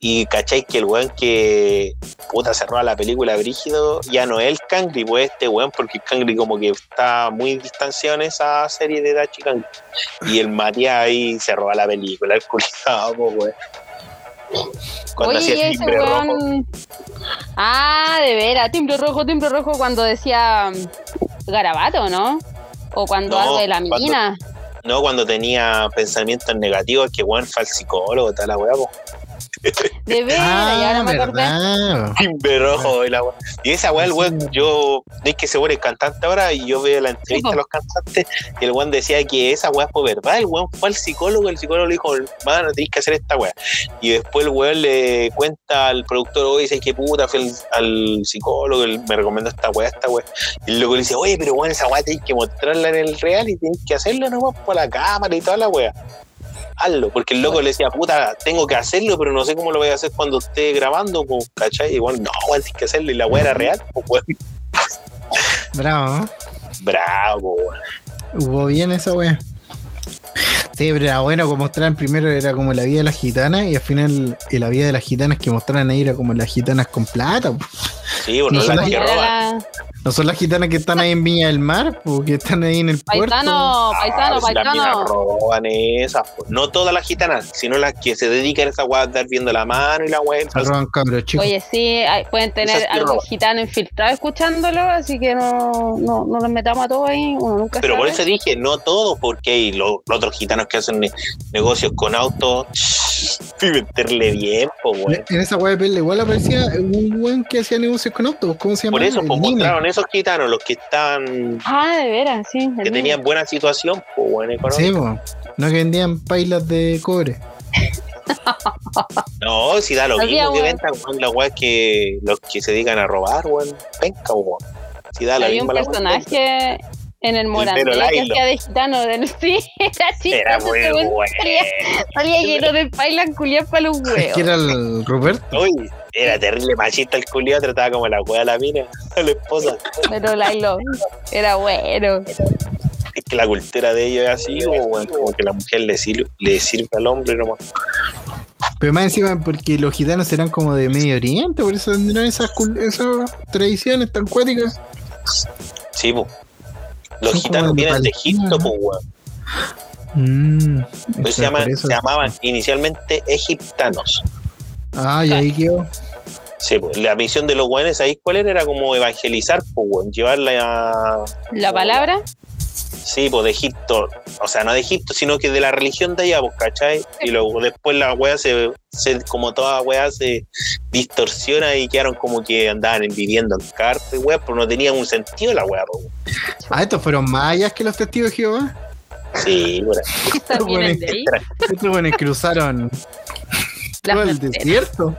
Speaker 2: Y cacháis que el weón que puta se roba la película Brígido ya no es el Cangri, pues este weón, porque el Cangri como que está muy distanciado en esa serie de Dachi Cangri. Y el Matías ahí se roba la película, el culiado, po, weón. Cuando
Speaker 4: oye,
Speaker 2: hacía
Speaker 4: y
Speaker 2: el
Speaker 4: ese
Speaker 2: timbre rojo.
Speaker 4: weón. Ah, de veras, timbre rojo, timbre rojo cuando decía mm, garabato, ¿no? O cuando
Speaker 2: No,
Speaker 4: algo de la
Speaker 2: cuando-
Speaker 4: mina.
Speaker 2: No, cuando tenía pensamientos negativos, que weón fue al psicólogo, tal la weá, pues, po.
Speaker 4: De veras, y ahora
Speaker 1: Ah,
Speaker 4: me acordé.
Speaker 1: verdad.
Speaker 2: timbre rojo y la wea. Y esa weá, el weón, yo, es que se vuelve cantante ahora y yo veo la entrevista
Speaker 4: po.
Speaker 2: de los cantantes y el weón decía que esa weá fue verdad. El weón fue al psicólogo, el psicólogo le dijo, hermano, tenés que hacer esta weá. Y después el weón le cuenta al productor, oye, dice que puta, fue al, al psicólogo, él me recomendó esta weá, esta weá. Y luego le dice, oye, pero weón, esa weá tenés que mostrarla en el real y tenés que hacerlo nomás por la cámara y toda la weá. Hazlo, porque el loco le decía, puta, tengo que hacerlo, pero no sé cómo lo voy a hacer cuando esté grabando, po, ¿cachai? Y bueno, no, weón, tienes que hacerlo, y la weá era real, po, weón.
Speaker 1: Bravo.
Speaker 2: Bravo, weón.
Speaker 1: Hubo bien esa wea. Sí, pero era bueno como mostraban primero era como la vida de las gitanas y al final y la vida de las gitanas que mostraban ahí era como las gitanas con plata. po.
Speaker 3: Sí, bueno,
Speaker 1: No,
Speaker 3: la
Speaker 1: no,
Speaker 3: que
Speaker 4: Era
Speaker 3: roban.
Speaker 4: la-
Speaker 1: No son las gitanas que están ahí en Viña del Mar, porque están ahí en el puerto.
Speaker 4: Paisano, paisano,
Speaker 3: Ah, si las minas
Speaker 4: paisano.
Speaker 3: roban esas, po. no todas las gitanas, sino las que se dedican a esa weá a andar viendo la mano y la weá.
Speaker 1: Se roban cabros, chicos.
Speaker 4: Oye, sí, hay- pueden
Speaker 3: Esas
Speaker 4: tener
Speaker 3: que
Speaker 4: algún
Speaker 3: roban.
Speaker 4: gitano infiltrado escuchándolo, así que no, no, no nos metamos a todos ahí. Uno nunca
Speaker 3: Pero por
Speaker 4: sabe.
Speaker 3: eso dije, no todos, porque hay lo- los otros gitanos que hacen ne- negocios con autos. Y meterle bien, po, weón.
Speaker 1: en esa web de Perla igual aparecía un buen que hacía negocios con autos. ¿Cómo se llama?
Speaker 3: Por eso,
Speaker 1: El
Speaker 3: pues
Speaker 1: Nino.
Speaker 3: mostraron esos gitanos, los que estaban,
Speaker 4: Ah, de veras, sí. el
Speaker 3: que
Speaker 4: niño.
Speaker 3: tenían buena situación, pues bueno,
Speaker 1: Sí, po. no que vendían pailas de cobre.
Speaker 3: No, si da lo
Speaker 4: Había
Speaker 3: mismo que
Speaker 4: un-
Speaker 3: vendan, weón, la weá que los que se dedican a robar, weón, penca, weón. Si da la
Speaker 4: Había un
Speaker 3: misma la weá.
Speaker 4: personaje en el Morandé
Speaker 3: Pero
Speaker 4: que
Speaker 3: Lailo.
Speaker 4: hacía de gitano. de- Sí, era chico.
Speaker 3: Era
Speaker 4: ese
Speaker 3: muy
Speaker 4: weón
Speaker 3: bueno.
Speaker 4: salía- Salía lleno de pailas culiadas para los
Speaker 1: Es que
Speaker 4: huevos.
Speaker 1: era el Roberto.
Speaker 3: Uy, era terrible machista el culiado, trataba como la weá a la mina, a la esposa.
Speaker 4: Pero Lailo era bueno.
Speaker 3: Es que la cultura de ellos es así, weón, como que la mujer le sirve, le sirve al hombre nomás.
Speaker 1: Pero más encima, porque los gitanos eran como de Medio Oriente, por eso tendrán esas, cul- esas tradiciones tan cuáticas.
Speaker 3: Sí, pues. Los
Speaker 1: Son como
Speaker 3: gitanos
Speaker 1: de
Speaker 3: vienen de
Speaker 1: Palestina,
Speaker 3: Egipto,
Speaker 1: ¿no?
Speaker 3: pues, weón.
Speaker 1: Mm,
Speaker 3: Entonces Pues se,
Speaker 1: o sea,
Speaker 3: llaman-
Speaker 1: por eso-
Speaker 3: se llamaban inicialmente egiptanos.
Speaker 1: Ah, y ahí quedó.
Speaker 3: Sí, pues, la misión de los weones ahí, ¿cuál era? Era como evangelizar, pues, weón, llevarla a.
Speaker 4: La palabra,
Speaker 3: Sí, pues de Egipto, o sea, no de Egipto, sino que de la religión de allá, pues, ¿cachai? Y luego después la weá se, se- como toda weá se distorsiona y quedaron como que andaban en- viviendo en cartas, y weá, pero no tenían un sentido la weá, pues.
Speaker 1: Ah, estos fueron mayas que los testigos de Jehová.
Speaker 3: Sí, weá.
Speaker 4: estas
Speaker 1: bueno,
Speaker 4: vienen de ahí.
Speaker 1: Estos buenos cruzaron
Speaker 4: La
Speaker 1: todo el
Speaker 4: frontera.
Speaker 1: desierto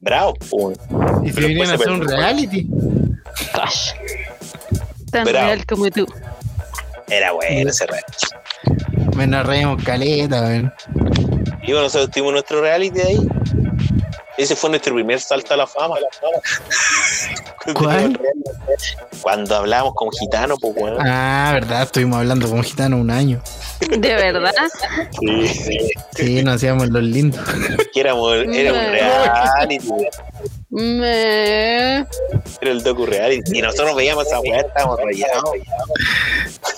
Speaker 3: Bravo, pues.
Speaker 1: y se
Speaker 3: Pero pues,
Speaker 1: vinieron a
Speaker 3: después se
Speaker 1: hacer un
Speaker 3: perdió.
Speaker 1: reality.
Speaker 4: Gosh. Tan
Speaker 3: Bravo.
Speaker 4: real como tú.
Speaker 3: Era bueno ese reality.
Speaker 1: Me nos reímos caleta, weón.
Speaker 3: Y bueno, nosotros tuvimos nuestro reality ahí. Ese fue nuestro primer salto a la fama.
Speaker 1: ¿Cuál?
Speaker 3: Cuando hablábamos con gitanos, pues, weón.
Speaker 1: Ah, verdad, estuvimos hablando como gitanos un año.
Speaker 4: De verdad.
Speaker 3: Sí, sí.
Speaker 1: Sí, nos hacíamos los lindos.
Speaker 3: Que éramos, era un
Speaker 4: Me-
Speaker 3: reality, weón.
Speaker 4: Me...
Speaker 3: Era el docu reality. Y nosotros veíamos esa weá, estábamos rayados.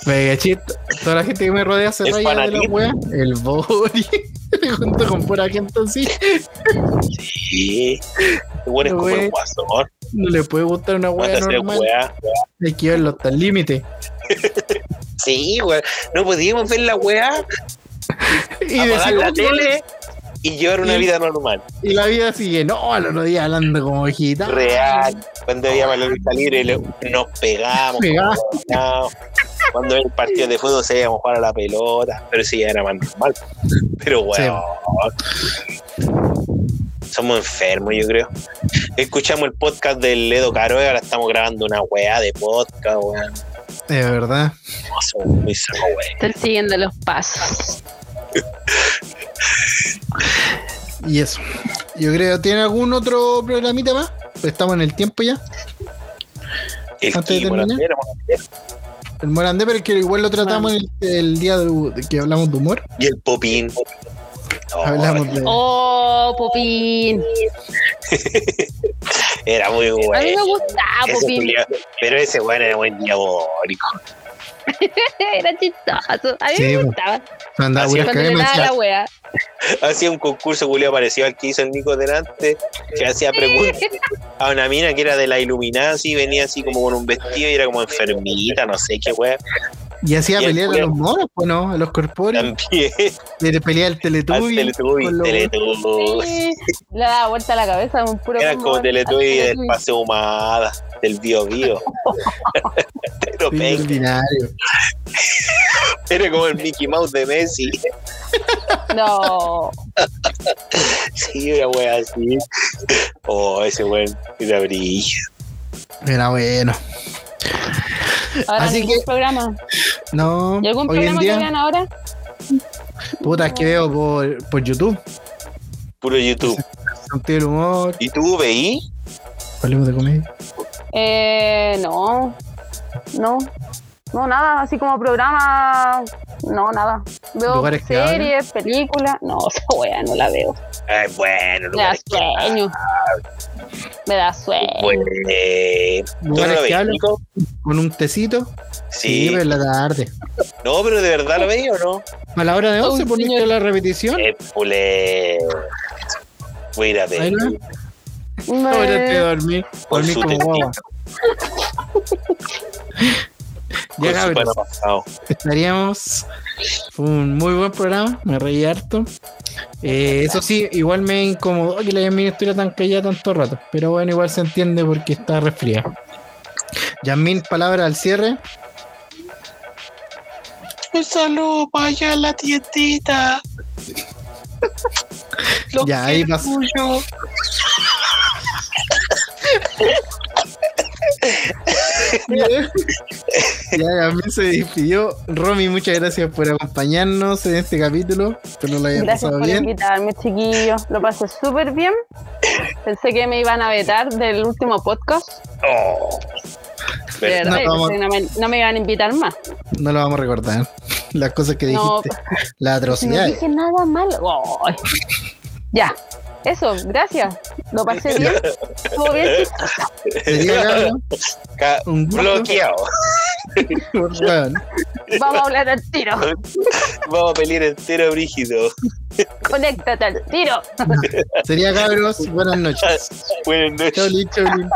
Speaker 1: Mega chito. Toda la gente que me rodea se
Speaker 3: Es
Speaker 1: raya de la
Speaker 3: fanatismo.
Speaker 1: wea. El Bori. Junto con pura gente así.
Speaker 3: Sí. El weón es como
Speaker 1: Wey.
Speaker 3: el guasón.
Speaker 1: No le puede gustar una
Speaker 3: Manda a
Speaker 1: wea
Speaker 3: hacer
Speaker 1: normal.
Speaker 3: weá.
Speaker 1: Hay que verlo hasta el límite.
Speaker 3: Sí, weón. No podíamos ver la weá,
Speaker 1: Y
Speaker 3: apagar
Speaker 1: decir,
Speaker 3: la
Speaker 1: "Oye,
Speaker 3: tele y llevar una
Speaker 1: Y-
Speaker 3: vida normal.
Speaker 1: Y la vida sigue. No, al otro día hablando como gitano.
Speaker 3: Real. Cuando veíamos la lucha libre, le- nos pegamos.
Speaker 1: Pegaba.
Speaker 3: No. Cuando el partido de fútbol se íbamos a jugar a la pelota, pero eso ya era más normal. Pero bueno, somos enfermos, yo creo. Escuchamos el podcast del Edo Caro y ahora estamos grabando una weá de podcast, weón.
Speaker 1: Es verdad.
Speaker 3: No, somos muy sacos, weón.
Speaker 4: Están siguiendo los pasos.
Speaker 1: Y eso. Yo creo, ¿tiene algún otro programita más? Pues Estamos en el tiempo ya.
Speaker 3: El
Speaker 1: Antes de
Speaker 3: Kimo, la
Speaker 1: terminar.
Speaker 3: fiera, weón.
Speaker 1: El Morandé, pero es que igual lo tratamos en el, el día de, de que hablamos de humor.
Speaker 3: y el Popín. No,
Speaker 1: hablamos de.
Speaker 4: Oh, Popín.
Speaker 3: Era muy
Speaker 4: A
Speaker 1: Pues,
Speaker 4: mí me
Speaker 3: bueno.
Speaker 4: gustaba
Speaker 3: Ese
Speaker 4: Popín.
Speaker 3: culiao- Pero ese weón era muy diabólico.
Speaker 4: Era chistoso. A mí
Speaker 1: Sí, pues,
Speaker 4: me
Speaker 1: po.
Speaker 4: gustaba.
Speaker 1: Andaba
Speaker 3: Así
Speaker 1: puras
Speaker 4: Cuando
Speaker 1: cagadas,
Speaker 4: le
Speaker 1: me
Speaker 4: daba
Speaker 1: decía,
Speaker 4: la wea.
Speaker 3: hacía un concurso culiao parecido al que hizo el Nico delante, que hacía preguntas a una mina que era de la Illuminati, venía así como con un vestido y era como enfermita, no sé qué weá.
Speaker 1: Y hacía
Speaker 3: Y el
Speaker 1: pelear a
Speaker 3: culiao-
Speaker 1: los moros, pues no, a los corpóreos.
Speaker 3: También
Speaker 1: Le pelea al
Speaker 3: al
Speaker 1: Teletubby.
Speaker 3: Teletubby,
Speaker 1: con los- Oh,
Speaker 3: Teletubby.
Speaker 4: Sí. Le daba vuelta a la cabeza un puro.
Speaker 3: Era como
Speaker 4: humor.
Speaker 3: Teletubby
Speaker 4: Al
Speaker 3: del paseo humada, del bio bio. Pero
Speaker 1: Sí,
Speaker 3: penca,
Speaker 1: ordinario.
Speaker 3: era como el Mickey Mouse de Messi.
Speaker 4: No.
Speaker 3: Sí, una weá así. Oh, ese weón era brillo.
Speaker 1: Era bueno.
Speaker 4: Ahora
Speaker 1: Así
Speaker 4: ningún
Speaker 1: que-
Speaker 4: programa.
Speaker 1: No,
Speaker 4: ¿Y algún
Speaker 1: hoy en
Speaker 4: programa que
Speaker 1: día,
Speaker 4: vean ahora?
Speaker 1: puta, es que veo por, por YouTube.
Speaker 3: Puro YouTube.
Speaker 1: Sentido del humor,
Speaker 3: ¿Y tú veí?
Speaker 1: hablemos de comedia.
Speaker 4: Eh, no. No. No, nada, así como programa, no, nada. Veo
Speaker 1: ¿Lugares que
Speaker 4: series, películas, no, esa wea no la veo.
Speaker 2: Ay, bueno,
Speaker 4: Me da
Speaker 2: lugares que hablan.
Speaker 4: sueño. Me da sueño.
Speaker 2: Bueno. ¿Tú no
Speaker 1: Lugares
Speaker 2: lo
Speaker 1: que
Speaker 2: veis,
Speaker 1: hablan.
Speaker 2: Nico?
Speaker 1: Con un tecito.
Speaker 2: Sí.
Speaker 1: pero en la tarde.
Speaker 2: No, pero de verdad lo veis o no?
Speaker 1: A la hora de
Speaker 4: Un
Speaker 1: 11 poniste
Speaker 4: Oh, señor.
Speaker 1: la
Speaker 3: Mm.
Speaker 1: repetición.
Speaker 3: Eh,
Speaker 2: Épule. Voy a ir a ver.
Speaker 1: Ahí no.
Speaker 4: Me-
Speaker 1: Ahora te dormí.
Speaker 2: Con
Speaker 1: Dormí
Speaker 2: su
Speaker 1: como
Speaker 2: tecito.
Speaker 1: guagua. Ya,
Speaker 2: Con su
Speaker 1: cabros.
Speaker 2: pelo pasado.
Speaker 1: estaríamos. Fue un muy buen programa, me reí harto. Eh, eso sí, igual me incomodó que la Yasmin estuviera tan callada tanto rato, pero bueno, igual se entiende porque está resfriada. Yasmin, palabra al cierre.
Speaker 3: Un saludo para allá a la tiendita. Los
Speaker 1: Ya, ahí
Speaker 3: quiero
Speaker 1: vas.
Speaker 3: mucho.
Speaker 1: ya Yasmin se despidió. Romy, muchas gracias por acompañarnos en este capítulo. Espero lo hayan
Speaker 4: Gracias
Speaker 1: pasado
Speaker 4: por
Speaker 1: bien.
Speaker 4: invitarme, chiquillos. Lo pasé súper bien. Pensé que me iban a vetar del último podcast.
Speaker 2: Oh.
Speaker 4: De
Speaker 2: Verdad.
Speaker 4: verdad,
Speaker 1: No,
Speaker 4: yo pensé que no, me, no me iban a invitar más.
Speaker 1: No lo vamos a recordar. Las cosas que dijiste,
Speaker 4: No.
Speaker 1: las
Speaker 4: no
Speaker 1: atrocidades.
Speaker 4: dije nada malo. Ay. Ya. Eso, gracias. Lo pasé bien. Estuvo bien. chicos.
Speaker 1: Sería, cabrón,
Speaker 2: Ca-
Speaker 1: un gusto.
Speaker 2: Bloqueado.
Speaker 1: Bueno,
Speaker 4: Vamos a hablar al tiro.
Speaker 2: Vamos a pelear entero, Brígido.
Speaker 4: Conéctate al tiro.
Speaker 1: sería cabros, buenas noches.
Speaker 2: Buenas noches.
Speaker 1: Chau, Lin, chau, Lin.